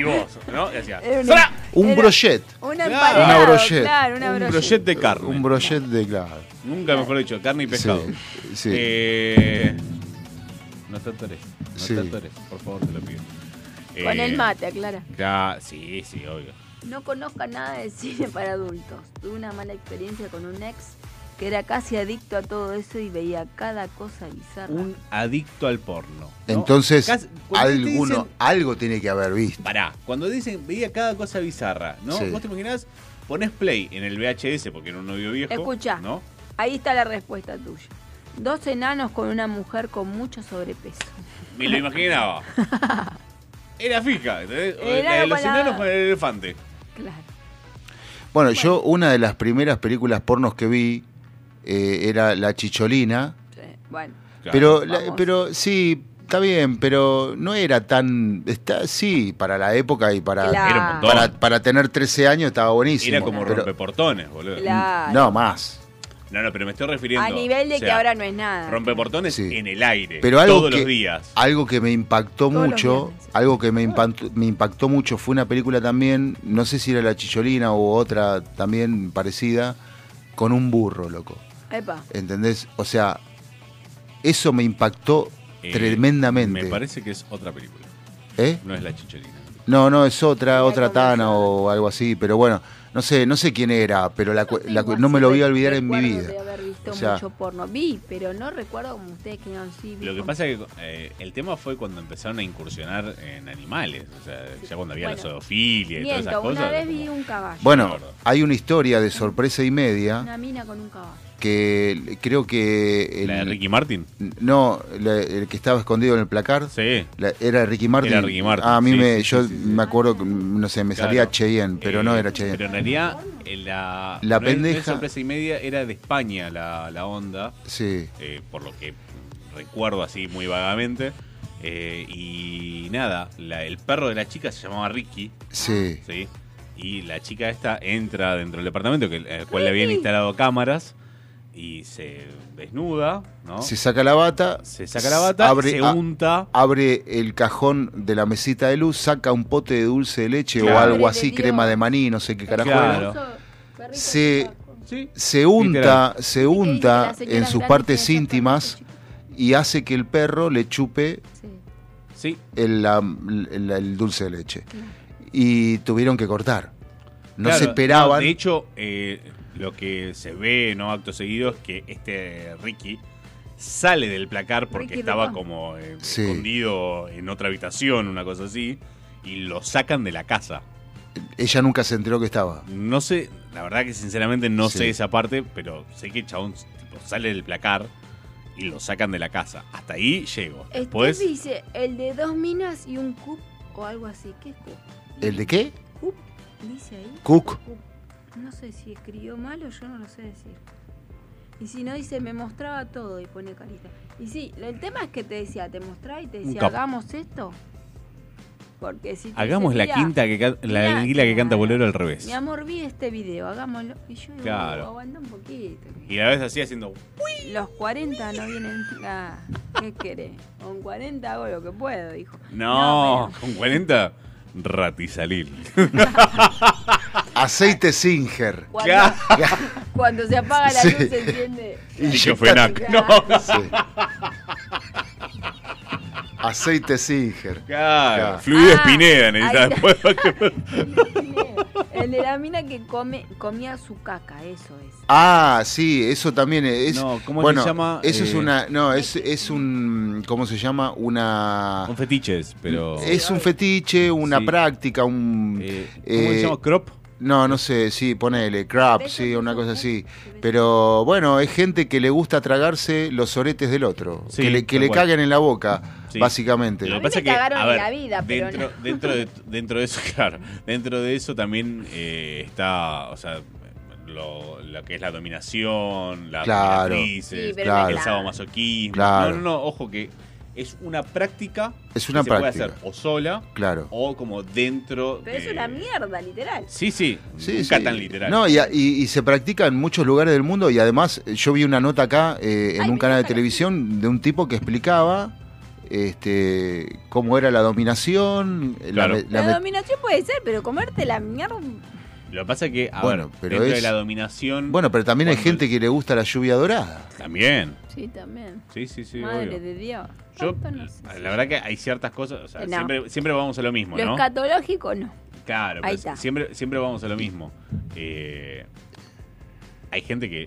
[SPEAKER 2] y vos, ¿no? Y hacía,
[SPEAKER 3] Era una-
[SPEAKER 2] ¡zra!
[SPEAKER 4] un
[SPEAKER 3] Era-
[SPEAKER 4] brochet,
[SPEAKER 3] Una
[SPEAKER 2] Claro.
[SPEAKER 3] empanada.
[SPEAKER 4] Una brocheta.
[SPEAKER 3] Claro, una
[SPEAKER 2] un
[SPEAKER 3] brocheta.
[SPEAKER 2] brochet de carne.
[SPEAKER 4] un brochet de claro.
[SPEAKER 2] Nunca mejor dicho, carne y pescado.
[SPEAKER 4] Sí, sí.
[SPEAKER 2] Eh, no tatores, no
[SPEAKER 4] Sí.
[SPEAKER 2] tatores, por favor, te lo pido.
[SPEAKER 3] Con
[SPEAKER 2] Eh,
[SPEAKER 3] el mate, aclara.
[SPEAKER 2] ya, sí, sí, obvio.
[SPEAKER 3] No conozca nada de cine para adultos. Tuve una mala experiencia con un ex que era casi adicto a todo eso y veía cada cosa bizarra.
[SPEAKER 2] Un adicto al porno. ¿no?
[SPEAKER 4] Entonces,
[SPEAKER 2] Casi- cuando te
[SPEAKER 4] alguno,
[SPEAKER 2] dicen-
[SPEAKER 4] algo tiene que haber visto.
[SPEAKER 2] pará, cuando dicen, veía cada cosa bizarra, ¿no?
[SPEAKER 4] Sí.
[SPEAKER 2] Vos te imaginás, pones play en el VHS porque era un novio viejo.
[SPEAKER 3] Escuchá.
[SPEAKER 2] ¿No?
[SPEAKER 3] Ahí está la respuesta tuya. Dos enanos con una mujer con mucho sobrepeso.
[SPEAKER 2] Me lo imaginaba. Era fija, ¿entendés?
[SPEAKER 3] Era
[SPEAKER 2] la de los
[SPEAKER 3] para-
[SPEAKER 2] enanos con el elefante.
[SPEAKER 3] Claro.
[SPEAKER 4] Bueno, yo una de las primeras películas pornos que vi eh, era La Chicholina,
[SPEAKER 3] Sí, Bueno.
[SPEAKER 2] Claro.
[SPEAKER 4] pero, la-
[SPEAKER 3] Vamos.
[SPEAKER 4] pero sí, está bien, pero no era tan... Está, sí, para la época y para,
[SPEAKER 3] Claro.
[SPEAKER 2] Era un montón.
[SPEAKER 4] para, para tener 13 años estaba buenísimo.
[SPEAKER 2] Era como
[SPEAKER 4] pero-
[SPEAKER 2] rompeportones, boludo.
[SPEAKER 3] Claro.
[SPEAKER 4] No, más.
[SPEAKER 2] No, no, pero me estoy refiriendo.
[SPEAKER 3] A nivel de
[SPEAKER 2] o sea,
[SPEAKER 3] que ahora no es nada.
[SPEAKER 2] Rompeportones
[SPEAKER 4] Sí.
[SPEAKER 2] en el aire.
[SPEAKER 4] Pero algo
[SPEAKER 2] todos
[SPEAKER 4] que,
[SPEAKER 2] los días.
[SPEAKER 4] Algo que me impactó
[SPEAKER 3] Todos los
[SPEAKER 4] mucho,
[SPEAKER 3] viernes.
[SPEAKER 4] algo que me impactó, me impactó mucho fue una película también, no sé si era La Chicholina o otra también parecida, con un burro, loco.
[SPEAKER 3] Epa.
[SPEAKER 4] ¿Entendés? O sea, eso me impactó
[SPEAKER 2] Eh,
[SPEAKER 4] tremendamente.
[SPEAKER 2] Me parece que es otra película.
[SPEAKER 4] ¿Eh?
[SPEAKER 2] No es la chicharina.
[SPEAKER 4] No, no, es otra, otra
[SPEAKER 3] conversación.
[SPEAKER 4] Tana o algo así, pero bueno, no sé, no sé quién era, pero la, cu- la cu-
[SPEAKER 3] Tengo
[SPEAKER 4] no me
[SPEAKER 3] así
[SPEAKER 4] lo voy a
[SPEAKER 3] re-
[SPEAKER 4] olvidar en mi
[SPEAKER 3] recuerdos
[SPEAKER 4] vida.
[SPEAKER 3] De haber visto
[SPEAKER 4] O sea-
[SPEAKER 3] mucho porno. Vi, pero no recuerdo como ustedes que no sí. vi
[SPEAKER 2] Lo que
[SPEAKER 3] con-
[SPEAKER 2] pasa es que eh, el tema fue cuando empezaron a incursionar en animales. O sea, ya cuando había la
[SPEAKER 3] Bueno.
[SPEAKER 2] zoofilia y todas esas
[SPEAKER 3] Miento,
[SPEAKER 2] cosas.
[SPEAKER 3] una vez
[SPEAKER 2] como-
[SPEAKER 3] vi un caballo.
[SPEAKER 4] Bueno, hay una historia de sorpresa y media
[SPEAKER 3] Una mina con un caballo.
[SPEAKER 4] que creo que... el-
[SPEAKER 2] ¿La de Ricky Martin?
[SPEAKER 4] No, la- el que estaba escondido en el placar.
[SPEAKER 2] Sí.
[SPEAKER 4] La- era Ricky Martin.
[SPEAKER 2] Era Ricky Martin,
[SPEAKER 4] Ah, a mí
[SPEAKER 2] sí,
[SPEAKER 4] me,
[SPEAKER 2] sí,
[SPEAKER 4] yo
[SPEAKER 2] sí, sí, sí.
[SPEAKER 4] me acuerdo, que, no sé, me
[SPEAKER 2] Claro.
[SPEAKER 4] salía Cheyenne, pero
[SPEAKER 2] Eh,
[SPEAKER 4] no era Cheyenne.
[SPEAKER 2] Pero en realidad, eh, la,
[SPEAKER 4] La
[SPEAKER 2] no es- no es
[SPEAKER 4] pendeja-
[SPEAKER 2] sorpresa y media era de España la, la onda,
[SPEAKER 4] Sí.
[SPEAKER 2] eh, por lo que recuerdo así muy vagamente. Eh, y nada, la- el perro de la chica se llamaba Ricky,
[SPEAKER 4] Sí.
[SPEAKER 2] ¿sí? Y la chica esta entra dentro del departamento, que, el cual le habían instalado cámaras, y se desnuda, ¿no?
[SPEAKER 4] Se saca la bata.
[SPEAKER 2] Se saca la bata,
[SPEAKER 4] abre-
[SPEAKER 2] se
[SPEAKER 4] a-
[SPEAKER 2] unta.
[SPEAKER 4] abre el cajón de la mesita de luz, saca un pote de dulce de leche
[SPEAKER 2] Claro.
[SPEAKER 4] o algo así,
[SPEAKER 3] Dios.
[SPEAKER 4] crema de maní, no sé qué carajo.
[SPEAKER 2] Claro.
[SPEAKER 4] era.
[SPEAKER 3] Perrito
[SPEAKER 4] Se,
[SPEAKER 2] Sí.
[SPEAKER 4] se unta,
[SPEAKER 2] Literal.
[SPEAKER 4] se
[SPEAKER 3] que dice que
[SPEAKER 4] unta
[SPEAKER 3] las señoras
[SPEAKER 4] en sus
[SPEAKER 3] grandes
[SPEAKER 4] partes
[SPEAKER 3] tienen que
[SPEAKER 4] íntimas y hace que el perro le chupe
[SPEAKER 3] Sí.
[SPEAKER 2] Sí,
[SPEAKER 4] el, la- el- el dulce de leche. Y tuvieron que cortar. No
[SPEAKER 2] Claro,
[SPEAKER 4] se esperaban.
[SPEAKER 2] no, de hecho, eh, lo que se ve, ¿no? Acto seguido es que este Ricky sale del placar porque
[SPEAKER 3] Ricky
[SPEAKER 2] estaba
[SPEAKER 3] Ricón.
[SPEAKER 2] como eh,
[SPEAKER 4] Sí.
[SPEAKER 2] escondido en otra habitación, una cosa así, y lo sacan de la casa.
[SPEAKER 4] Ella nunca se enteró que estaba.
[SPEAKER 2] No sé, la verdad que sinceramente no
[SPEAKER 4] Sí.
[SPEAKER 2] sé esa parte, pero sé que el chabón tipo, sale del placar y lo sacan de la casa. Hasta ahí llego. Después,
[SPEAKER 3] Steve dice, el de dos minas y un cup o algo así. ¿Qué es cup?
[SPEAKER 4] ¿El de qué?
[SPEAKER 3] Cup, dice ahí.
[SPEAKER 4] Cook.
[SPEAKER 3] No sé si escribió mal o yo no lo sé decir. Y si no, dice, me mostraba todo y pone carita. Y sí, lo- el tema es que te decía, te mostraba y te decía,
[SPEAKER 2] capo.
[SPEAKER 3] hagamos esto. Porque si te
[SPEAKER 2] hagamos
[SPEAKER 3] dice,
[SPEAKER 2] la
[SPEAKER 3] "Mirá,
[SPEAKER 2] quinta que can- la
[SPEAKER 3] mirá,
[SPEAKER 2] anguila que canta
[SPEAKER 3] claro.
[SPEAKER 2] bolero al revés.
[SPEAKER 3] Mi amor, vi este video, hagámoslo. Y yo digo,
[SPEAKER 2] Claro.
[SPEAKER 3] aguanta un poquito.
[SPEAKER 2] Y la ves así haciendo.
[SPEAKER 3] Los 40 no vienen nada. ¿Qué querés? Con 40 hago lo que puedo, dijo.
[SPEAKER 2] No,
[SPEAKER 3] pero-
[SPEAKER 2] con 40, ratizalil.
[SPEAKER 4] Aceite Singer.
[SPEAKER 3] Cuando, cuando se apaga la
[SPEAKER 4] Sí.
[SPEAKER 3] luz se enciende.
[SPEAKER 2] Diclofenac.
[SPEAKER 3] No.
[SPEAKER 4] Sí. Aceite Singer.
[SPEAKER 2] Claro,
[SPEAKER 4] Claro.
[SPEAKER 2] fluido
[SPEAKER 3] Ah,
[SPEAKER 2] Espineda
[SPEAKER 3] ahí
[SPEAKER 2] necesitas después.
[SPEAKER 3] El de la mina que come, comía su caca, eso es.
[SPEAKER 4] Ah, sí, eso también es.
[SPEAKER 2] No, ¿cómo se
[SPEAKER 4] bueno,
[SPEAKER 2] llama?
[SPEAKER 4] Eso es
[SPEAKER 2] Eh,
[SPEAKER 4] una. No, es, es un. ¿Cómo se llama? Una.
[SPEAKER 2] Con fetiches, pero.
[SPEAKER 4] Es un fetiche, una
[SPEAKER 2] Sí.
[SPEAKER 4] práctica, un.
[SPEAKER 2] eh, ¿Cómo
[SPEAKER 4] eh,
[SPEAKER 2] se llama? Crop.
[SPEAKER 4] No, no sé, sí, ponele, crap, sí, una cosa así. Pero bueno, es gente que le gusta tragarse los oretes del otro.
[SPEAKER 2] Sí,
[SPEAKER 4] que le, que
[SPEAKER 2] tal
[SPEAKER 4] le
[SPEAKER 2] cual.
[SPEAKER 4] caguen en la boca,
[SPEAKER 2] Sí.
[SPEAKER 4] básicamente.
[SPEAKER 2] Lo que
[SPEAKER 3] me
[SPEAKER 2] pasa que,
[SPEAKER 3] cagaron
[SPEAKER 2] a
[SPEAKER 3] en
[SPEAKER 2] ver,
[SPEAKER 3] la vida, pero
[SPEAKER 2] dentro,
[SPEAKER 3] no.
[SPEAKER 2] dentro, de, dentro de eso, claro, dentro de eso también eh, está, o sea, lo, lo que es la dominación, las
[SPEAKER 4] Claro.
[SPEAKER 2] dominatrices,
[SPEAKER 3] Sí, pero
[SPEAKER 4] Claro.
[SPEAKER 2] el sadomasoquismo.
[SPEAKER 4] Claro.
[SPEAKER 2] No, no, no, ojo que es una práctica
[SPEAKER 4] Es una
[SPEAKER 2] que se
[SPEAKER 4] práctica.
[SPEAKER 2] puede hacer o sola
[SPEAKER 4] Claro.
[SPEAKER 2] o como dentro
[SPEAKER 3] Pero es
[SPEAKER 2] de-
[SPEAKER 3] una mierda, literal.
[SPEAKER 2] Sí, sí,
[SPEAKER 4] Sí,
[SPEAKER 2] nunca
[SPEAKER 4] sí.
[SPEAKER 2] tan literal.
[SPEAKER 4] No, y, y- y se practica en muchos lugares del mundo y además eh, yo vi una nota acá eh, en
[SPEAKER 3] Ay,
[SPEAKER 4] un
[SPEAKER 3] me
[SPEAKER 4] canal de
[SPEAKER 3] encanta.
[SPEAKER 4] televisión de un tipo que explicaba este, cómo era la dominación, la
[SPEAKER 2] Claro.
[SPEAKER 4] me- la
[SPEAKER 3] La,
[SPEAKER 4] me-
[SPEAKER 3] dominación puede ser, pero comerte la mierda.
[SPEAKER 2] Lo que pasa que, a
[SPEAKER 4] Bueno,
[SPEAKER 2] ver,
[SPEAKER 4] pero
[SPEAKER 2] dentro
[SPEAKER 4] es-
[SPEAKER 2] de la dominación.
[SPEAKER 4] bueno, pero también hay
[SPEAKER 2] Cuando-
[SPEAKER 4] gente que le gusta la lluvia dorada.
[SPEAKER 2] También.
[SPEAKER 3] Sí, también.
[SPEAKER 2] Sí, sí, sí.
[SPEAKER 3] Madre
[SPEAKER 2] obvio.
[SPEAKER 3] de Dios.
[SPEAKER 2] Yo,
[SPEAKER 3] Tanto no sé.
[SPEAKER 2] la verdad que hay ciertas cosas. o sea,
[SPEAKER 3] No.
[SPEAKER 2] siempre, siempre vamos a lo mismo,
[SPEAKER 3] Lo
[SPEAKER 2] ¿no?
[SPEAKER 3] escatológico no.
[SPEAKER 2] Claro,
[SPEAKER 3] Ahí
[SPEAKER 2] pero
[SPEAKER 3] está.
[SPEAKER 2] siempre, siempre vamos a lo mismo. Eh, hay gente que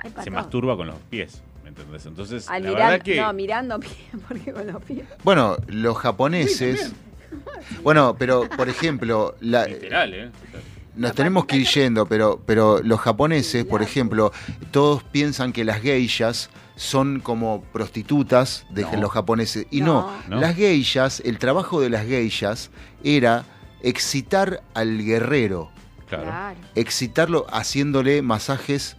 [SPEAKER 3] Hay
[SPEAKER 2] se
[SPEAKER 3] patón.
[SPEAKER 2] masturba con los pies. ¿Me entendés? Entonces,
[SPEAKER 3] Al
[SPEAKER 2] la
[SPEAKER 3] mirar-
[SPEAKER 2] verdad que.
[SPEAKER 3] No, mirando pie, porque con los pies.
[SPEAKER 4] Bueno, los japoneses... bueno, pero por ejemplo, la-
[SPEAKER 2] literal, ¿eh?
[SPEAKER 4] nos tenemos que ir yendo, pero, pero los japoneses, por ejemplo, todos piensan que las geishas son como prostitutas de
[SPEAKER 2] No.
[SPEAKER 4] los japoneses. Y no,
[SPEAKER 2] No. No.
[SPEAKER 4] las geishas, el trabajo de las geishas era excitar al guerrero,
[SPEAKER 2] Claro.
[SPEAKER 4] excitarlo haciéndole masajes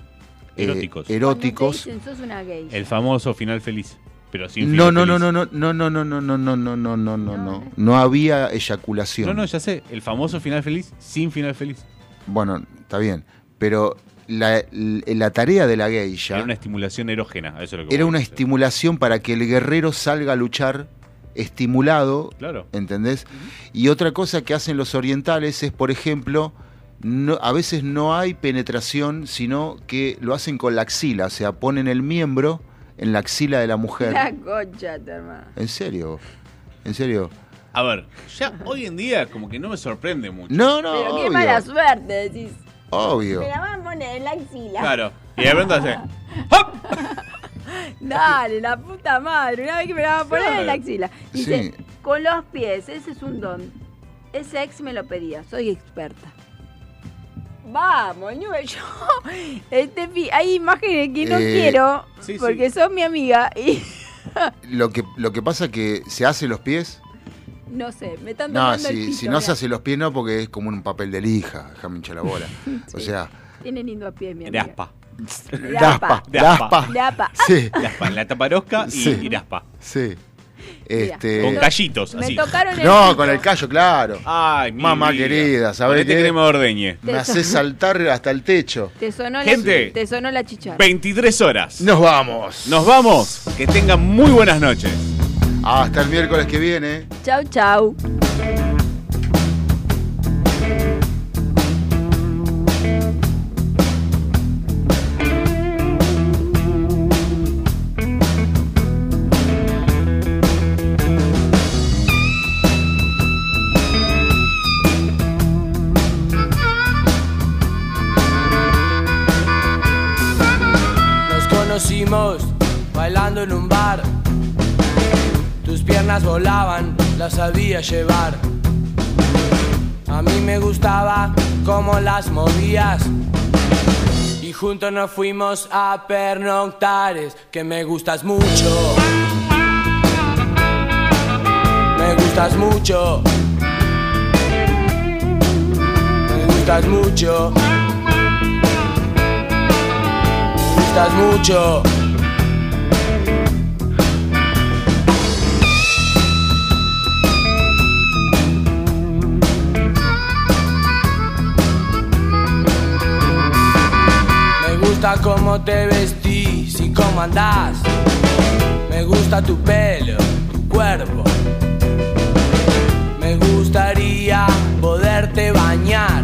[SPEAKER 4] eh,
[SPEAKER 2] Eróticos.
[SPEAKER 4] eróticos.
[SPEAKER 3] Cuando te dicen, "Sos una gay".
[SPEAKER 2] El famoso final feliz. Pero sin final
[SPEAKER 4] No, no, no,
[SPEAKER 2] feliz.
[SPEAKER 4] no, no, no, no, no, no, no, no, no, no, no, no,
[SPEAKER 3] No.
[SPEAKER 4] no. No había eyaculación.
[SPEAKER 2] No, no, ya sé. El famoso final feliz sin final feliz.
[SPEAKER 4] Bueno, está bien. Pero la, la tarea de la geisha.
[SPEAKER 2] Era una estimulación erógena. a Eso es lo que
[SPEAKER 4] Era
[SPEAKER 2] voy.
[SPEAKER 4] una estimulación para que el guerrero salga a luchar estimulado,
[SPEAKER 2] Claro.
[SPEAKER 4] ¿entendés? Y otra cosa que hacen los orientales es, por ejemplo, no, a veces no hay penetración, sino que lo hacen con la axila, o sea, ponen el miembro en la axila de la mujer.
[SPEAKER 3] La concha, tu hermano.
[SPEAKER 4] ¿En serio? ¿En serio?
[SPEAKER 2] A ver, ya hoy en día como que no me sorprende mucho.
[SPEAKER 4] No, no,
[SPEAKER 3] Pero qué mala
[SPEAKER 4] obvio.
[SPEAKER 3] suerte, decís.
[SPEAKER 4] Obvio.
[SPEAKER 3] Me la van a poner en la axila.
[SPEAKER 2] Claro. Y de pronto hace.
[SPEAKER 3] Dale, la puta madre, una vez que me la va a poner en Ah, la
[SPEAKER 2] Claro.
[SPEAKER 3] axila. Dice,
[SPEAKER 4] Sí.
[SPEAKER 3] con los pies, ese es un don. Ese ex me lo pedía, soy experta. Vamos, New York. Yo- este, pi- hay imágenes que no
[SPEAKER 4] Eh,
[SPEAKER 3] quiero
[SPEAKER 2] sí, sí.
[SPEAKER 3] porque son mi amiga y
[SPEAKER 4] Lo que, lo que pasa que se hace los pies.
[SPEAKER 3] no sé, me están
[SPEAKER 4] No,
[SPEAKER 3] tomando el
[SPEAKER 4] si,
[SPEAKER 3] pito,
[SPEAKER 4] si no se
[SPEAKER 3] mirá.
[SPEAKER 4] hace los pies no, porque es como un papel de lija, déjame hinchar la bola. O sea,
[SPEAKER 3] Tiene lindo a pie mi
[SPEAKER 2] De
[SPEAKER 3] amiga. Ah,
[SPEAKER 2] aspa.
[SPEAKER 4] raspa,
[SPEAKER 2] De aspa.
[SPEAKER 4] raspa.
[SPEAKER 3] De aspa.
[SPEAKER 4] Sí,
[SPEAKER 2] De aspa, en la taparosca y,
[SPEAKER 4] Sí.
[SPEAKER 2] y de aspa.
[SPEAKER 4] sí.
[SPEAKER 3] Mira.
[SPEAKER 2] Con
[SPEAKER 4] Este,
[SPEAKER 2] callitos,
[SPEAKER 3] Me
[SPEAKER 2] así.
[SPEAKER 3] tocaron el
[SPEAKER 4] no,
[SPEAKER 3] pito.
[SPEAKER 4] con el callo, claro.
[SPEAKER 2] Ay, mi
[SPEAKER 4] Mamá
[SPEAKER 2] vida.
[SPEAKER 4] querida, ¿sabés
[SPEAKER 2] Ponete
[SPEAKER 4] qué?
[SPEAKER 2] crema de ordeñe.
[SPEAKER 4] Me hace saltar hasta el techo.
[SPEAKER 3] Te sonó
[SPEAKER 2] Gente.
[SPEAKER 3] la te sonó la chicharra.
[SPEAKER 2] 23 horas.
[SPEAKER 4] Nos vamos.
[SPEAKER 2] Nos vamos. Que tengan muy buenas noches.
[SPEAKER 4] Hasta el miércoles que viene.
[SPEAKER 3] Chau, chau.
[SPEAKER 9] Nos conocimos bailando en un bar. Tus piernas volaban, las sabía llevar. A mí me gustaba cómo las movías. Y juntos nos fuimos a pernoctares, que me gustas mucho. Me gustas mucho. Me gustas mucho. Me gustas mucho. Me gusta cómo te vestís y cómo andás. Me gusta tu pelo, tu cuerpo. Me gustaría poderte bañar.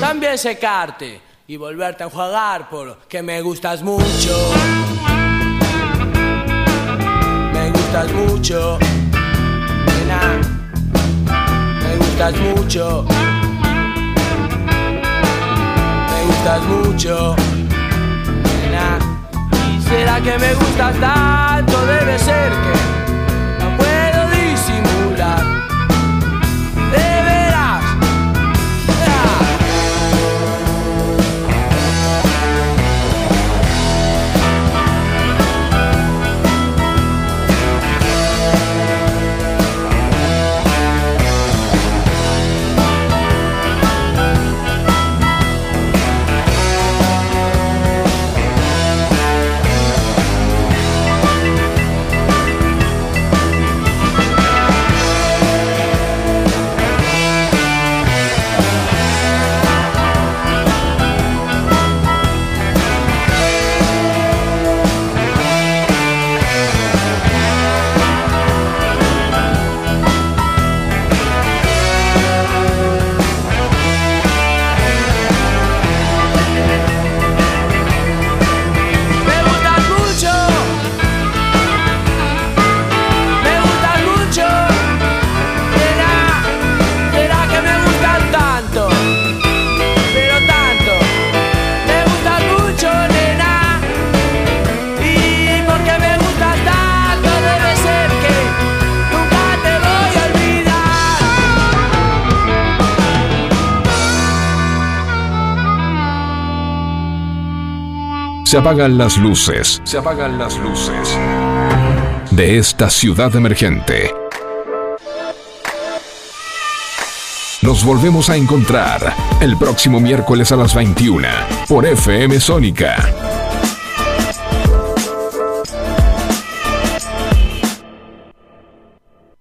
[SPEAKER 9] También secarte y volverte a enjuagar porque me gustas mucho. Me gustas mucho. Nena. Me gustas mucho. Me gustas mucho. Nena. ¿Y será que me gustas tanto? Debe ser que no puedo disimular. De veras. Ah. Me gustas mucho. Me gustas mucho. Será, será que me gustan tanto. Pero tanto. Me gustas mucho, nena. Y porque me gustas tanto, debe ser que nunca te voy a olvidar.
[SPEAKER 1] Se apagan las luces. Se apagan las luces. De esta ciudad emergente. Nos volvemos a encontrar el próximo miércoles a las 21 por FM Sónica.